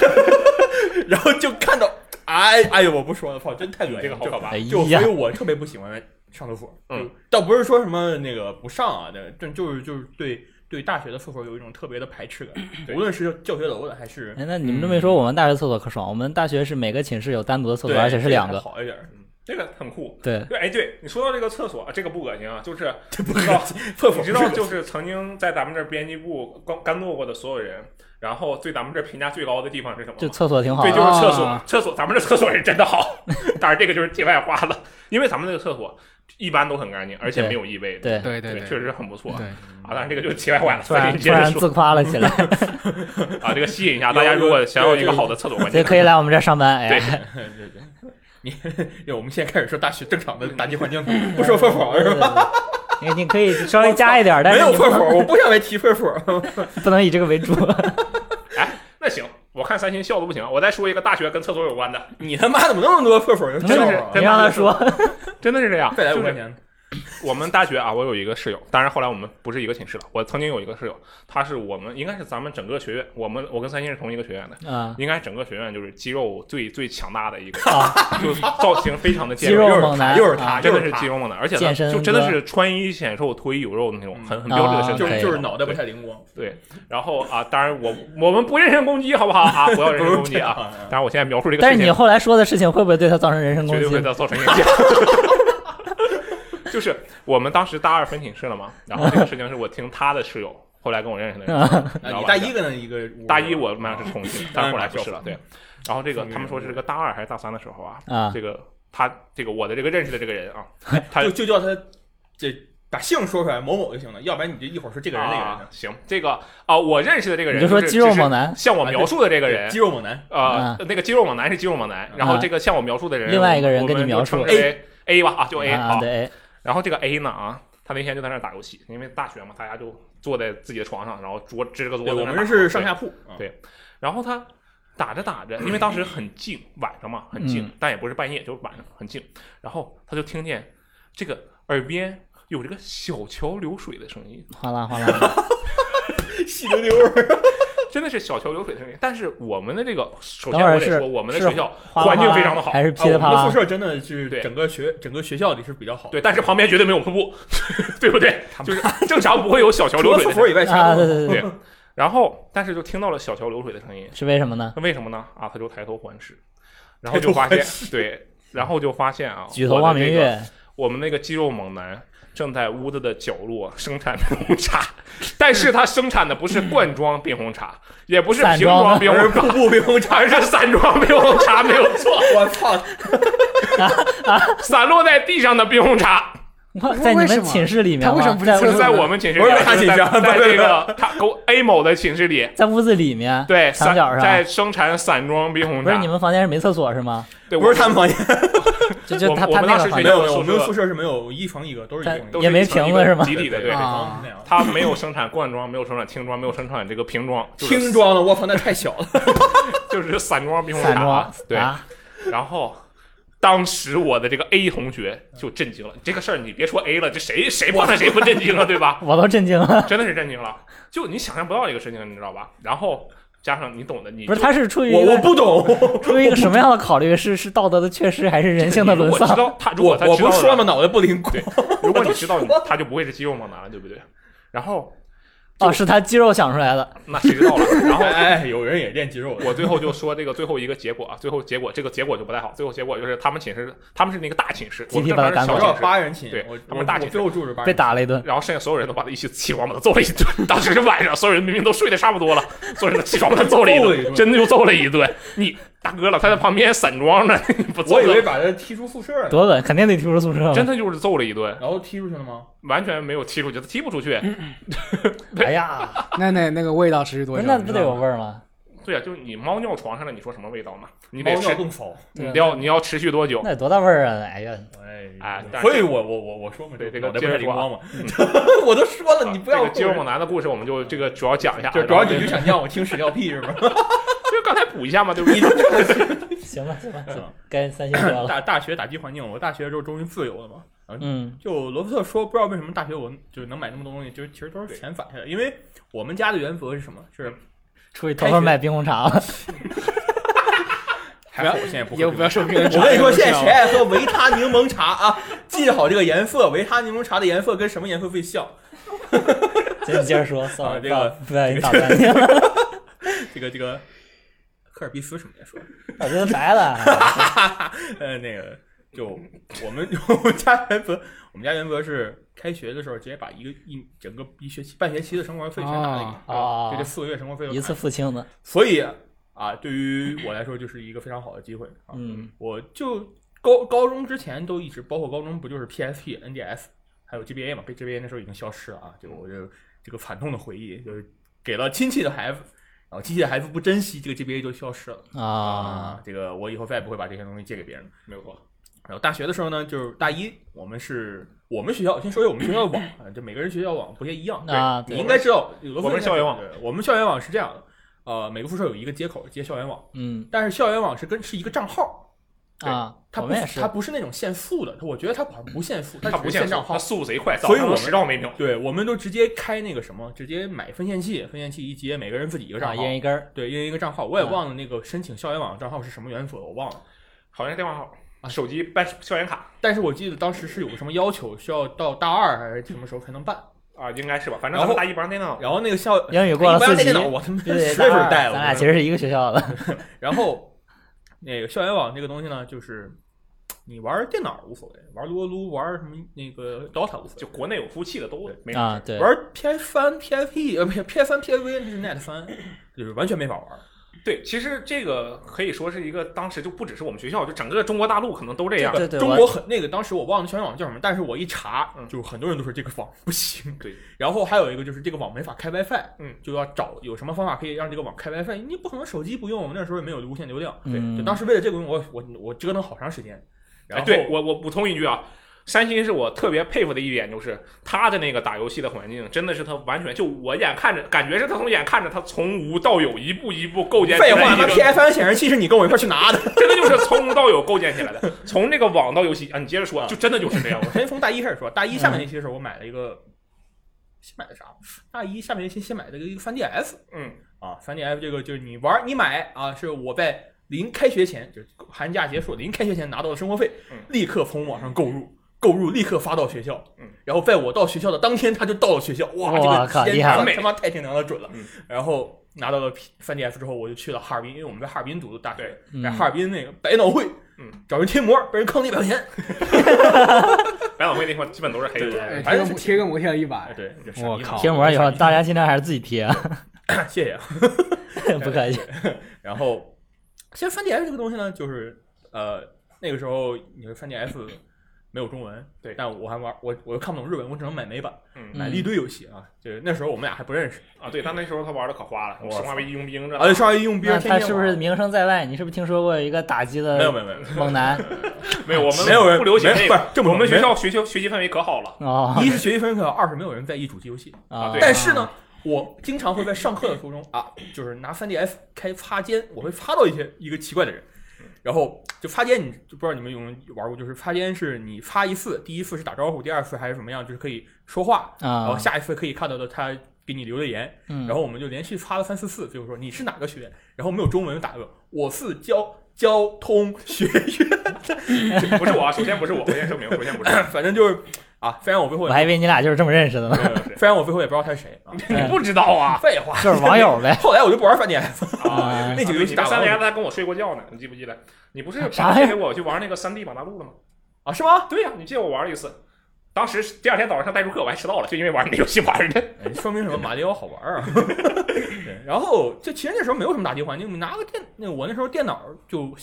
S5: [laughs] 然后就看到，哎哎呦，我不说了，操，真太恶
S2: 这
S5: 心了，
S2: 个好可怕
S4: 哎。
S5: 就所
S4: 呀
S5: 以，我特别不喜欢上厕所，
S2: 嗯
S5: 就，倒不是说什么那个不上啊，这这就是就是对对大学的厕所有一种特别的排斥感，
S2: 对
S5: 无论是教学楼的还是
S4: 哎，那你们这么一说，我们大学厕所可爽。我们大学是每个寝室有单独的厕所，
S5: 对
S4: 而且是
S5: 这
S4: 两
S5: 还
S4: 个。
S5: 好一点儿， [laughs]
S2: 嗯这个很酷。
S4: 对，
S2: 对，哎，对你说到这个厕所，这个不恶心啊，就是
S5: 这不
S2: 知道
S5: 厕
S2: 你
S5: 所
S2: 知道，就是曾经在咱们这儿编辑部干干做过的所有人，然后对咱们这儿评价最高的地方是什么吗？
S4: 就厕所挺好
S2: 对，
S4: 的。
S2: 就是厕所，
S3: 啊
S2: 厕所，咱们这厕所是真的好。 [laughs] 当然，这个就是题外话了，因为咱们那个厕所一般都很干净，而且没有异味的。
S4: 对，
S3: 对
S2: 对，
S3: 对
S2: 确实很不错啊。
S3: 对，
S2: 当然，这个就是题外话了。
S4: 突
S2: 所以
S4: 然
S2: 你
S4: 突
S2: 接着
S4: 然
S2: 说
S4: 自夸了起来，
S2: 啊，这个吸引一下大家，如果想要一个好的厕所环
S4: 也
S2: 境，
S4: 可以来我们这儿上班。哎
S2: 对
S4: 呀，
S5: 对对对，你 [laughs]
S4: 嗯
S5: 对我们现在开始说大学正常的打击环境，不说厕所
S4: 嗯
S5: 是吧？
S4: [laughs] 你你可以稍微加一点，但
S5: 没
S4: 是
S5: 有
S4: 你
S5: 厕所，我不想再提厕所。 [laughs]
S4: 不能以这个为主。
S2: 那行。我看三星笑的不行，我再说一个大学跟厕所有
S4: [laughs]
S2: 关的，
S5: 你他妈怎么那么多厕所就
S4: 你
S5: 笑
S2: 真的是
S5: 话
S4: 你
S5: 啊？
S4: 让他说，
S2: 真的是这样。
S5: 再来五
S2: 就
S5: 块
S2: 是
S5: 钱，
S2: 我们大学啊，我有一个室友，当然后来我们不是一个寝室了。我曾经有一个室友，他是我们应该是咱们整个学院，我们我跟三星是同一个学院的，
S4: 啊
S2: 应该整个学院就是肌肉最最强大的一个，
S4: [laughs] 啊，
S2: 就是造型非常的健
S4: 肌肉
S5: 又
S4: 猛
S5: 是他，
S4: 男
S5: 又是
S4: 啊
S5: 他，
S2: 真
S5: 又
S2: 的
S5: 是
S2: 是肌
S5: 他，
S2: 肉猛男，而且
S4: 健
S2: 呢
S4: 身
S2: 就真的
S4: 哥
S2: 是穿衣显瘦，脱衣有肉的那种，很很
S4: 嗯
S2: 标志的身
S4: 啊
S2: 材
S5: 就
S4: 对
S5: 是
S2: 形
S5: 就
S2: 状
S5: 是脑袋不太灵光。
S2: 对。然后啊，当然我我们不人身攻击，好不好啊？不要人身攻击啊！当然我现在描述这个
S4: 但
S2: 事
S4: 是你
S2: 情，
S4: 后来说的事情会不会对他造成人身攻
S2: 绝对会
S4: 击？
S2: 造造成影响。 [laughs] 就是我们当时大二分寝室了嘛，然后这个事情是我听他的室友后来跟我认识的人
S4: 啊
S5: 啊，你大一跟那一个屋
S2: 大一我们俩是重庆，但是后来不是了，
S5: 嗯
S2: 对。然后这个他们说是这个大二还是大三的时候啊，
S4: 啊
S2: 这个他这个我的这个认识的这个人啊，他
S5: 就就叫他这把姓说出来某某就行了，要不然你就一会儿说这
S2: 这
S5: 个人那个人
S2: 啊
S5: 的，
S2: 行，这个啊，我认识的这个人
S4: 你就说
S2: 是
S4: 肌肉
S2: 只是
S4: 猛男
S2: 像我描述的这个人
S5: 肌。肉猛男，
S2: 呃
S4: 啊，
S2: 那个肌肉猛男是肌肉猛男，然后这个像我描述的人，
S4: 另外一个人跟你
S2: 我们就
S4: 描述
S2: 称之为 A 吧，啊，就 A
S4: 啊，
S2: 好。
S4: 对，
S2: 然后这个 A 呢啊，他那天就在那儿打游戏，因为大学嘛，大家就坐在自己的床上，然后桌支个桌
S5: 对，
S2: 子在那
S5: 我
S2: 儿打，
S5: 们是上下铺，啊
S2: [laughs] 对然后他打着打着，因为当时很静，晚上嘛很
S4: 嗯
S2: 静，但也不是半夜，就是晚上很静。然后他就听见这个耳边有这个小桥流水的声音，
S4: 哗啦哗啦，
S5: 细溜溜
S4: [laughs]
S5: 儿，
S2: 真的是小桥流水的声音。但是我们的这个，首
S4: 等
S2: 先我
S4: 会儿
S2: 得
S4: 是
S2: 说，我们的
S4: 是
S2: 学校
S4: 哗啦哗啦
S2: 环境非常的好
S4: 还是
S5: 啊
S4: 噼里啪
S5: 我
S4: 啦
S5: 们宿？舍真的是
S2: 对
S5: 整个学整个学校里是比较好的，
S2: 对，但是旁边绝对没有瀑布， [laughs] 对不对？就是正常不会有小桥
S5: 除
S2: 流
S5: 了
S2: 水
S5: 厕
S2: 的声
S5: 所
S2: 音。
S5: 以外，其
S4: 啊，
S5: 他
S4: 对
S5: 都
S4: 对对，
S2: 对， [laughs] 然后但是就听到了小桥流水的声音，
S4: 是为什么呢？
S2: 那为什么呢？啊，他就抬头环视，然后就发
S5: 抬头
S2: 现
S5: 环，
S2: 对，然后就发现啊，
S4: 举头
S2: 我的
S4: 望明
S2: 这个
S4: 月，
S2: 我们那个肌肉猛男正在屋子的角落生产冰红茶，但是他生产的不是罐装冰红茶，也不是瓶装冰
S5: 而
S2: 红
S5: 瀑
S2: 茶，
S5: 布冰
S4: [laughs]
S5: 红茶
S2: 而，是散装冰红茶，没有错，
S5: 我操，
S2: 散落在地上的冰红茶。
S4: 哇在你
S3: 为什
S4: 们
S3: 么
S4: 寝室里面
S3: 他
S4: 吗？
S3: 为什么不是
S4: 在
S3: 厕
S2: 就
S5: [laughs]
S4: 屋
S2: 是在
S4: 子
S2: 我们寝室
S5: 不
S2: 里，
S5: 是他寝室
S2: 在在
S5: 不是
S2: 这个他给我 A 某的寝室里，
S4: 在屋子里面，
S2: 对，
S4: [laughs] 墙
S2: 散
S4: 角
S2: 在
S4: 上。
S2: 生产散装冰红
S4: 不
S2: 茶。
S4: 是你们房间是没厕所是吗？
S2: 对，
S5: 不
S2: 我
S5: 是他们房间，
S4: 就就
S2: 我
S4: 他
S2: 我
S4: 他
S2: 们
S4: 那
S2: 当
S4: 个
S2: 时
S4: 房
S5: 没
S2: 学
S4: 间
S2: 校
S5: 有没
S2: 宿舍
S5: 有，我们宿舍是没有一房一个，都是一
S4: 但
S5: 房一
S2: 都
S5: 个，
S2: 是
S4: 也没
S2: 一层
S4: 瓶
S2: 一
S4: 子
S2: 个
S4: 是吗
S2: 集体的，对
S5: 北，
S3: 啊
S5: 方是那样。
S2: 他没有生产罐装，没有生产瓶装，没有生产这个瓶装，就是 [laughs]
S5: 听装的，我操，那太小
S4: [laughs]
S5: 了！
S2: 就是散装冰红
S4: 散
S2: 茶
S4: 装，
S2: 对。
S4: 啊，
S2: 然后当时我的这个 A 同学就震惊了，这个事儿你别说 A 了，这谁谁碰上谁不震惊了，对吧？ [laughs]
S4: 我都震惊了。
S2: 真的是震惊了，就你想象不到这个事情，你知道吧？然后加上你懂的，你
S4: 不是，他是出于一
S5: 我
S4: 个
S5: 我不懂，
S4: 出于一个什么样的考虑？是是道德的缺失，还是人性的
S2: 你如
S4: 沦
S2: 果知
S4: 丧？
S2: 道他，如
S5: 我
S2: 果他
S5: 我
S2: 知
S5: 不
S2: 道
S5: 是说
S2: 了
S5: 了吗？脑袋不灵光 [laughs]
S2: 对， [laughs] 如果你知道，他就不会是肌肉猛男了，对不对？然后
S4: 哦，是他肌肉想出来的。
S2: 那谁知道了？然后
S5: 哎，哎有人也练肌肉
S2: [laughs]
S5: 的，
S2: 我最后就说这个最后一个结果啊，最后结果这个结果就不太好。最后结果就是他们寝室，他们是那个大寝室，
S4: 集
S2: 我们
S4: 体
S2: 正
S4: 把
S2: 常
S4: 他
S2: 是
S4: 赶
S5: 我
S4: 走
S2: 小
S5: 知道
S2: 寝室，
S5: 八人寝，
S2: 对
S5: 我
S2: 他们大
S5: 我
S2: 寝
S5: 最后住着八
S4: 被
S5: 人寝，
S4: 打了一顿，
S2: 然后剩下所有人都把他一起起床把他揍了一顿。当时是晚上，所有人明明都睡得差不多了，所有人都起床把他揍了一
S5: 揍了一
S2: 顿，
S5: 顿
S2: 真的就揍了一顿。你大哥了，他在旁边散装呢，你不揍
S5: 我以为
S2: 他，
S5: 把他踢出宿舍了，
S4: 多稳，肯定得踢出宿舍嘛。
S2: 真的就是揍了一顿，
S5: 然后踢出去了吗？
S2: 完全没有踢出去，他踢不出去。
S4: 哎呀，
S3: 那那那个味道持续多
S4: 不是
S3: 久？
S4: 那不得有味
S3: 儿？
S4: 儿吗？
S2: 对啊，就是你猫尿床上了，你说什么味道嘛？你得
S5: 猫
S2: 吃
S5: 尿，更骚。
S2: 你要你要持续多久？
S4: 啊那得多大味儿啊！哎呀，
S5: 哎
S2: 哎但是
S5: 所以我我我我说嘛，
S2: 对这
S5: 这
S2: 个
S5: 脑袋
S2: 接
S5: 不
S2: 着
S5: 太
S2: 说
S5: 灵
S2: 啊啊
S5: 光嘛， [laughs] 我都说了，你不要
S2: 这个肌肉猛男的故事，我们就这个主要讲一下啊，
S5: 就主要你
S2: 然后
S5: 就想让我听屎尿屁
S2: [laughs]
S5: 是吗？
S2: 就刚才补一下嘛，对不对？ [laughs]
S4: 行吧行吧，行
S5: 嗯
S4: 该三星哥
S5: [coughs]
S4: 了。
S5: 大大学打击环境，我大学之后终于自由了嘛。
S4: 嗯，
S5: 就罗伯特说，不知道为什么大学我就是能买那么多东西，就是其实都是钱攒下来的。因为我们家的原则是什么？是
S2: 嗯
S4: 出去偷偷卖冰红茶
S5: [laughs]
S4: 了。
S5: 还好我现在不
S3: 也
S5: 会
S3: 不要说
S4: [laughs]
S3: 别人
S5: 我跟你说，现在谁爱喝维他柠檬茶啊？ [laughs] 记好这个颜色，维他柠檬茶的颜色跟什么颜色最像？
S4: 接接着说，算
S5: 啊
S4: 了，
S5: 这
S4: 不
S5: 个
S4: 要
S5: [laughs]
S4: 不小心打断你了，
S5: 这个这个科尔必斯什么颜色？
S4: 我这都白
S5: [laughs]
S4: 了。
S5: 呃，那个就我们我们家原则，我们家原则是开学的时候直接把一个一整个一学期半学期的生活费全拿了给你，
S4: 哦
S5: 就这四个月生活费都拿
S4: 一次付清的，
S5: 所以啊，对于我来说就是一个非常好的机会啊。
S4: 嗯，
S5: 我就高高中之前都一直，包括高中不就是 PSP、NDS 还有 GBA 嘛？被 GBA 那时候已经消失了啊，就我就这个惨痛的回忆，就是给了亲戚的孩子，然后亲戚的孩子不珍惜，这个 GBA 就消失了
S4: 啊，
S5: 这个我以后再也不会把这些东西借给别人了。
S2: 没有错，
S5: 然后大学的时候呢，就是大一，我们是我们学校，先说一下我们学校的网，啊就每个人学校网不太一样
S4: 啊
S5: 对
S4: 对
S5: 你应该知道，有的
S2: 我们校园网，
S5: 对我们校园网是这样的，呃，每个宿舍有一个接口接校园网，
S4: 嗯
S5: 但是校园网是跟是一个账号，对
S4: 啊，
S5: 它
S4: 我
S5: 不
S4: 们也是
S5: 它，不是那种限速的，它我觉得它好像不限速，它
S2: 他
S5: 只
S2: 不
S5: 是
S2: 限
S5: 限
S2: 速
S5: 账，号
S2: 他。速贼快，
S5: 所以我们
S2: 十兆每秒。
S5: 对，我们都直接开那个什么，直接买分线器，分线器一接，每个人自己一个账
S4: 啊，
S5: 号
S4: 一，人一根儿。
S5: 对，一人一个账号。我也忘了那个申请校园网账号是什么原则，我忘了。
S2: 好像是电话号、
S5: 啊
S2: 手机办校园卡
S5: 但是我记得当时是有个什么要求，需要到大二还是什么时候才能办。
S2: 啊，应该是吧？反正咱
S5: 然
S2: 们
S5: 后
S2: 大一不让电脑，
S5: 然后那个校
S4: 英语过了四
S5: 一般带
S4: 级
S5: 电，脑我他妈
S4: 对对，
S5: [laughs] 随手带了。
S4: 咱俩其实是一个学
S5: [laughs]
S4: 校的。
S5: 然后那个校园网这个东西呢，就是你玩电脑无所谓，玩撸啊撸、玩什么那个 DOTA 无所
S2: 就
S5: 谓，
S2: 国内有服务器的都没啥
S4: 啊，
S2: 事。
S4: 对，
S5: 玩 PS 三、PSP 呃不是 PS 三、PSV 甚至 Net 三，就是完全没法玩。
S2: 对，其实这个可以说是一个当时就不只是我们学校，就整个中国大陆可能都这样。
S4: 对对
S5: 中
S4: 我
S5: 国很那个当时我忘了校园网叫什么，但是我一查
S2: 嗯，
S5: 就是很多人都说这个网不行。
S2: 对，
S5: 然后还有一个就是这个网没法开 WiFi，
S2: 嗯，
S5: 就要找有什么方法可以让这个网开 WiFi，你不可能手机不用，那时候也没有无线流量。
S4: 嗯
S5: 就当时为了这个东西，我我我折腾好长时间。然
S2: 哎，
S5: 后
S2: 对我我补充一句啊，三星是我特别佩服的一点，就是他的那个打游戏的环境，真的是他完全就我眼看着，感觉是他从眼看着他从无到有，一步一步构建起来
S5: 废话，
S2: 一个
S5: 那 PS 三显示器是你跟我一块去拿的。
S2: 真的就是从无到有构建起来的，从这个网到游戏啊，你接着说，就真的就是这样。
S5: 我先从大一开始说，大一下
S2: 嗯
S5: 半学期的时候，我买了一个，先买的啥？大一下半学期先买了一个三 DS
S2: 嗯，
S5: 啊，三 DS 这个就是你玩儿你买啊，是我在临开学前，就是寒假结束临开学前拿到的生活费
S2: 嗯，
S5: 立刻从网上购入。购入立刻发到学校
S2: 嗯，
S5: 然后在我到学校的当天，他就到了学校。哇，
S4: 哇
S5: 这个
S4: 靠
S5: 时
S4: 厉
S5: 间
S4: 害
S5: 他
S2: 了
S5: 他妈太挺娘的准了
S2: 嗯。
S5: 然后拿到了 P 三 DS 之后，我就去了哈尔滨，因为我们在哈尔滨读的大学
S2: 对，
S4: 嗯
S5: 在哈尔滨那个百脑汇
S2: 嗯，
S5: 找人贴膜，被人坑了一百块钱。
S2: 百老汇那块基本都是黑
S5: 对
S2: 的
S5: 对。
S3: 贴个膜贴个膜贴了一百
S5: 哎，，对，就傻逼
S3: 我
S5: 嘛
S3: 靠
S4: 贴膜以后，大家尽量还是自己
S5: [laughs]
S4: 贴啊，
S5: 谢谢啊。
S4: 不客气。
S5: 然后，其实三 DS 这个东西呢，就是呃，那个时候你说三 DS 没有中文，
S2: 对
S5: 但我还玩，我我又看不懂日文，我只能买美版，
S2: 嗯
S5: 买了一堆游戏啊。就是那时候我们俩还不认识，
S2: 啊，对，他那时候他玩的可花了，
S5: 我
S2: 生化危机佣兵这，
S5: 而且上一用兵
S4: 那
S5: 天天
S4: 他
S5: 玩
S4: 是不是名声在外？你是不是听说过有一个打击
S5: 没
S4: 的
S5: 有没有没有。
S4: 猛男？
S5: [laughs]
S2: 没有我们
S5: 没有人
S2: 不流行
S5: 没
S2: 这
S5: 不是
S2: 个，
S5: 这么说
S2: 我们学
S5: 没
S2: 校学习学习氛围可好了。
S4: 哦
S5: 一是学习分科，二是没有人在意主机游戏。
S4: 啊，
S2: 对
S5: 但是呢，我经常会在上课的途中啊，就是拿 3DS 开擦肩，我会擦到一些一个奇怪的人，然后就擦肩，你就不知道你们有没有玩过，就是擦肩是你擦一次，第一次是打招呼，第二次还是怎么样，就是可以说话，然
S4: 啊
S5: 后，下一次可以看到的他给你留的言，
S4: 嗯
S5: 然后我们就连续刷了三四次，就是说你是哪个学院，然后没有中文就打个我是交交通学院， [laughs]
S2: 不是我啊，首先不是我，我先声明，首先不是我。
S5: 反正就是啊，虽然我背后
S4: 我还以为你俩就是这么认识
S5: [laughs]
S4: 的呢，
S5: 虽然我背后也不知道他是谁啊，
S2: 你不知道啊？
S5: 废话，
S4: 就是网友
S5: [laughs]
S4: 呗。
S5: 后来我就不玩饭店了，
S4: [laughs] 啊
S5: [laughs] 那几个游
S2: 你
S5: 戏
S2: 在
S5: 打
S2: 三
S5: 完
S2: 连
S5: 我
S2: 他还跟我睡过觉呢，你记不记得？你不是
S4: 啥呀
S2: 借给我去玩那个三 D 马大陆了吗？
S5: 啊，是吗？
S2: 对呀、你借我玩了一次。当时第二天早上代数课我还迟到了，就因为玩你的游戏玩的。
S5: 哎说明什么？马里奥好玩
S2: [laughs]
S5: 啊！对，然后就其实那时候没有什么打击环境，拿个电，那我那时候电脑就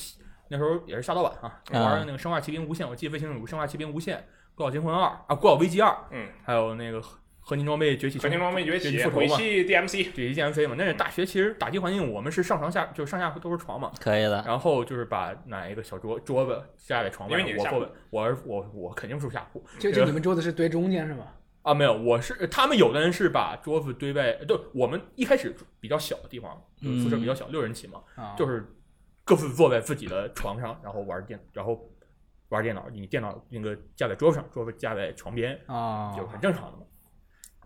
S5: 那时候也是下盗版啊，
S4: 啊
S5: 玩那个《生化奇兵无限》，我记得非常清楚，《生化奇兵无限》《孤岛惊魂二》啊，《孤岛危机二》，
S2: 嗯，
S5: 还有那个合合金装备崛起，
S2: 合金装备崛
S5: 崛
S2: 起、嗯
S5: 起复仇
S2: 回
S5: 嘛，
S2: 系 DMC，
S5: 崛起剑飞嘛。那是大学，其实打击环境我们是上床下，就是上下都是床嘛，
S4: 可以的，
S5: 然后就是把拿一个小桌桌子架在床
S2: 嗯因
S5: 上
S2: 为你，是
S5: 我
S2: 下
S5: 后
S2: 铺
S5: 我是我我肯定住下铺
S3: 就就你们桌子是堆中间是吗？
S5: 啊，没有，我是他们有的人是把桌子堆在，对我们一开始住比较小的地方，就是宿舍
S4: 嗯
S5: 比较小，六人寝嘛，
S3: 啊，
S5: 就是各自坐在自己的床上，然后玩电，然后玩电脑，你电脑那个架在桌子上，桌子架在床边，
S3: 啊，
S5: 就很正常的嘛。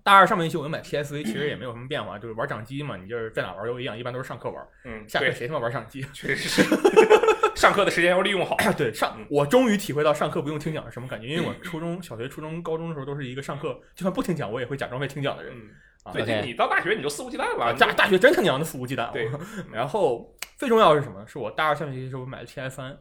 S5: 大二上半学期我就买 PSV，其实也没有什么变化，就是玩掌机嘛，你就是在哪玩都一样，一般都是上课玩，
S2: 嗯，
S5: 下课
S2: 对，
S5: 谁他妈玩掌机？
S2: 确实是。 [laughs] 上课的时间要利
S5: [clears throat]
S2: 用好。
S5: 对，上
S2: 嗯
S5: 我终于体会到上课不用听讲是什么感觉，因为我初中小学、初中、高中的时候都是一个上课就算不听讲我也会假装在听讲的人。
S2: 嗯，
S5: 啊
S2: 对，
S4: OK
S2: 就你到大学你就肆无忌惮
S5: 啊，
S2: 了。
S5: 大大学真他娘的肆无忌
S2: [laughs]
S5: 惮。
S2: 对，
S5: 然后最重要的是什么？是我大二下学期的时候买的 PS 三，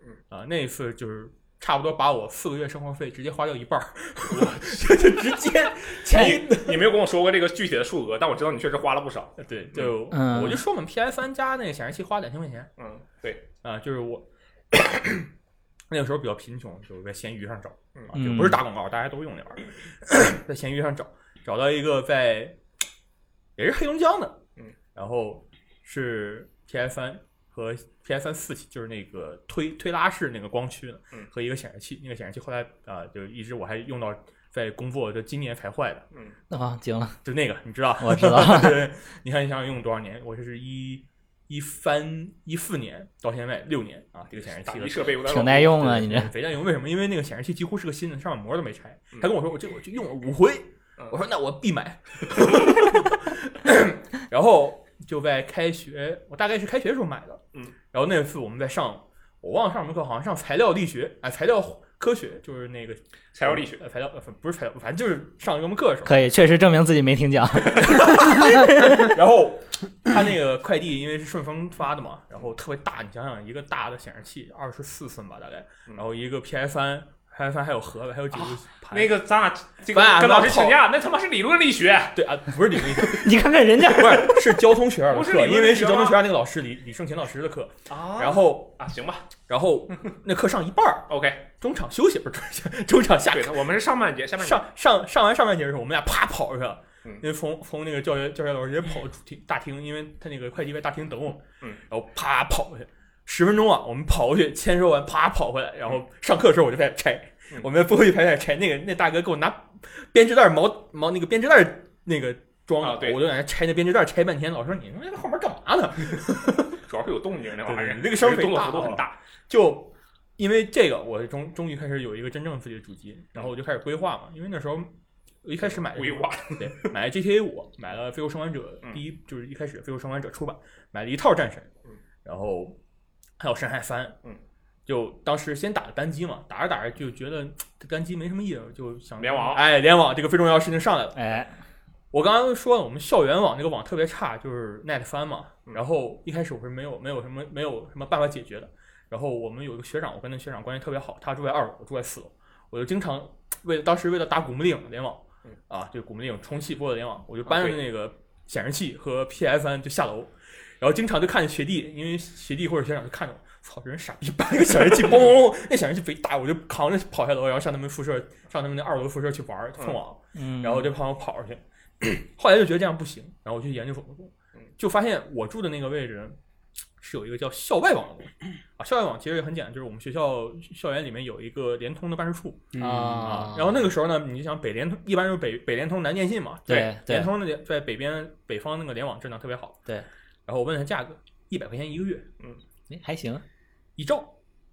S2: 嗯
S5: 啊，那一次就是差不多把我四个月生活费直接花掉一半儿， [laughs] 就就直
S2: [laughs]
S5: 接前一
S2: 你没有跟我说过这个具体的数额，但我知道你确实花了不少。
S5: 对，就
S4: 嗯
S5: 我就说我们 PS 三加那个显示器花两千块钱
S2: 嗯，对，
S5: 啊，就是我那个时候比较贫穷，就在闲鱼上找。啊，
S2: 嗯，
S5: 就不是打广告，大家都用那玩意儿，在闲鱼上找，找到一个在也是黑龙江的，
S2: 嗯，
S5: 然后是 PS 三和 PS 三四就是那个推推拉式那个光驱的，
S2: 嗯
S5: 和一个显示器，那个显示器后来啊、呃就一直我还用到在工作，就今年才坏的，
S2: 嗯，
S4: 那好，哦行了，
S5: 就那个你知道，
S4: 我知道
S5: [laughs] 对，你看你想想用多少年，我这是一。一三一四年到现在六年啊，这个显示
S2: 打
S5: 器
S2: 一
S5: 的
S2: 设备有点
S4: 挺
S2: 老
S4: 耐用啊，你
S5: 对对
S4: 这
S5: 对肥蛋油为什么？因为那个显示器几乎是个新的，上面膜都没拆
S2: 嗯。
S5: 他跟我说，我这我就用了五回
S2: 嗯，
S5: 我说那我必买。 [laughs] 然后就在开学，我大概是开学的时候买的。
S2: 嗯，
S5: 然后那次我们在上，我忘了上什么课，好像上材料力学，哎，材料科学，就是那个
S2: 材料力学，
S5: 呃材料呃不是材料，反正就是上一个什么课的时候。
S4: 可以，确实证明自己没听
S5: [laughs]
S4: 讲。
S5: 然后他那个快递因为是顺丰发的嘛，然后特别大，你想想一个大的显示器，二十四寸吧大概，
S2: 嗯啊
S5: 然后一个 PS 三，PS 三还有盒子，还有几个盘。
S2: 那个咱俩这
S5: 咱
S2: 个
S5: 俩
S2: 跟老师
S5: 他妈
S2: 请假，那他妈是理论力学，
S5: 对啊，不是理论，
S4: 你看看人
S5: [laughs]
S4: 家，
S5: 不是是交通学院的
S2: 不是理
S5: 课，
S2: 论
S5: 因为是交
S2: 学
S5: 通
S2: 吗
S5: 学院那个老师李李胜勤老师的课，
S2: 啊
S5: 然后
S2: 啊，行吧
S5: 然后那课上一半儿，
S2: ，OK，
S5: 中场休息不是中场下课
S2: 对，我们是上半节，下半节，
S5: 上上上完上半节的时候，我们俩啪跑出去了
S2: 嗯，
S5: 因为从从那个教学教学楼直接跑主题大厅，因为他那个会计在大厅等我们，
S2: 嗯
S5: 然后啪跑过去，十分钟啊，我们跑过去签收完，啪跑回来，然后上课的时候我就开始拆
S2: 嗯，
S5: 我们不会去排在拆那个那大哥给我拿编织袋毛毛那个编织袋那个装
S2: 啊对
S5: 我就在那拆那编织袋拆半天，老师说你们在后面干嘛呢？
S2: 主要是有动静那玩意
S5: 对
S2: 儿
S5: 对，那个声儿
S2: 动作幅
S5: 很大啊
S2: 度很大，
S5: 就因为这个，我终终于开始有一个真正自己的主机，然后我就开始规划嘛，因为那时候。我一开始买的
S2: 规
S5: 时候
S2: 划，
S5: 对，
S2: [laughs]
S5: 买了 GTA 五，买了《飞游生还者
S2: 嗯》
S5: 第一，就是一开始《飞游生还者》出版，买了一套战神
S2: 嗯，
S5: 然后还有《神海三》，
S2: 嗯，
S5: 就当时先打的单机嘛，打着打着就觉得这单机没什么意思，就想
S2: 联网
S5: 哎，联网这个非重要的事情上来了。
S4: 哎，
S5: 我刚刚说了，我们校园网那个网特别差，就是 Net 三嘛，
S2: 嗯
S5: 然后一开始我是没有没有什么没有什么办法解决的，然后我们有一个学长，我跟那学长关系特别好，他住在二楼，我住在四楼，我就经常为了当时为了打古墓丽影的联网
S2: 嗯，啊
S5: 啊，对古墓丽影重启播的联网，我就搬着
S2: 对
S5: 那个显示器和 PS 三就下楼，然后经常就看见学弟，因为学弟或者学长就看着我，操，这人傻逼，搬一个显示器，嘣嘣嘣，那显示器贼大，我就扛着跑下楼，然后上他们宿舍，上他们那二楼宿舍去玩儿蹭网，
S4: 嗯，
S5: 然后就跑我跑出去。 [clears throat] 后来就觉得这样不行，然后我去研究所工
S2: 嗯
S5: 就发现我住的那个位置是有一个叫校外网的东西啊。校外网其实也很简单，就是我们学校校园里面有一个联通的办事处
S3: 啊，
S4: 啊，
S5: 嗯然后那个时候呢，你就想北联通一般就是北北联通、南电信嘛，
S4: 对对
S5: 联通的在北边北方那个联网质量特别好。
S4: 对，
S5: 然后我问他价格，一百块钱一个月，
S4: 哎还行，
S5: 一兆，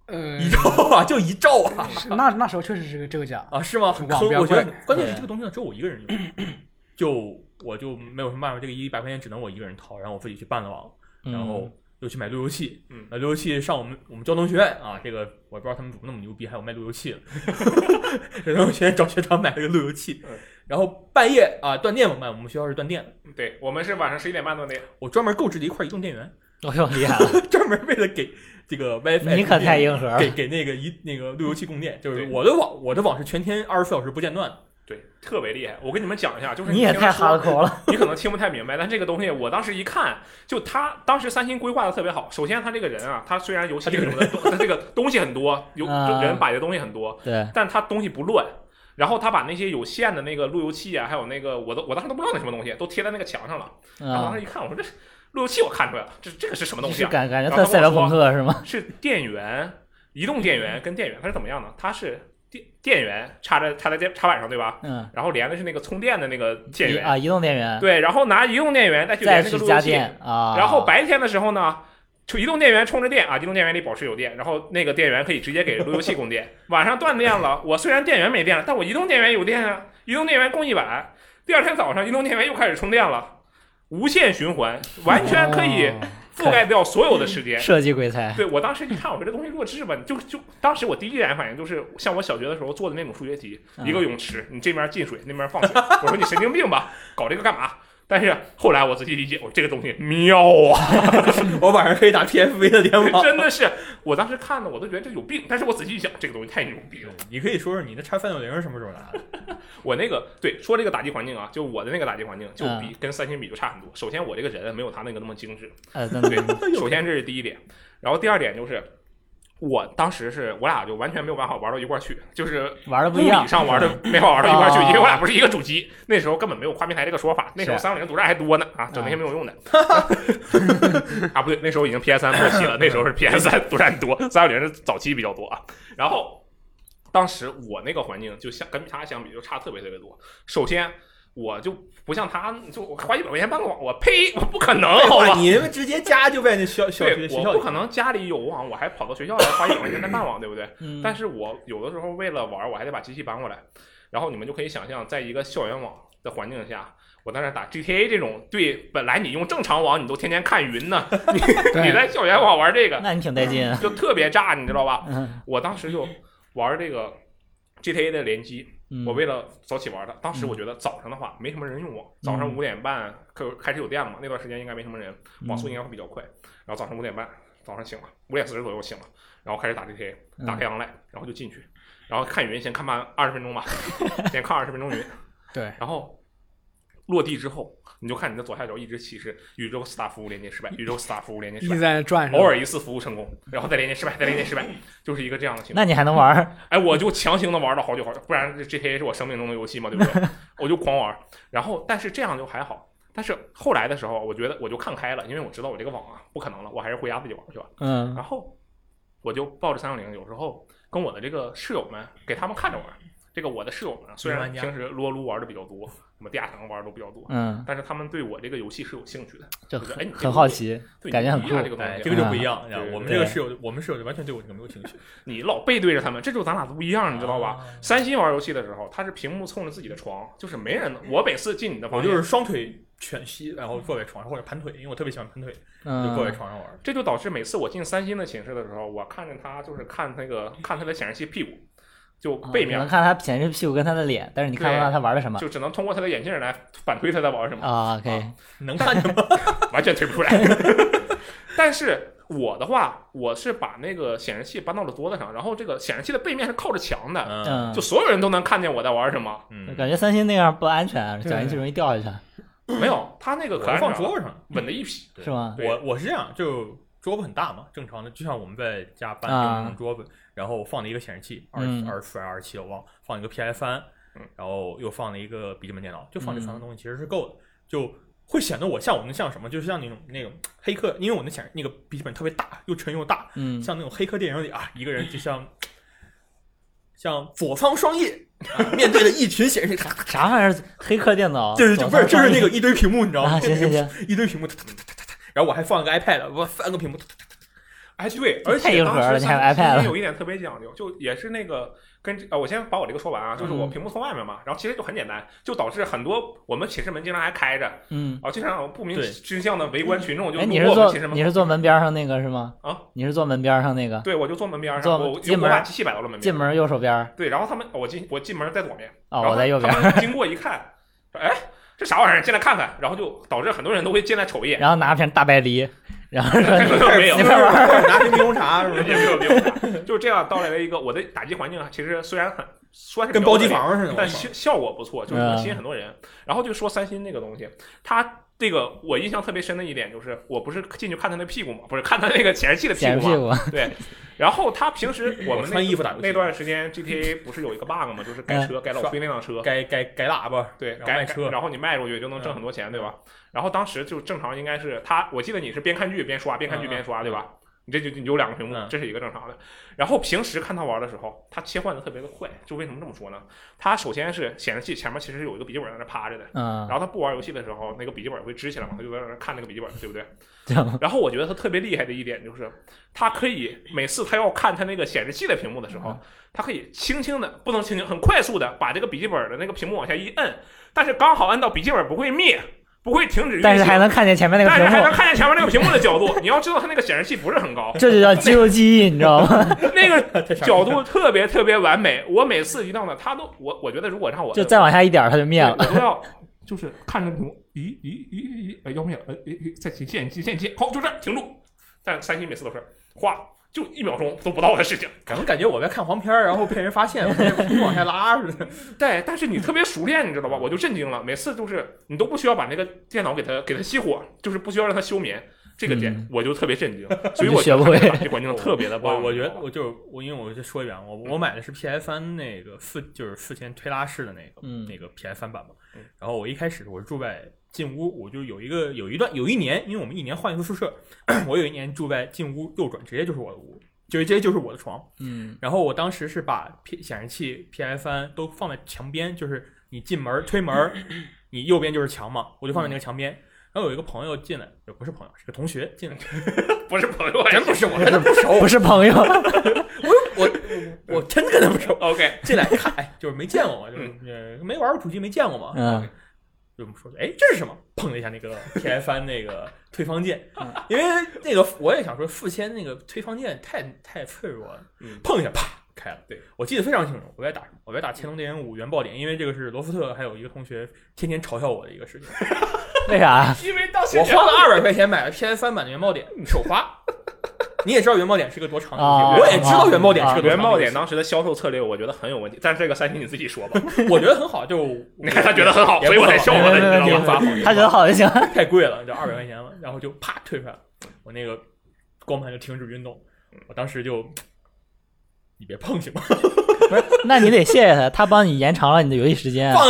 S3: 呃
S5: 一，兆啊，就一兆啊。
S3: 是那那时候确实是个这个价，
S5: 啊，是吗？很
S3: 网
S5: 坑，
S3: 标
S5: 我觉得
S3: 贵
S5: 关键是
S4: 对 [clears throat]
S5: 这个东西呢，只有我一个人用，就我就没有什么办法，这个一百块钱只能我一个人掏，然后我自己去办了网，然
S4: 嗯
S5: 后又去买路由器，
S2: 嗯
S5: 买路由器上我们我们交通学院啊，这个我也不知道他们怎么那么牛逼，还有卖路
S4: [laughs]
S5: 由器的，然后学院找学长买了个路由器
S2: 嗯，
S5: 然后半夜啊断电嘛，我们学校是断电的，
S2: 对我们是晚上十一点半断电，
S5: 我专门购置了一块移动电源， [laughs]
S4: 我哦哟厉害了，
S5: 专门为了给这个 WiFi，
S4: 你可
S5: 供电
S4: 太硬核了
S5: 给。给那个一那个路由器供电，就是
S2: 对
S5: 我的网，我的网是全天二十四小时不间断的。
S2: 对，特别厉害。我跟你们讲一下，就是
S4: [laughs] 你也
S2: 听他
S4: 太
S2: 说
S4: hardcore 了，
S2: 你可能听不太明白，但这个东西我当时一看，就他当时三星规划的特别好。首先，他这个人啊，他虽然游戏
S5: 他这
S2: 什
S5: 个
S2: 么的，东他这个东西很多，有
S4: [laughs] 啊
S2: 就人摆的东西很多，
S4: [laughs] 对，
S2: 但他东西不乱。然后他把那些有线的那个路由器啊，还有那个我都我当时都不知道那什么东西，都贴在那个墙上了。然后当
S4: 嗯
S2: 时，一看，我说这路由器我看出来了，这这个是什么东
S4: 就
S2: 西
S4: 是
S2: 啊？
S4: 感感
S2: 然
S4: 觉
S2: 后
S4: 特
S2: 他
S4: 赛
S2: 跟
S4: 博
S2: 我
S4: 朋
S2: 说
S4: 克是吗？
S2: 是电源，移动电源跟电源它是怎么样呢？它是电电源插在插在电插板上对吧？
S4: 嗯，
S2: 然后连的是那个充电的那个电
S4: 移
S2: 源
S4: 啊，移动电源，
S2: 对，然后拿移动电源再去连
S4: 再
S2: 那个路
S4: 去
S2: 由
S4: 加
S2: 器，
S4: 电啊，
S2: 然后白天的时候呢，就移动电源充着电啊，移动电源里保持有电，然后那个电源可以直接给路由器供电。晚上断电了，我虽然电源没电了，但我移动电源有电啊，移动电源供一晚，第二天早上移动电源又开始充电了，无限循环，完全可以
S4: 哦
S2: 覆盖掉所有的时间。
S4: 设计鬼才，
S2: [laughs] 对我当时一看，我说这东西弱智吧，你就就当时我第一眼反应就是像我小学的时候做的那种数学题，
S4: 嗯
S2: 一个泳池，你这边进水，那边放水，我说你神经病吧，搞这个干嘛？但是后来我仔细理解，我说这个东西妙啊， [laughs]
S5: [laughs] 我晚上可以打 PFV 的联网。
S2: 真的是，我当时看的我都觉得这有病，但是我仔细一想，这个东西太牛逼了。
S5: [laughs] 你可以说说你的叉三六零是什么时候 [laughs] 拿的？
S2: 我那个对说这个打击环境啊，就我的那个打击环境就比跟三星比就差很多。首先我这个人没有他那个那么精致，
S4: 呃，对
S2: 对，首先这是第一点，然后第二点就是，我当时是我俩就完全没有办法玩到一块儿去，就是
S4: 玩的不
S2: 物
S4: 一样
S2: 理，上玩的没法玩到一块儿去，
S4: 哦
S2: 因为我俩不是一个主机，那时候根本没有跨平台这个说法，那时候
S4: 是
S2: 三六零独占还多呢啊，整那些没有用的。 [laughs] 啊，不对，那时候已经 PS 三末期
S4: [laughs]
S2: 了，那时候是 PS 三独占多，三六零是早期比较多啊。然后当时我那个环境就相跟他相比就差特别特别多。首先。我就不像他，就我花一百块钱办个网，我呸，我不可能，好吧？
S5: 你他妈直接加就在那小小学
S2: 对，
S5: 学校
S2: 我
S5: 里
S2: 不可能家里有网，我还跑到学校来花一百块钱在办网，对不对？
S4: 嗯
S2: 但是我有的时候为了玩儿，我还得把机器搬过来。然后你们就可以想象，在一个校园网的环境下，我在那打 GTA 这种，对，本来你用正常网你都天天看云呢，你你
S3: 对
S2: 在校园网玩这个
S4: 那你挺带劲，啊
S2: 就特别炸，你知道吧？
S4: 嗯
S2: 我当时就玩这个 GTA 的联机，
S4: 嗯，
S2: 我为了早起玩的，当时我觉得早上的话没什么人用网，早上
S4: 嗯
S2: 五点半可开始有电了嘛，那段时间应该没什么人，网
S3: 嗯
S2: 速应该会比较快。然后早上五点半，早上醒了，五点四十左右醒了，然后开始打 GTA，打
S3: 嗯
S2: 开 online，、然后就进去，然后看云，先看半二十分
S3: [laughs]
S2: 钟吧，先看二十分钟云，
S3: 对，
S2: 然后落地之后，你就看你的左下角一直提示宇宙四大服务连接失败，宇宙四大服务连接
S3: 一
S2: 失
S3: 直嗯
S2: 败。
S3: 在那转
S2: 偶尔一次服务成功，然后再连接失败，再连接失败，就是一个这样的情况。
S4: 那你还能玩儿，
S2: 哎，我就强行的玩了好久好久，不然这 GTA 是我生命中的游戏嘛，对不对？ [laughs] 我就狂玩，然后但是这样就还好。但是后来的时候，我觉得我就看开了，因为我知道我这个网啊不可能了，我还是回家自己玩去吧。
S4: 嗯
S2: 然后我就抱着三六零，有时候跟我的这个室友们给他们看着玩。这个我的室友们啊虽然
S5: 玩家
S2: 平时撸啊撸玩的比较多，什么地下城玩的都比较多，
S4: 嗯，
S2: 但是他们对我这个游戏是有兴趣的，
S4: 就
S2: 就是哎你
S4: 很
S2: 这个
S4: 很好
S2: 东西
S4: 奇，
S2: 对
S4: 感觉很
S2: 你不一样
S4: 酷嗯
S2: 这个东
S5: 哎，
S2: 西，
S5: 这个就不一样。
S2: 对对
S5: 我们
S2: 对
S5: 这个室友，我们室友就完全对我这个没有 [laughs] 兴趣，
S2: 你老背对着他们，这就是咱俩不一样，你知道吧？
S5: 啊
S2: 三星玩游戏的时候，他是屏幕冲着自己的床，就是没人能。我每次进你的
S5: 我
S2: 房间，
S5: 哦就是双腿全膝，然后坐在床上或者盘腿，因为我特别喜欢盘腿，就坐在
S4: 嗯，
S5: 床上玩。
S2: 这就导致每次我进三星的寝室的时候，我看着他就是看那个看他的显示器屁股，就背
S4: 嗯你
S2: 面，
S4: 能看他显示屁股跟他的脸，但是你看不到
S2: 对
S4: 他玩的什么
S2: 就只能通过他的眼镜来反推他在玩什么。
S4: 啊？OK，
S2: 啊
S5: 能看见吗？
S2: 完全推不出来。 [laughs] 但是我的话，我是把那个显示器搬到了桌子上，然后这个显示器的背面是靠着墙的，
S5: 嗯
S4: 嗯
S2: 就，所有人都能看见我在玩什么。
S5: 嗯，
S4: 感觉三星那样不安全，啊
S3: 对
S4: 脚印器容易掉下
S2: 没有，他那个
S5: 我啊
S2: 可
S5: 嗯
S2: 放
S5: 放桌子上。
S2: 稳稳的一批。
S4: 去，是吗？
S2: 对
S5: 我我是这样，就桌子很大嘛，正常的，就像我们在家办
S4: 啊
S5: 那种桌子，然后放了一个显示器，二
S4: 嗯
S5: 二十出来二十七，我忘了，放了一个 PS 三
S2: 嗯，
S5: 然后又放了一个笔记本电脑，就放
S4: 嗯
S5: 这三个东西其实是够的，就会显得我像我们像什么，就是像那种那种黑客，因为我那显那个笔记本特别大，又沉又大，
S4: 嗯，
S5: 像那种黑客电影里啊，一个人就像像左方双翼、啊面对着一群显
S4: [laughs]
S5: 示器，
S4: 啥玩意儿？黑客电脑
S5: 就是就
S4: 左
S5: 不是
S4: 上
S5: 就是
S4: 方
S5: 那个一堆屏幕，你知道吗？
S4: 啊啊？行行行，
S5: 一堆屏幕，然后我还放了个 iPad，我三个屏幕，
S2: 哎，对，而
S4: 太
S2: 且
S4: 硬
S2: 当
S4: 核了
S2: 时
S4: 你还有
S2: 三
S4: iPad
S2: 星
S4: 了
S2: 有一点特别讲究，就也是那个跟这呃，我先把我这个说完啊，就是
S4: 嗯
S2: 我屏幕从外面嘛，然后其实就很简单，就导致很多我们寝室门经常还开着，
S4: 嗯，
S2: 啊，经常有不明
S5: 对
S2: 真相的围观群众就
S4: 哎，
S2: 路
S4: 你是
S2: 过我们
S4: 坐
S2: 寝室门口，
S4: 你是坐门边上那个是吗？
S2: 啊，
S4: 你是坐门边上那个，
S2: 对，我就坐门边
S4: 坐
S2: 上，我
S4: 进
S2: 我
S4: 门
S2: 把机器摆到了门边，
S4: 进门右手边儿
S2: 对，然后他们我进我进门在左边，
S4: 啊，
S2: 然
S4: 我
S2: 后
S4: 在右边
S2: 他
S4: 儿，
S2: 们经过一看，说哎，这啥玩意儿？进来看看，然后就导致很多人都会进来瞅一眼，
S4: 然后拿瓶大白梨， [laughs] 然
S2: [laughs]
S4: 后说你
S2: 没有
S4: 你快玩儿，
S5: 拿瓶冰红茶是
S2: 也
S5: 吧？
S2: 没有变化，就是这样到来了一个我的打击环境啊，其实虽然很算是
S5: [laughs] 跟
S2: 比较
S5: 包机
S2: 恶劣，
S5: 房似的。
S2: 但效效果不错，就是能吸引很多人。然后就说三星那个东西，它这个我印象特别深的一点就是，我不是进去看他那屁股嘛，不是看他那个显示器的屁
S4: 舔
S2: 股啊
S4: 屁
S2: 嘛， [laughs]
S4: 股，
S2: 对。然然后他平时我
S5: 我
S2: 们那
S5: 穿衣服打游戏
S2: 那段时间 GTA 不是有一个 bug 嘛，嗯就是改车，改老崔那辆车，
S5: 改改改喇叭，
S2: 对，
S5: 然后
S2: 改
S5: 卖车嗯
S2: 改然后你卖出去就能挣很多钱，对吧？然后当时就正常应该是他，我记得你是边看剧边刷，边看剧边刷，对吧？你这就你有两个屏幕
S5: 嗯，
S2: 这是一个正常的。然后平时看他玩的时候，他切换的特别的快，就为什么这么说呢？他首先是显示器前面其实有一个笔记本在那趴着的，
S4: 嗯
S2: 然，后他不玩游戏的时候，那个笔记本会支起来嘛，他就在那看那个笔记本，对不对？
S4: [laughs] 这样
S2: 然后我觉得他特别厉害的一点就是，他可以每次他要看他那个显示器的屏幕的时候
S4: 嗯，
S2: 他可以轻轻的，不能轻轻，很快速的把这个笔记本的那个屏幕往下一摁，但是刚好摁到笔记本不会灭，不会停止
S4: [laughs]
S2: 运行，
S4: 但是还能看见前面那个
S2: 但是
S4: 屏
S2: 还能
S4: 幕，
S2: 看见前面那个屏幕的角度。你要知道他那个显示器不是很高，
S4: 这就叫肌肉记忆，你知道吗？
S2: 那个
S5: 这啥
S2: 角度特别特别完美。我每次一到那，他都我我觉得如果让我
S4: 就再往下一点儿它就灭
S2: 对
S4: 了
S2: 我。都要 [laughs] 就是看着屏幕，咦咦咦咦，哎要灭了，哎哎哎，再接线接线接，好，就这儿停住。但三星每次都是，哗，就一秒钟都不到的事情。
S5: 怎么感觉我在看黄片儿，然后被人发现，我被往下拉似的？
S2: 对，但是你特别熟练，你知道吧？我就震惊了，每次就是你都不需要把那个电脑给它给它熄火，就是不需要让它休眠。这个点、
S4: 嗯
S2: 我就特别震
S4: [laughs]
S2: 惊，所以
S4: 你
S2: 我
S4: 学不会
S2: 这环境特别的
S5: [laughs] 我
S2: 棒。
S5: 我觉
S2: 你知
S5: 得
S2: 道吧
S5: 我就是我，因为我就说一遍，啊我我买的是 PS 三那个四就是四前推拉式的那个、
S4: 嗯
S5: 那个 PS 三版嘛
S2: 嗯。
S5: 然后我一开始我住在进屋，我就有一个有一段有一年，因为我们一年换一个宿舍， [coughs] 我有一年住在进屋右转，直接就是我的屋，就是直接就是我的床。
S4: 嗯
S5: 然后我当时是把 P 显示器、PS 三都放在墙边，就是你进门儿推门儿，你右边就是墙嘛，我就放在那个墙边。然后有一个朋友进来，也不是朋友，是个同学进来，
S2: 不是朋友，
S5: [laughs] 真不是我，真的不熟，
S4: 不是朋友，
S5: 我我我真的跟他不熟。
S2: [laughs] OK，
S5: 进来一看，哎，就是没见过嘛，就是呃没玩过主机，没见过嘛，
S4: 嗯，
S5: 就我们说，哎，这是什么？碰了一下那个 PS 三那个推方键，因为那个我也想说，付签那个推方键太太脆弱了，
S2: 嗯
S5: 碰一下啪开了。
S2: 对
S5: 我记得非常清楚，我在打什么？我在打《乾隆电影五原爆点》，因为这个是罗福特还有一个同学天天嘲笑我的一个事情。
S4: 为啥？
S2: 因为 [laughs] 到
S5: 我
S2: 现在
S5: 花了二百块钱买了 PS 三版的原爆点，手
S2: [laughs]
S5: 滑。你也知道原爆点是个多长的游
S4: 啊
S5: 戏，我也知道原爆点是个
S2: 嗯
S5: 多
S2: 原
S5: 长的
S2: 爆
S5: 游戏
S2: 点当时的销售策略，我觉得很有问题。但是这个三星你自己说
S5: [laughs]
S2: 吧，
S5: 我觉得很好，就
S2: [laughs] 你看他觉得很好，所以我才笑
S4: 别
S2: 话他，
S4: 别
S2: 你
S4: 别
S2: 知道
S4: 别
S2: 吗？
S4: 别，他觉得好就行。 [laughs]
S5: 太贵了，就二百块钱了，然后就啪退出来了，我那个光盘就停止运动，
S2: 嗯
S5: 我当时就，你别碰
S4: [laughs]
S5: 行吗？
S4: 不是，那你得谢谢他，他帮你延长了你的游戏时间啊，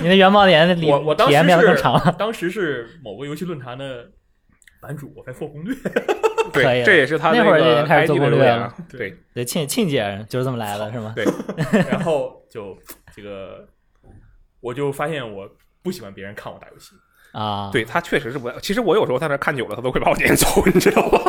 S4: 你的元宝
S2: [laughs]
S4: 点的里
S5: 我我当
S4: 体
S5: 时
S4: 验变得更
S5: 是
S4: 长了。
S5: 当时是某个游戏论坛的版主，我在做攻略，
S4: 可以了
S2: 这也是他
S4: 那会儿就已
S2: 个
S4: 经开始
S2: ID
S4: 做
S2: 的
S4: 攻
S2: 留
S4: 略
S2: 言
S4: 了
S2: 啊。 [laughs] 对，
S4: 对，庆庆姐就是这么来的，是吗？
S5: 然后就这个，我就发现我不喜欢别人看我打游戏，
S4: 啊，，
S2: 对他确实是不太。其实我有时候在那看久了，他都会把我撵走，你知道吧？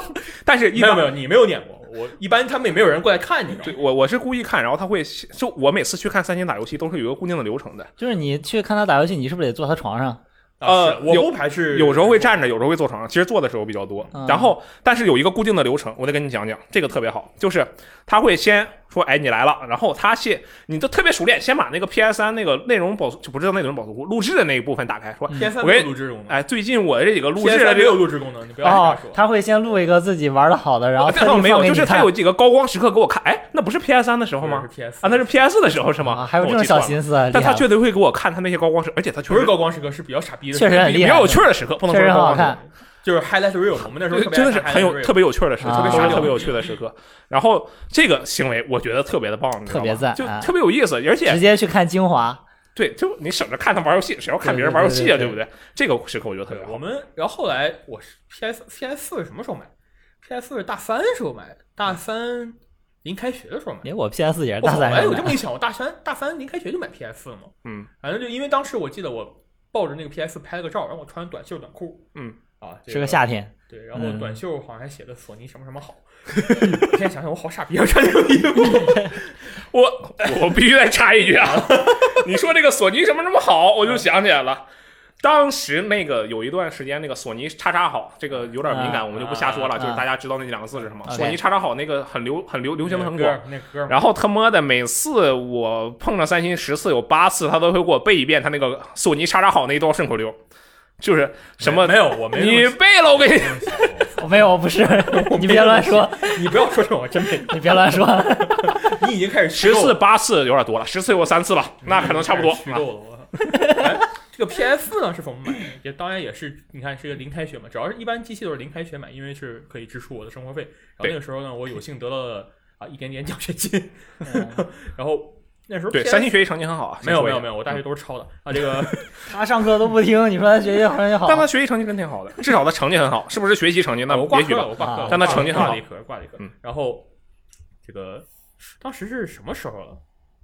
S2: 但是一
S5: 没有
S2: 般
S5: 没有，你没有撵过我，一般他们也没有人过来看你，
S2: 对我我是故意看，然后他会就我每次去看三星打游戏都是有一个固定的流程的，
S4: 就是你去看他打游戏，你是不是得坐他床上？
S5: 啊
S2: 呃
S5: 是我
S2: 有
S5: 不排斥，
S2: 有时候会站着，有时候会坐床上，其实坐的时候比较多
S4: 嗯。
S2: 然后但是有一个固定的流程，我得跟你讲讲，这个特别好，就是他会先说哎你来了，然后他先你都特别熟练，先把那个 PS 三那个内容保存就不是内容保存库录制的那一部分打开，
S4: 嗯
S2: 说
S5: PS 三
S2: 我
S5: 没
S2: 跟
S5: 有录制功能
S2: 哎最近我这几个录制
S5: ，PS
S2: 的
S5: 三没
S2: 这
S5: 有
S2: 个。
S5: 录制功能，你不要
S4: 哦
S5: 瞎说，。
S4: 他会先录一个自己玩的好的，然后
S2: 啊那
S4: 特地
S2: 倒
S5: [laughs]
S4: 放
S2: 没有，
S4: 给
S2: 就
S4: 你
S2: 是他
S4: 看
S2: 有几个高光时刻给我看，哎，那不是 PS 三的时候吗？
S5: PS
S2: 啊，那是 PS 的时候是
S4: 啊
S2: 吗？
S4: 还有
S2: 那
S4: 这
S2: 我
S4: 种
S2: 记错
S4: 小
S2: 了
S4: 心思，啊厉
S2: 但他
S4: 害
S2: 绝对会给我看他那些高光时，而且他确
S5: 不
S2: 实
S5: 是高光时刻，是比较傻逼的，
S4: 确实很
S2: 比
S4: 厉
S2: 比
S4: 害
S2: 较有趣儿的时刻，不能
S4: 确
S2: 说是
S4: 实很
S2: 高
S4: 好
S2: 光时刻呃
S4: 看。
S5: 就是 highlight real，我们那时候特别
S2: 真的
S5: 爱
S2: 是
S5: 看
S2: 很有
S5: highlight reel
S2: 特别有趣儿的事，
S4: 啊
S2: 特别傻
S5: 啊
S2: 特别有趣的时刻。然后这个行为我觉得特别的棒，你知道吗
S4: 特别赞
S2: 就
S4: 啊
S2: 特别有意思，而
S4: 直
S2: 且
S4: 接去看精华，
S2: 对，就你省着看他玩游戏，谁要看
S4: 对
S2: 别人
S4: 对
S2: 玩游
S4: 对
S2: 戏
S4: 对
S2: 啊，
S4: 对
S2: 对不对？这个时刻我觉得特别
S5: 对，我
S2: 好。
S5: 们然后后来我是 PS PS 四什么时候买？PS 四大三时候买的，大三临开学的时候买的。哦
S4: 因为哎我 PS 也是
S5: 我
S4: 大
S5: 后来
S4: 三上
S5: 有这
S4: 的
S5: 么一想，我大三大三临开学就买 PS 四了嘛。
S2: 嗯，
S5: 反正就因为当时我记得我抱着那个 PS 拍了个照，然后我穿短袖短裤。
S2: 嗯
S5: 啊，这 [laughs]
S4: 是个夏天，
S5: 对对，然后
S4: 嗯
S5: 短袖好像还写的索尼什么什么好。 [laughs] 现在想想，我好傻逼，啊要穿这种衣服。
S2: 我我必须再插一句
S5: [laughs]
S2: 啊！你说这个索尼什么什么好，我就想起来了。当时那个有一段时间，那个索尼叉叉好，这个有点敏感，
S4: 啊
S2: 我们就不瞎说了，
S4: 啊
S2: 就是大家知道那两个字是什么。
S4: OK
S2: 索尼叉叉好那个很流很流流行的很
S5: 那
S2: 广
S5: 啊歌。，那歌
S2: 然后他妈的每次我碰上三星十次有八次，他都会给我背一遍他那个索尼叉叉好那一段顺口溜，就是什么
S5: 没有，我没
S2: 你
S5: 有。
S2: 背了我给你。
S4: 我没有，我不是， [laughs] 你别乱说，
S5: [laughs] 你不要说这种，真没。
S4: 你别乱
S5: [laughs]
S4: 说。
S5: 你已经开始虚
S2: 十
S5: 构
S2: 次
S5: 了，
S2: 八次有点多了，十次有三次吧，那可能差不多
S5: 你已经
S2: 啊
S5: 开始虚构了我。 [laughs] 哎这个 PS 呢是否买？也当然也是，你看是个零开学嘛，只要是一般机器都是零开学买，因为是可以支出我的生活费。然后
S2: 对
S5: 那个时候呢，我有幸得到了啊一点点奖学金，嗯 [laughs] 然后那时候
S2: 对，
S5: PS
S2: 三星学习成绩很好啊，
S5: 没有没有
S2: 有。
S5: 没有，我大学都是抄的啊。这个
S4: 他上课都不听，你说他学习好像也好
S2: 但。他学习成绩真挺好的，
S5: [laughs]
S2: 至少他成绩很好，是不是学习成绩那
S5: 哦我挂
S2: 也许
S5: 科了，
S2: 吧。
S5: 我挂科了
S4: 啊，
S2: 但他
S5: 我挂
S2: 成绩很好
S5: 挂了一科，挂了一科
S2: 嗯。
S5: 然后这个当时是什么时候了？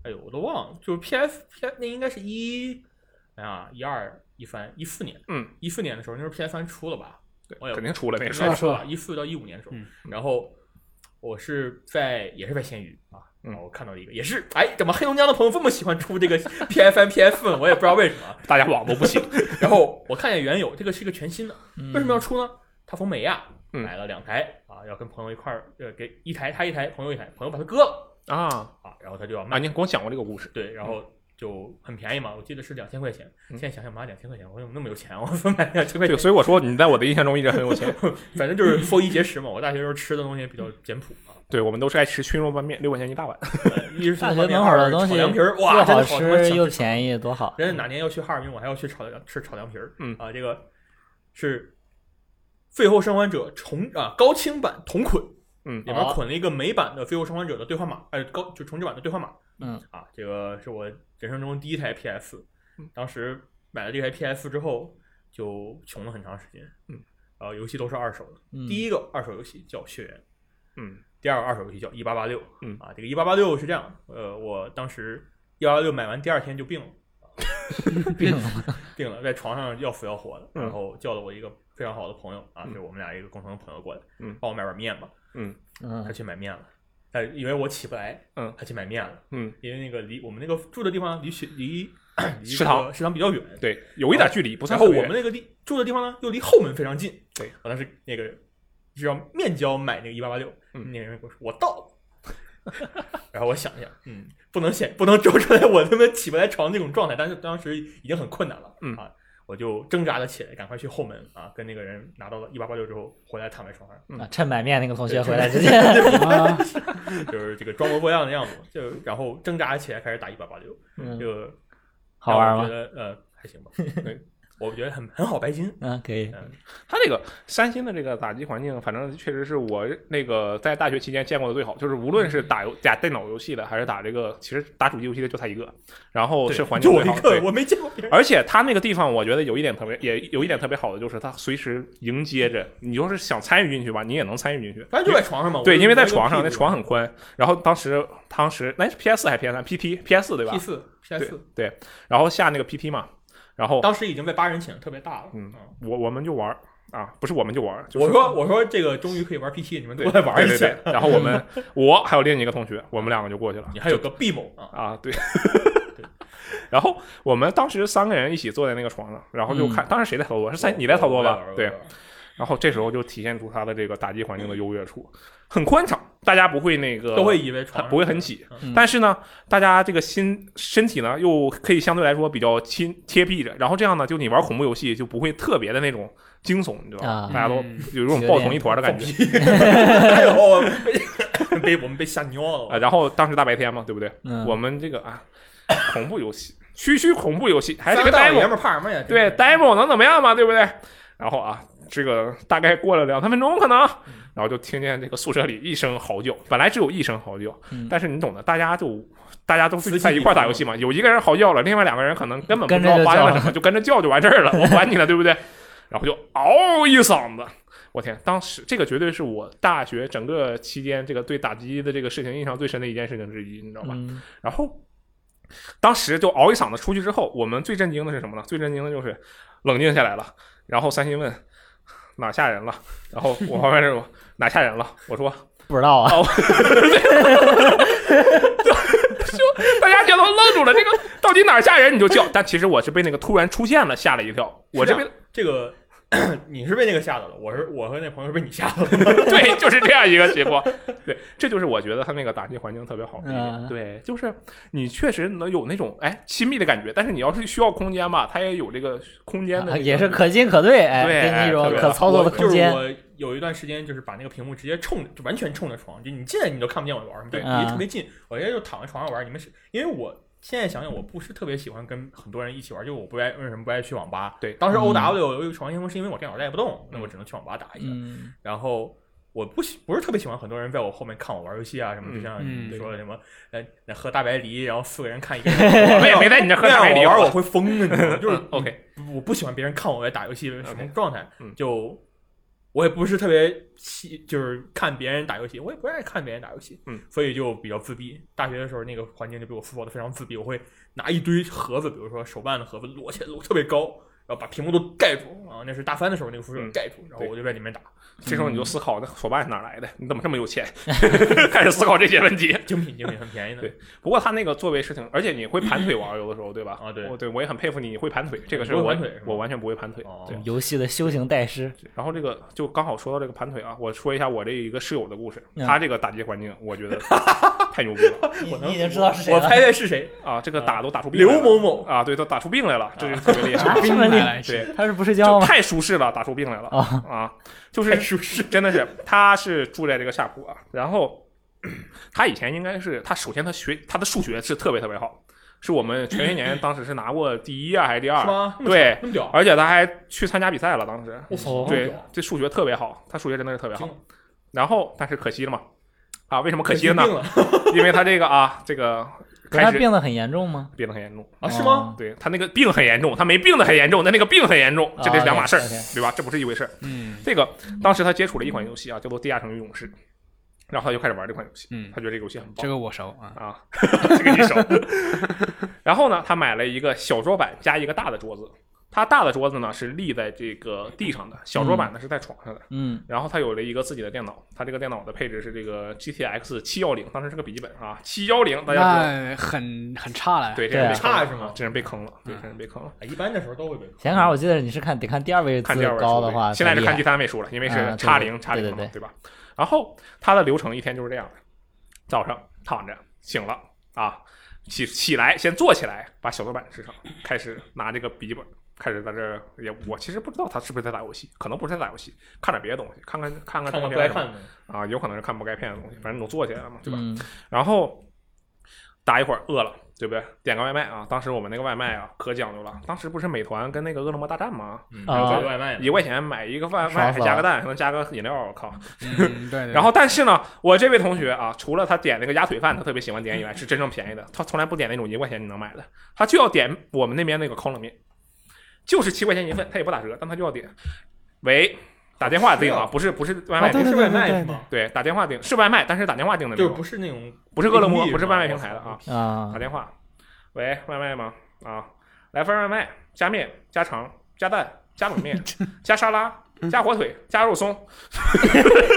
S5: 哎呦，我都忘了，就是 P F P F 那应该是一，哎呀，一二一三一四年，
S2: 嗯，
S5: 一四年的时候，那时候 P F 三出了吧？我也
S2: 肯定出了那个
S5: 应
S2: 时
S5: 该
S2: 候，
S5: 出了，一四到一五年的时候
S3: 嗯。
S5: 然后我是在也是在闲鱼啊。
S2: 嗯
S5: 然后我看到一个，也是，哎，怎么黑龙江的朋友这么喜欢出这个 P F N P F N，我也不知道为什么啊。
S2: [laughs] 大家网都不行。
S5: 然后我看见原有，这个是一个全新的，
S4: 嗯
S5: 为什么要出呢？他从美亚
S2: 嗯
S5: 买了两台、啊，要跟朋友一块儿，呃，给一台他一台，朋友一台，朋友把它割了
S2: 啊
S5: [laughs] 啊，然后他就要卖，
S2: 啊！你给我讲过这个故事，
S5: 对，然后就很便宜嘛，我记得是两千块钱，现在想想妈两千块钱，我怎么那么有钱？啊 [laughs] 我说买两千块
S2: 对，
S5: 钱，
S2: 所以我说你在我的印象中一直很有
S5: [laughs]
S2: 钱。
S5: 反正就是丰衣节食嘛。我大学时候吃的东西比较简朴 [laughs] 啊，
S2: 对，我们都是爱吃熏肉拌面，六块钱一大碗。
S5: 呃一是
S4: 大
S5: 方
S4: 学
S5: 便
S4: 门口
S5: 二
S4: 的
S5: 是
S4: 东
S5: 炒
S4: 西
S5: 凉皮儿，
S4: 又
S5: 哇，
S4: 好
S5: 真的好他妈
S4: 吃
S5: 香
S4: 又便宜，多
S5: [laughs]
S4: 好！
S5: 人家哪年要去哈尔滨，我还要去炒凉吃炒凉皮儿。
S2: 嗯
S5: 啊，这个是《最后生还者》重啊高清版同捆，
S2: 嗯
S5: 里面
S4: 哦
S5: 捆了一个美版的《最后生还者》的对话码，呃，高就重置版的对话码。
S4: 嗯
S5: 啊，这个是我人生中第一台 PS，当
S2: 嗯
S5: 时买了这台 PS 之后就穷了很长时间。
S2: 嗯，
S5: 然后游戏都是二手的，
S4: 嗯
S5: 第一个二手游戏叫《血缘》。
S2: 嗯
S5: 第二个二手游戏叫一八八六，
S2: 嗯
S5: 啊，这个一八八六是这样，呃，我当时一八八六买完第二天就病了，
S4: 病了，
S5: 病 [laughs] 了，在床上要死要活的，
S2: 嗯
S5: 然后叫了我一个非常好的朋友啊，
S2: 嗯
S5: 就是我们俩一个共同的朋友过来，
S2: 嗯
S5: 帮我买碗面吧。
S2: 嗯
S5: 他
S4: [laughs] 嗯
S5: 去买面了，他因为我起不来，
S2: 嗯
S5: 他去买面了，
S2: 嗯，
S5: 因为那个离我们那个住的地方离学
S2: [clears throat]
S5: 离离
S2: 食堂
S5: 这个食堂比较远，。
S2: 对，有一点距离，不算
S5: 然
S2: 特
S5: 后
S2: 别
S5: 我
S2: 远。
S5: 们那个地住的地方呢，又离后门非常近。
S2: 对，
S5: 我当时那个是要面交买那个一八八六，
S2: 嗯
S5: 那个人跟我说我到了。 [laughs] 然后我想一下，嗯，不能显不能装出来我他妈起不来床那种状态，但是当时已经很困难了，
S2: 嗯
S5: 啊，我就挣扎着起来，赶快去后门啊，跟那个人拿到了一八八六之后，回来躺在床上，
S4: 啊，趁买面那个同学
S5: 对
S4: 回来直接，
S3: 啊，
S5: 就是这个装模作样的样子，就然后挣扎着起来开始打一八八六，
S4: 嗯，
S5: 就
S4: 好玩
S5: 我觉
S4: 吗？
S5: 得呃还行吧，对，我觉得很很好白金，
S4: 嗯，可以。
S5: 嗯，
S2: 他这个三星的这个打击环境，反正确实是我那个在大学期间见过的最好，就是无论是打游打电脑游戏的，还是打这个，其实打主机游戏的就他一个，然后
S5: 对
S2: 是环
S5: 就
S2: 境
S5: 我
S2: 最
S5: 一
S2: 好。对
S5: 个，我没见过别人。
S2: 而且他那个地方，我觉得有一点特别，也有一点特别好的，就是他随时迎接着你，要是想参与进去吧，你也能参与进去。
S5: 反正就在床上嘛。
S2: 对，因为在
S5: 哎我就
S2: 床上，
S5: 我
S2: 那
S5: 就
S2: 床很宽。然后当时，当时那是 PS 还是 PS 三？PT、PS 对吧
S5: P 四 P
S2: 对
S5: 四，
S2: 对。然后下那个 PT 嘛，然后
S5: 当时已经被八人寝了，特别大了。
S2: 嗯我我们就玩儿啊，不是我们就玩儿，就是
S5: 我说我说这个终于可以玩 PT，你们
S2: 对
S5: 过来玩一
S2: 对
S5: 下
S2: 对。对然后我们我还有另一个同学，我们两个就过去了。
S5: 你还有个 B 某啊，
S2: 啊，对。 [laughs] 然后我们当时三个人一起坐在那个床上，然后就看，当时谁在操作？是三你在操作
S5: 嗯我
S2: 吧
S5: 玩？
S2: 对。，然后这时候就体现出它的这个打击环境的优越处，很宽敞，大家不会那个
S5: 我都会以为床
S2: 很
S5: 上
S2: 不会很挤
S4: 嗯，
S2: 但是呢，大家这个心身体呢又可以相对来说比较亲贴壁着，然后这样呢，就你玩恐怖游戏就不会特别的那种惊悚，你知道吧
S4: 啊？
S2: 大家都
S3: 嗯
S2: 有一种抱成一团的感觉
S5: 哎呦，我被被我们被吓尿
S2: 啊。
S5: 了。
S2: 然后当时大白天嘛，对不对？
S4: 嗯，
S2: 我们这个啊，恐怖游戏，区区恐怖游戏，还是
S5: 三
S2: 个
S5: 个大老
S2: demo，
S5: 爷们儿怕什么呀？
S2: 对
S5: 真是
S2: demo 能怎么样嘛，对不对？然后啊，这个大概过了两三分钟可能，然后就听见这个宿舍里一声嚎叫，本来只有一声嚎叫，
S4: 嗯
S2: 但是你懂的，大家就大家都
S5: 此起
S2: 是在一块儿打游戏嘛，有一个人嚎叫了，另外两个人可能根本不知道
S4: 跟着就
S2: 发生了
S4: 叫
S2: 什么，就跟着叫就完事儿了，我管你 [laughs] 了，对不对？然后就嗷一嗓子。我天！当时这个绝对是我大学整个期间这个对打击的这个事情印象最深的一件事情之一，你知道吧？
S4: 嗯
S2: 然后当时就嗷一嗓子出去之后，我们最震惊的是什么呢？最震惊的就是冷静下来了。然后三星问哪吓人了？然后我旁边这种哪吓人了？我说
S4: 不知道啊，
S2: 大家全都愣住了，这个到底哪儿吓人你就叫，但其实我是被那个突然出现了吓了一跳，我
S5: 这
S2: 这边
S5: 这个你是被那个吓到的，我是我和那朋友是被你吓到的。
S4: 啊
S2: 对，就是这样一个结果。对，这就是我觉得他那个打击环境特别好的一点。
S4: 嗯
S2: 对，就是你确实能有那种哎亲密的感觉，但是你要是需要空间吧，它也有这个空间的、
S4: 啊也是。可进可退，哎，
S2: 对
S4: 给你一
S2: 哎
S4: 种
S2: 特别
S4: 可
S2: 好
S4: 操作的空间
S5: 我。就是我有一段时间，就是把那个屏幕直接冲着，就完全冲着床，就你进来你都看不见我玩什么，对，
S4: 啊
S5: 离特别近，我现在就躺在床上玩。你们是因为我现在想想，我不是特别喜欢跟很多人一起玩，就我不爱为什么不爱去网吧？
S2: 对
S5: 当时
S4: 嗯
S5: O W 有一个床先锋是因为我电脑带不动，那我只能去网吧打一下。
S4: 嗯，
S5: 然后我不喜不是特别喜欢很多人在我后面看我玩游戏啊什么，
S2: 嗯
S5: 就像
S3: 嗯
S5: 你说的什么，呃，那喝大白梨，然后四个人看一个人
S2: 我
S4: [laughs]
S2: 们也没在你这 [laughs] 喝
S5: 那
S2: 大
S5: 样
S2: 白梨
S5: 我玩我
S2: 吧，
S5: 会疯的，你
S2: [laughs]
S5: 知道吗？就是
S2: 嗯 OK
S5: 我不喜欢别人看我在打游戏什么
S2: OK
S5: 状态
S2: 嗯，
S5: 就我也不是特别喜，就是看别人打游戏，我也不爱看别人打游戏，
S2: 嗯，
S5: 所以就比较自闭。大学的时候那个环境就被我塑造的非常自闭，我会拿一堆盒子，比如说手办的盒子摞起来，摞特别高。然后把屏幕都盖住啊！那是大三的时候，那个辐射
S2: 嗯
S5: 盖住，然后
S2: 对
S5: 我就在里面打
S2: 这时候你
S5: 嗯
S2: 就思考那手办是哪来的？你怎么这么有
S5: [laughs]
S2: 钱？ [laughs] 开始思考这些问题。
S5: 精品，精品很便宜的
S2: 对。不过他那个作为事情，而且你会盘腿玩，有的时候对吧？
S5: 啊对
S2: 我对我也很佩服你，你会盘腿，这个是
S5: 你不
S2: 我
S5: 会盘腿是吗
S2: 我完全不会盘腿。
S5: 哦
S2: [laughs] 对，
S4: 游戏的修行大师，
S2: 然后这个就刚好说到这个盘腿啊，我说一下我这一个室友的故事，
S4: 嗯
S2: 他这个打击环境，我觉得太牛逼
S5: [laughs]
S2: 了
S4: 你
S5: 我能
S4: 你已经知道是谁
S5: 我
S4: 了。
S5: 猜猜是谁？
S2: 啊！这个
S5: 啊
S2: 打都打出病来
S5: 刘
S2: 了
S5: 某某。
S2: 啊，对，都打出病来了，这就特别厉
S5: [laughs]
S2: 害，
S4: 啊这么厉害
S2: 对，
S4: 他是不睡觉
S2: 就
S4: 吗？
S2: 太舒适了，打出病来了
S4: 啊
S2: 啊！就是舒适，真的是，他是住在这个下铺啊，然后 [clears throat] 他以前应该是他首先他学他的数学是特别特别好，是我们全学
S4: [clears throat]
S2: 年当时是拿过第一啊还是第
S5: 是
S2: 二，
S5: 吗？那么
S2: 对
S5: 屌那么屌，
S2: 而且他还去参加比赛了，当时
S5: 我操，那么
S2: 对
S5: 屌，
S2: 这数学特别好，他数学真的是特别好
S5: 啊惊了。
S2: 然后，但是可惜了嘛，啊，为什么可
S5: 可
S2: 惜了呢？
S5: 呢？
S2: 因为他这个啊，这
S4: [laughs]
S2: 个
S4: 可是他
S2: 开始
S4: 病得很严重吗？
S2: 病得很严重，
S5: 啊，是吗？
S4: 哦？
S2: 对他那个病很严重，他没病得很严重，但那个病很严重，这是两码事儿
S4: 啊，OK，
S2: 对吧？这不是一回事儿。
S3: 嗯
S2: 这个当时他接触了一款游戏啊，叫做《地下城与勇士》，然后他就开始玩这款游戏，
S3: 嗯，
S2: 他觉得这个游戏很棒
S3: 这个我熟啊，
S2: 啊， [laughs] 这个一手。 [laughs] 然后呢，他买了一个小桌板加一个大的桌子，他大的桌子呢是立在这个地上的，小桌板呢是在床上的。
S4: 嗯，
S2: 然后他有了一个自己的电脑，他这个电脑的配置是这个 GTX 七幺零，当时是个笔记本啊，七幺零，大家知道，
S3: 那很很差了，
S2: 对，这
S4: 哎对
S2: 人
S4: 啊
S2: 被坑了
S5: 差是吗
S2: 这人被坑了，对，
S3: 嗯
S2: 这人被坑了。
S5: 哎一般的时候都会被
S4: 显卡我记得你是看得看第二位
S2: 嗯看
S4: 字
S2: 第二位
S4: 高
S2: 数
S4: 的
S2: 对
S4: 话
S2: 现在
S4: 才
S2: 是
S4: 厉
S2: 看
S4: 害
S2: 第三位数了，因为是
S4: 嗯
S2: 叉
S4: 对
S2: 零叉零
S4: 对
S2: 嘛，
S4: 对
S2: 对吧？然后他的流程一天就是这样的：早上躺着醒了啊，起起来先坐起来，把小桌板支上，开始拿这个笔记本。开始在这儿也，我其实不知道他是不是在打游戏，可能不是在打游戏，看点别的东西，看看看看
S5: 看
S2: 动画
S5: 看不
S2: 片
S5: 爱
S2: 什么
S5: 看的，
S2: 啊，有可能是看不该片的东西，反正都坐起来了嘛，对吧？
S4: 嗯
S2: 然后打一会儿饿了，对不对？点个外卖啊！当时我们那个外卖啊，可讲究了。当时不是美团跟那个饿了么大战吗？
S5: 嗯
S4: 啊
S5: 还有叫外卖的
S2: 一块钱买一个外卖，
S4: 爽
S2: 还
S4: 死了
S2: 加个蛋，还能加个饮料，我靠！
S3: 嗯，对对。
S2: 然后但是呢，我这位同学啊，除了他点那个鸭腿饭，他特别喜欢点以外，是真正便宜的，他从来不点那种一块钱你能买的，他就要点我们那边那个烤冷面，就是七块钱一份，他也不打折，但他就要点。喂，打电话订啊，不是不是外
S5: 外
S2: 卖
S5: 卖不
S2: 订，
S5: 是外卖是吗？
S2: 对，打电话订是外卖，但是打电话订的那
S5: 就
S2: 种
S5: 是。不是那种
S2: 不是饿了么，
S5: 内地
S2: 不是外卖平台的啊，
S4: 啊
S2: [laughs] 打，电话，喂，外卖吗？啊，来份外卖，加面、加肠、加蛋、加冷 [laughs] 面、加沙拉、加火腿、加肉松，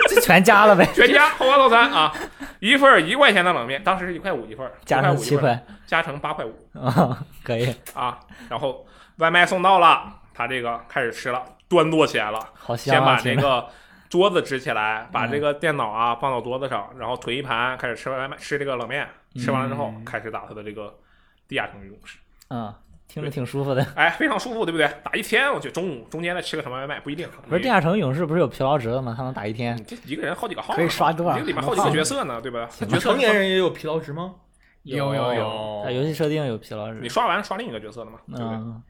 S4: 这全
S2: [laughs]
S4: 加了呗，
S2: 全家豪华套餐啊！一份儿一块钱的冷面，当时是一块五一份儿，
S4: 加上
S2: 七
S4: 七
S2: 块五一份儿，
S4: 块
S2: 加成八块五
S4: 啊， [laughs] 可以，
S2: 啊！然后外卖送到了，他这个开始吃了，端坐起来了。
S4: 好
S2: 先
S4: 香
S2: 把
S4: 啊！
S2: 这
S4: 听着
S2: 个桌子支起 [laughs] 来，把
S4: 嗯
S2: 这个电脑啊放到桌子上，然后腿一盘，开始吃外卖，吃这个冷面。吃完了之后，开始打他的这个地下城与勇士。
S4: 嗯，听着挺舒服的。
S2: 哎，非常舒服，对不对？打一天，我去，中午中间再吃个什么外卖不一定。
S4: 不是地下城勇士不是有疲劳值的吗？他能打一天
S2: 你，这一个人好几个号呢，
S3: 可以刷多少
S2: 你这里面好几个角色呢，对吧？角色
S5: 成年人也有疲劳值吗？
S3: 有有有，
S4: 在游戏设定有疲劳值
S2: 你。刷完刷另一个角色了嘛，对不对？
S4: 嗯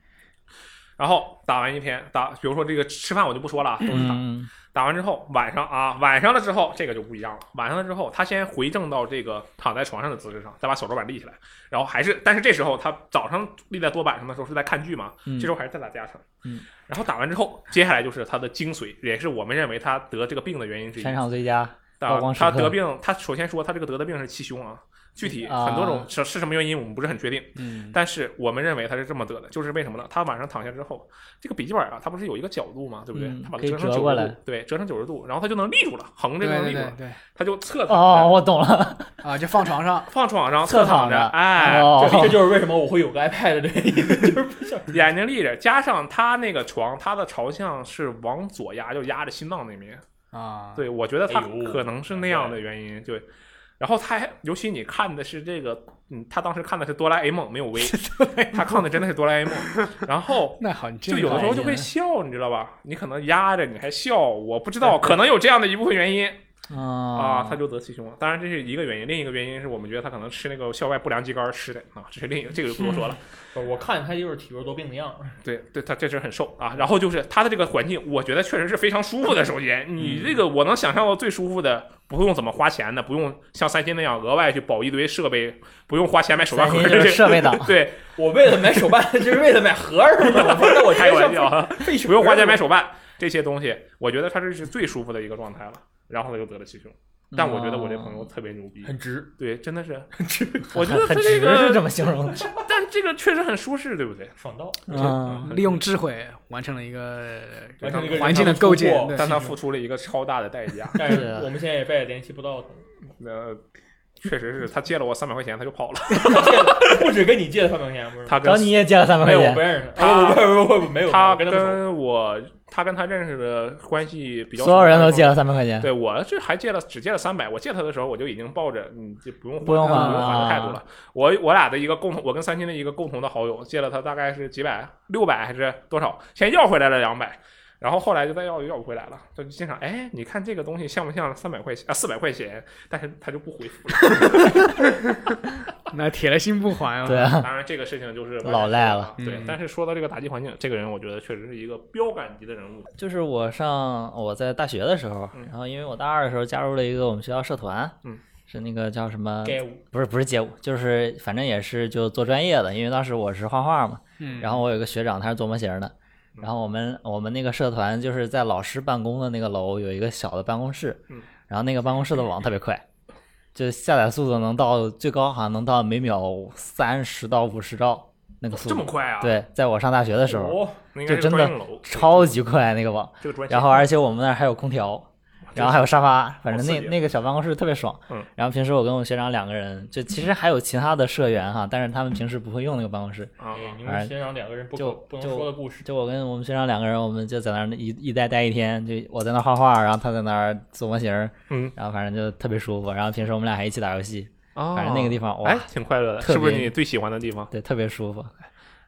S2: 然后打完一天，打比如说这个吃饭我就不说了啊，都是打。
S4: 嗯，
S2: 打完之后晚上啊，晚上了之后这个就不一样了。晚上了之后，他先回正到这个躺在床上的姿势上，再把小桌板立起来，然后还是，但是这时候他早上立在桌板上的时候是在看剧嘛，
S4: 嗯
S2: 这时候还是在打架场。
S4: 嗯，
S2: 然后打完之后，接下来就是他的精髓，也是我们认为他得这个病的原因之一
S4: 全。场最佳，
S2: 啊
S4: 曝光，时刻
S2: 他得病，他首先说他这个得的病是气胸啊，具体
S4: 啊
S2: 很多种是是什么原因我们不是很确定，
S3: 嗯，
S2: 但是我们认为他是这么得的，就是为什么呢？他晚上躺下之后，这个笔记本啊，它不是有一个角度嘛，对不对？
S4: 嗯
S2: 他把
S4: 可
S2: 它
S4: 以
S2: 折成
S4: 折
S2: 九
S4: 过
S2: 十
S4: 来
S2: 度，对，折成九十度，然后他就能立住了，横着
S3: 对
S2: 就能立
S3: 对
S2: 住了
S3: 对，对
S2: 他就侧躺
S4: 哦，
S2: 着
S4: 我懂了，
S3: 啊，就放床上，
S2: 放床上
S4: 侧
S2: 侧
S4: 躺
S2: 躺
S4: 着
S2: 哎，
S4: 哦，
S5: [laughs] 这这就是为什么我会有个 iPad 的原因，
S2: [laughs]
S5: 就是不想
S2: 眼睛立着，加上他那个床，他的朝向是往左压，就压着心脏那边。
S3: 啊，
S2: 对，我觉得他
S5: 哎呦
S2: 可能是那样的原因。对，然后他还，尤其你看的是这个，嗯，他当时看的是哆啦 A 梦，没有 V，他看的真的是哆啦 A 梦。然后
S3: 那好，你这
S2: 就有的时候就会笑，你知道吧？你可能压着，你还笑，我不知道，可能有这样的一部分原因啊
S4: 啊，
S2: 他就得气胸了。当然这是一个原因，另一个原因是我们觉得他可能吃那个校外不良鸡肝儿吃的啊，这是另一个，这个就不多说了。
S5: 不是我看他就是体弱多病的样子，
S2: 对对，他确实很瘦啊。然后就是他的这个环境，我觉得确实是非常舒服
S4: [laughs]
S2: 的。首先，你
S4: 嗯
S2: 这个我能想象到最舒服的，不用怎么花钱的，不用像三星那样额外去保一堆设备，不用花钱买手
S4: 三
S2: 办盒
S4: 星
S2: 儿
S4: 就
S2: 这
S4: 是设备党，
S2: 对，
S4: [laughs]
S5: 我为了买手办， [laughs] 就是为了买盒儿是吗？我那我
S2: 开
S5: 天
S2: 玩
S5: 上
S2: 笑啊，
S5: 费
S2: [laughs]
S5: 什
S2: 不用花钱买手办这些东西，我觉得他这是最舒服的一个状态了。然后他就得了气胸，但我觉得我这朋友特别牛逼，
S5: 很值，
S2: 对，真的是，[laughs] 我
S4: 哦 [laughs] 很，
S2: 觉得
S4: [laughs] 很
S2: 他
S4: 很
S2: 这
S4: 直是这
S2: 个，
S4: 么形容
S2: [laughs]
S4: 的，
S2: 但这个确实很舒适，对不对？
S5: [laughs] 爽到
S4: 嗯，
S3: 利用智慧完成了一个
S5: 完成了一个
S3: 环境的构建
S5: 人工突破
S3: 对
S2: 但他付出了一个超大的代价。
S5: 但
S4: 是啊
S5: 是我们现在也再也联系不到他了。
S2: 那确实是他借了我三百块钱，他就跑了。
S5: 借了不止跟你借了三百块钱，不是？
S2: 他跟
S4: 嗯找你也借了三百块
S5: 没有，我
S4: 钱
S5: 不，认识
S2: 他
S5: 啊，不不不不，没有，
S2: 他
S5: 我跟他们
S2: 跟啊我他跟他认识的关系比较好，
S4: 所有人都借了三百块钱，
S2: 对我这还借了，只借了三百。我借他的时候，我就已经抱着你就不用还
S4: 不用
S2: 不
S4: 还
S2: 用还
S4: 了啊
S2: 的态度了。我我俩的一个共同，我跟三星的一个共同的好友借了他大概是几百、六百还是多少，先要回来了两百，然后后来就再要要不回来了。他就经常哎，你看这个东西像不像三百块钱啊四百块钱？但是他就不回复了。
S3: 那铁了心不还啊。
S4: 对啊，
S2: 当然这个事情就是啊
S4: 老赖了。
S2: 对
S3: 嗯，
S2: 但是说到这个打击环境，这个人我觉得确实是一个标杆级的人物。
S4: [laughs] 就是我上我在大学的时候，
S2: 嗯
S4: 然后因为我大二的时候加入了一个我们学校社团，
S2: 嗯，
S4: 是那个叫什么？
S5: 街舞，
S4: 不是不是街舞，就是反正也是就做专业的，因为当时我是画画嘛，
S3: 嗯，
S4: 然后我有个学长他是做模型的，
S2: 嗯
S4: 然后我们我们那个社团就是在老师办公的那个楼有一个小的办公室
S2: 嗯，
S4: 然后那个办公室的网特别快，就下载速度能到最高好像能到每秒三十到五十兆那个速
S2: 这么
S4: 度，
S2: 快啊？，
S4: 对，在我上大学的时候
S5: 哦，
S2: 那应该是
S4: 就
S2: 个
S4: 真的
S2: 专用楼，
S4: 超级快那个网。
S2: 这个专线。
S4: 然后而且我们那儿还有空调，然后还有沙发，反正
S2: 好刺
S4: 那
S2: 激啊
S4: 那个小办公室特别爽。
S2: 嗯
S4: 然后平时我跟我学长两个人，就其实还有其他的社员哈，但是他们平时不会用那个办公室。
S2: 啊，
S5: 哎你们学长两个人不可
S4: 就
S5: 不能说的故事，
S4: 就我跟我们学长两个人，我们就在那儿一一待待一天，就我在那儿画画，然后他在那儿做模型，
S2: 嗯，
S4: 然后反正就特别舒服。然后平时我们俩还一起打游戏，
S2: 啊
S4: 反正那个地方哇
S2: 哎，挺快乐的，
S4: 特别
S2: 是不是你最喜欢的地方？
S4: 对，特别舒服。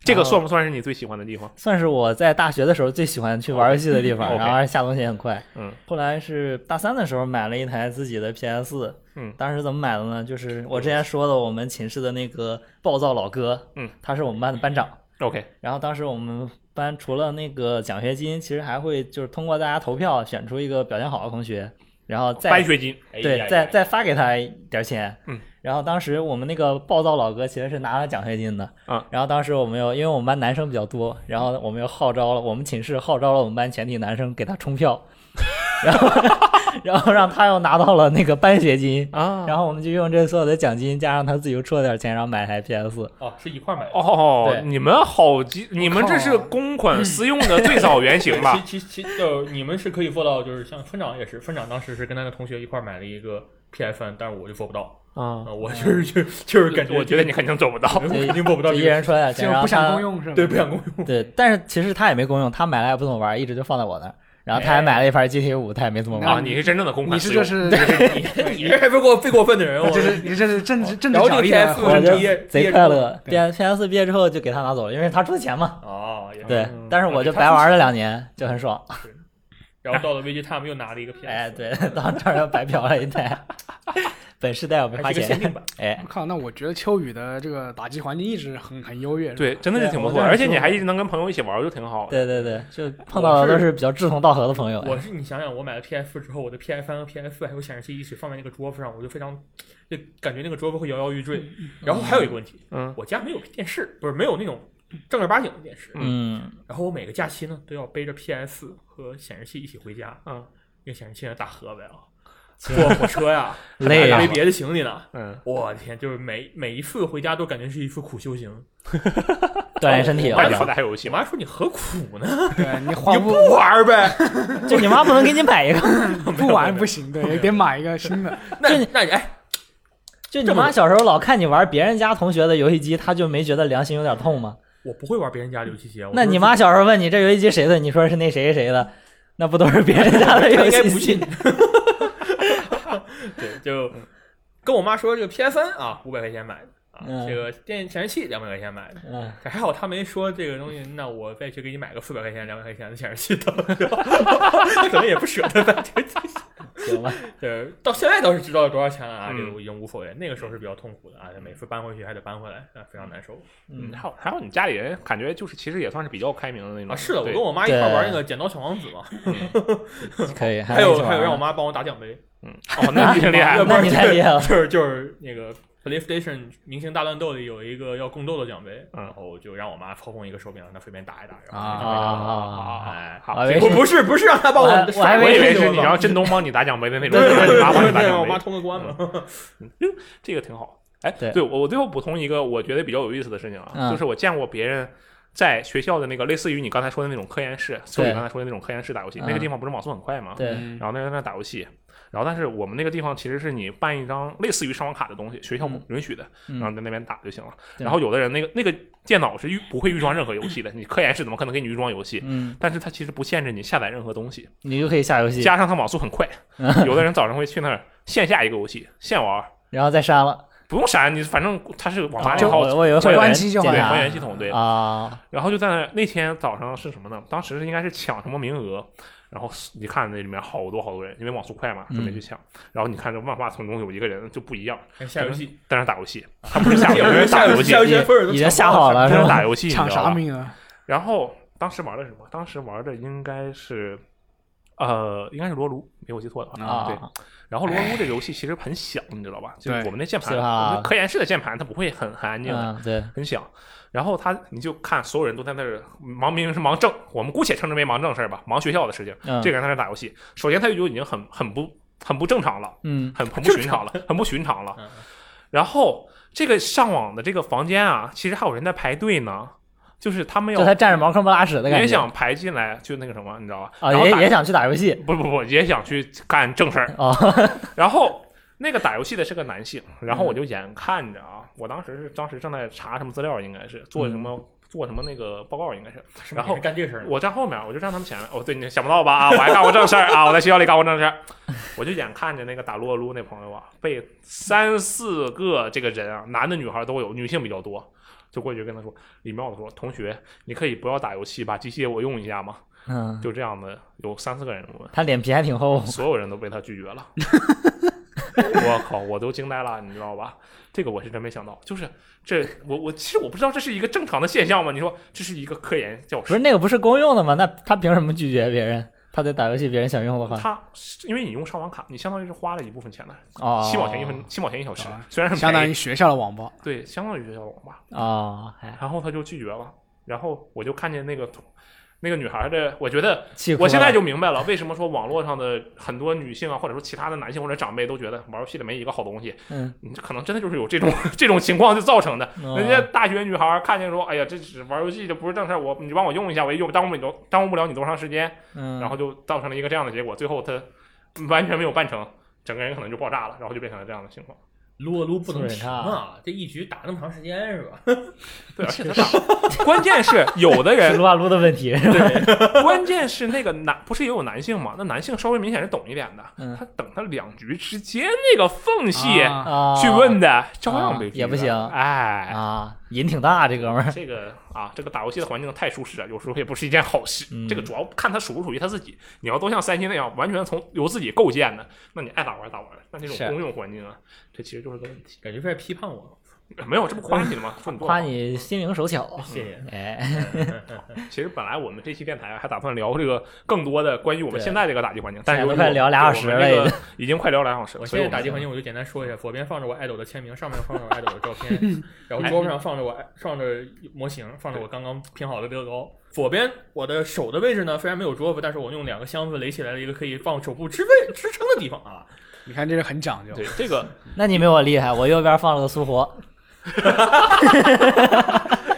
S2: 这个算不算是你最喜欢的地方？
S4: 算是我在大学的时候最喜欢去玩游戏的地方，
S2: [laughs] OK
S4: 然后下东西也很快。
S2: 嗯，
S4: 后来是大三的时候买了一台自己的 PS，
S2: 嗯
S4: 当时怎么买的呢？就是我之前说的，我们寝室的那个暴躁老哥，
S2: 嗯，
S4: 他是我们班的班长。
S2: OK，
S4: 然后当时我们班除了那个奖学金，其实还会就是通过大家投票选出一个表现好的同学，然后再
S2: 班学金
S5: 哎呀
S4: 对，
S5: 呀
S4: 再
S5: 呀
S4: 再发给他一点钱。
S2: 嗯，
S4: 然后当时我们那个暴躁老哥其实是拿了奖学金的。
S2: 啊，
S4: 然后当时我们又因为我们班男生比较多，然后我们又号召了我们寝室号召了我们班全体男生给他充票，然后然后让他又拿到了那个班学金。
S2: 啊
S4: 然后我们就用这所有的奖金，加上他自己又出了点钱，然后买台 PS。
S5: 哦，是一块买的。
S2: 哦
S4: 对，
S2: 你们好极，你们这是公款私用的最早原型
S4: [laughs]
S2: 吧？
S5: 其其其就你们是可以做到，就是像村长也是，村长当时是跟他的同学一块买了一个 PSN，但是我就做不到，
S2: 啊
S5: 啊，我就是就就是感觉，
S2: 我觉得你肯定做
S4: [laughs]
S2: 不到。
S5: 肯定做不到
S4: 就
S5: 这
S4: 一
S5: 个，
S4: 人出了点钱，
S3: [laughs] 就
S4: 然后
S3: 不想
S4: 他
S3: 公用是吧？
S5: 对不想共用，
S4: 对，但是其实他也没公用，他买了也不怎么玩，一直就放在我那儿。然后他还买了一盘 GTA 五，他也没怎么玩
S2: 啊，。你是真正的公
S3: 你
S2: 款
S3: 是
S2: 私
S3: 这
S2: 用，
S3: 是
S5: 你你这还不过最过分的人，我哦
S3: 这是你这是政治政治
S5: 然后
S3: 角
S5: 这
S3: 力
S5: 个
S3: 的
S5: PS
S3: 活
S4: 我
S3: 动，
S4: 就
S5: 毕业毕
S4: 贼
S5: 业
S4: 快
S5: 之后
S4: 乐。P P S 毕业之后就给他拿走了，因为他出的钱嘛。
S5: 哦，也是
S4: 对，但是
S2: 嗯
S4: 我就白玩了两年，就很爽。
S5: 然后到了危机 time 又拿了一个 PS，
S4: 哎，，对， [laughs] 到这儿又白嫖了一代， [laughs] 本世代我没花
S5: 还是个限
S4: 钱。
S5: 定版，
S4: 哎，
S3: 靠，那我觉得秋雨的这个打击环境一直很很优越，是吧，
S2: 对，真的是挺不错，
S4: 对我
S2: 而且你还一直能跟朋友一起玩，就挺好的。
S4: 对对对，就碰到的都是比较志同道合的朋友。
S5: 我
S4: 哎
S5: 是你想想，我买了 PS 之后，我的 PS 三和 PS 四还有显示器一起放在那个桌子上，我就非常就感觉那个桌子会摇摇欲坠。然后还有一个问题，
S2: 嗯
S5: 我家没有电视，不是没有那种正儿八经的电视。
S4: 嗯，
S5: 然后我每个假期呢都要背着 PS 和显示器一起回家，
S2: 嗯，
S5: 因为显示器呢大盒子啊，坐火车呀、
S4: [laughs] 累
S5: 还
S4: 啊
S5: 没！别的行李呢。
S2: 嗯，
S5: 我天，就是每每一次回家都感觉是一次苦修行。
S4: 锻炼身体
S2: 那
S4: 了
S5: 哎
S2: 你
S4: 就
S2: 好。歹还有游戏
S5: 你
S2: 嘛？
S5: 妈说你何苦呢？
S3: 对你
S5: [laughs] 你
S4: 啊
S3: 花
S5: 不
S3: 不
S5: 玩儿呗？
S4: 就你妈不能给你买一
S5: [laughs]
S4: 个，
S3: 不玩不行，对，也得买一个新的。
S5: 那那你哎，
S4: 就你妈小时候老看你玩别人家同学的游戏机，她就没觉得良心有点痛吗？
S5: 我不会玩别人家的游戏机啊。我
S4: 那
S5: 就是
S4: 你妈小时候问你这游戏机谁的，你说是那谁谁谁的，那不都是别人家的
S5: 她
S4: 游
S5: [laughs] 应
S4: 戏
S5: 该不信
S4: 机？。
S5: 对，就跟我妈说这个 PS 三啊，五百块钱买的啊，
S4: 嗯
S5: 这个电显示器两百块钱买的。
S4: 嗯，
S5: 还好她没说这个东西，那我再去给你买个四百块钱、两百块钱的显示器的， [laughs] 可能也不舍得吧。
S4: 行吧，
S5: [laughs] 对，到现在倒是知道多少钱了啊，
S2: 嗯
S5: 这个我已经无所谓。那个时候是比较痛苦的啊，每次搬回去还得搬回来，啊，非常难受
S4: 嗯，
S2: 还有还有，你家里人感觉就是其实也算是比较开明的那种
S5: 啊。是的，我
S2: 对
S5: 跟我妈一块儿
S4: 对
S5: 玩那个剪刀小王子嘛， [laughs]
S4: 可以。
S5: 还有
S4: 还
S5: 还有让我妈帮我打奖杯，
S2: 嗯，哦，那你挺厉害的
S5: 要 [laughs] 不
S4: 啊 [laughs]
S5: 然
S4: 那你太厉害了
S5: 就是就是那个 PlayStation 明星大乱斗里有一个要共斗的奖杯，
S2: 嗯
S5: 然后就让我妈操控一个手柄让她随便打一打，然
S4: 啊
S5: 后
S4: 啊！
S5: 哎
S2: 啊！，
S4: 我
S2: 好，
S4: 还以
S2: 行
S4: 为
S5: 我不是不是让她帮
S4: 我还
S5: 我，
S4: 我还以
S2: 我以为
S5: 这
S2: 是
S5: 个
S2: 你
S5: 吧
S4: [laughs]
S2: 让振东帮你打奖杯的那种，
S5: 对对
S2: 你妈帮你
S5: 对
S2: 打
S5: 对，嗯
S2: 奖
S5: 我妈
S2: 杯，嗯
S5: 通个关嘛，
S2: 这个挺好。哎，
S4: 对
S2: 对我我最后补充一个我觉得比较有意思的事情啊，
S4: 嗯
S2: 就是我见过别人在学校的那个类似于你刚才说的那种科研室，就你刚才说的那种科研室打游戏，那个
S4: 嗯
S2: 地方不是网速很快吗？
S4: 对，
S3: 嗯
S2: 然后那在那打游戏，然后但是我们那个地方其实是你办一张类似于上网卡的东西，学校
S4: 嗯
S2: 允许的，
S4: 嗯
S2: 然后在那边打就行了。
S4: 对
S2: 然后有的人那个那个电脑是预不会预装任何游戏的，你科研室怎么可能给你预装游戏？
S4: 嗯，
S2: 但是它其实不限制你下载任何东西，
S4: 你就可以下游戏，
S2: 加上它网速很快，
S4: 嗯
S2: 有的人早上会去那儿线下一个游戏现玩儿，
S4: 然后再删了。
S2: 不用删，你反正它是网吧那
S4: 啊就
S2: 套
S4: 我我以为会有
S3: 关
S4: 人
S3: 机就
S4: 进
S3: 好
S2: 对
S3: 了
S2: 还
S4: 来
S2: 原系统对，
S4: 啊，
S2: 然后就在那那天早上是什么呢？当时是应该是抢什么名额，然后你看那里面好多好多人，因为网速快嘛，准备去抢。然后你看这万花丛中有一个人就不一样，
S5: [laughs] 哎下游戏，
S2: 在那打游戏，他不是下游戏，在那打游戏，
S5: 下游
S4: 已
S5: 戏分儿都
S4: 已经
S5: 抢
S4: 下
S5: 光
S4: 好
S5: 了
S4: 了
S2: 在
S4: 是
S2: 那
S4: 吧？
S2: 打游戏，
S3: 抢
S2: 你知道
S5: 啊
S2: 吧
S3: 啥名额？
S2: 然后当时玩的什么？当时玩的应该是，呃，应该是罗炉，没有记错的话。
S4: 啊
S2: 嗯对。然后罗炉这个游戏其实很响，你知道吧？就是
S3: 对
S2: 我们那键盘，
S4: 是
S2: 我
S4: 吧
S2: 们科研室的键盘，它不会很很安静的。
S4: 嗯，对，
S2: 很响。然后他，你就看所有人都在那儿忙，明明是忙正，我们姑且称之为忙正事儿吧，忙学校的事情。
S4: 嗯
S2: 这个人在那儿打游戏，首先他就已经很很不很不正常了，
S4: 嗯
S2: 很很不寻常了，很不寻常了
S5: 嗯。
S2: 然后这个上网的这个房间啊，其实还有人在排队呢，就是他们
S4: 就他
S2: 要
S4: 站着茅坑不拉屎的感觉，
S2: 也想排进来，就那个什么，你知道吧？
S4: 啊，
S2: 然后
S4: 也
S2: 打
S4: 也想去打游戏
S2: 不不不，也想去干正事儿。
S4: 哦，
S2: [laughs] 然后那个打游戏的是个男性，然后我就眼看着啊，我当时是当时正在查什么资料，应该是做什么、做什么那个报告，应该是。
S5: 是吗
S2: 然后
S5: 你干这个事儿呢，
S2: 我站后面，我就站他们前面。哦，对，你想不到吧？ [laughs] 啊，我还干过正事儿啊！我在学校里干过正事儿，我就眼看着那个打撸啊撸那朋友啊，被三四个这个人啊，男的女孩都有，女性比较多，就过去跟他说：“礼貌的说，同学，你可以不要打游戏，把机器我用一下吗？”
S4: 嗯，
S2: 就这样的，有三四个人问。
S4: 他脸皮还挺厚，
S2: 所有人都被他拒绝了。 [laughs] 我靠，我都惊呆了，你知道吧？这个我是真没想到，就是这我我其实我不知道这是一个正常的现象吗？你说这是一个科研教
S4: 不是
S2: 室，
S4: 那个不是公用的吗？那他凭什么拒绝别人？他在打游戏，别人想用的话，
S2: 他因为你用上网卡，你相当于是花了一部分钱的，
S4: 哦，
S2: 七毛钱一分，七毛钱一小时
S3: 啊，
S2: 虽然很
S3: 相当
S2: 便
S3: 于
S2: 宜，
S3: 学校的网吧。
S2: 对，相当于学校网吧。
S4: 哦，哎，
S2: 然后他就拒绝了，然后我就看见那个同那个女孩的，我觉得
S4: 气哭了
S2: 我现在就明白了，为什么说网络上的很多女性啊，或者说其他的男性或者长辈都觉得玩游戏的没一个好东西。
S4: 嗯，
S2: 你这可能真的就是有这种这种情况就造成的。
S4: 哦
S2: 人家大学女孩儿看见说：“哎呀，这只玩游戏这不是正事儿，我你帮我用一下，我一用耽误你多耽误不了你多长时间。”
S4: 嗯，
S2: 然后就造成了一个这样的结果，最后她完全没有办成，整个人可能就爆炸了，然后就变成了这样的情况。 [laughs]
S5: 撸啊撸
S4: 速
S5: 不能
S4: 度很
S5: 停
S4: 差
S5: 啊，这一局打那么长时间是吧？
S2: 对，而且她打，关键是有的
S4: 是
S2: 人
S4: 撸啊撸的问题，
S2: 关键是那个男不是也有男性嘛？那男性稍微明显是懂一点的，
S4: 嗯
S2: 他等他两局之间那个缝隙
S3: 啊
S4: 啊，
S2: 去问的，照样被
S4: 啊
S2: 拒
S4: 也不
S2: 了
S4: 行
S2: 哎。
S4: 啊，瘾挺大，这哥们儿，
S2: 这个啊，这个打游戏的环境太舒适了，啊有时候也不是一件好事。
S4: 嗯
S2: 这个主要看他属不属于他自己。你要都像三星那样完全从由自己构建的，那你爱咋玩咋玩。那这种
S4: 是
S2: 公用环境啊，这其实就是个问题。
S5: 感觉是在批判我，
S2: 没有，这不夸你了
S4: [laughs]
S2: 吗？说你多好
S4: 夸。你心灵手巧，
S2: 嗯
S5: 谢谢。
S4: 哎，
S2: 其实本来我们这期电台还打算聊这个更多的关于我们
S4: 对
S2: 现在这个打击环境，但是
S4: 现在
S2: 由于
S4: 都快
S2: 我
S4: 聊俩小时
S2: 对我们这
S4: 了已
S2: 个已经快聊俩小时了。
S5: 我
S2: 所
S5: 现
S2: 以我
S5: 在
S2: 们
S5: 打击环境，我就简单说一下，左边放着我爱豆的签名，上面放着我爱豆的照
S2: [laughs]
S5: 片，然后桌子上放着我爱放着模型，放着我刚刚拼好的乐高。左边我的手的位置呢，虽然没有桌子，但是我用两个箱子垒起来了一个可以放手部支位支撑的地方啊。
S3: 你看这是很讲究。
S2: 对这个，
S4: 那你没我厉害，我右边放了个苏活，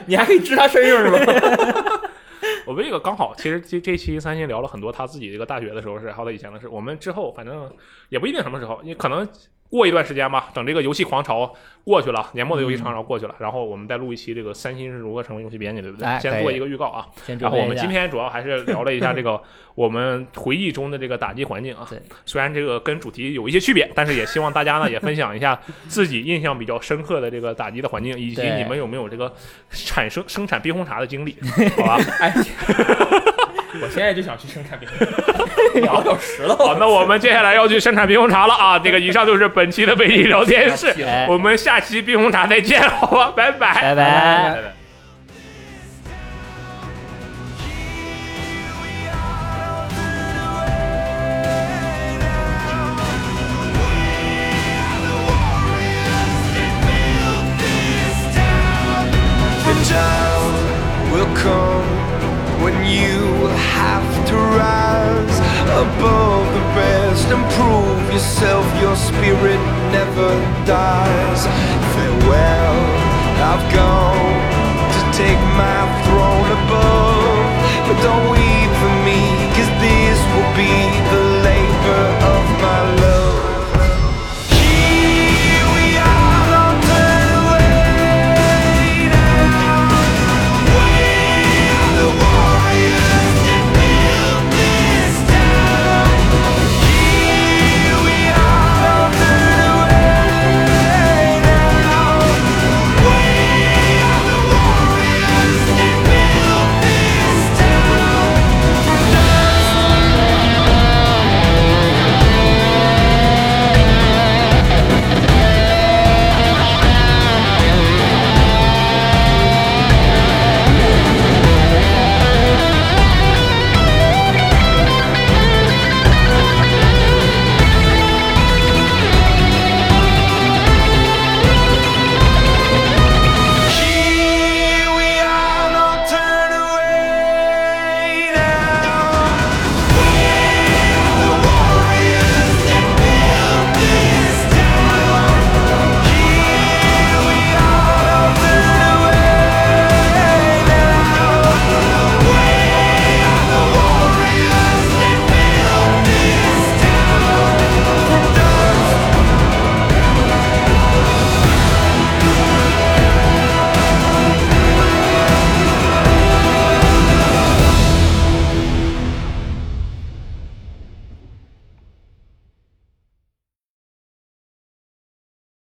S5: 你还可以知他身上是吧？
S2: [laughs] 我们这个刚好，其实这这期三星聊了很多他自己这个大学的时候是，还有他以前的事。我们之后反正也不一定什么时候，也可能过一段时间吧，等这个游戏狂潮过去了，年末的
S5: 嗯
S2: 游戏狂潮过去了，然后我们再录一期这个三星是如何成为游戏编辑的，对不对？
S4: 哎
S2: 先
S4: 可以
S2: 做一个预告啊。
S4: 先准
S2: 然后
S4: 备
S2: 我
S4: 一
S2: 们
S4: 下
S2: 今天主要还是聊了一下这
S4: [laughs]
S2: 个我们回忆中的这个打击环境啊
S4: 对，
S2: 虽然这个跟主题有一些区别，但是也希望大家呢也分享一
S4: [laughs]
S2: 下自己印象比较深刻的这个打击的环境，以及
S4: 对
S2: 你们有没有这个产生生产冰红茶的
S4: [laughs]
S2: 经历，好吧？
S5: 哎，我现在就想去生产冰， [laughs] 两个小时了，，
S2: 好，那我们接下来要去生产冰红茶了啊！这个以上就是本期的北极聊天室
S4: 哎
S2: 我们下期冰红茶再见，好吧，拜拜
S4: 拜。拜。
S2: 拜拜
S1: The time will come when you have to rise above the rest and prove yourself. Your spirit never dies. Farewell, I've gone to take my throne above. But don't weep for me, cause this will be the labor of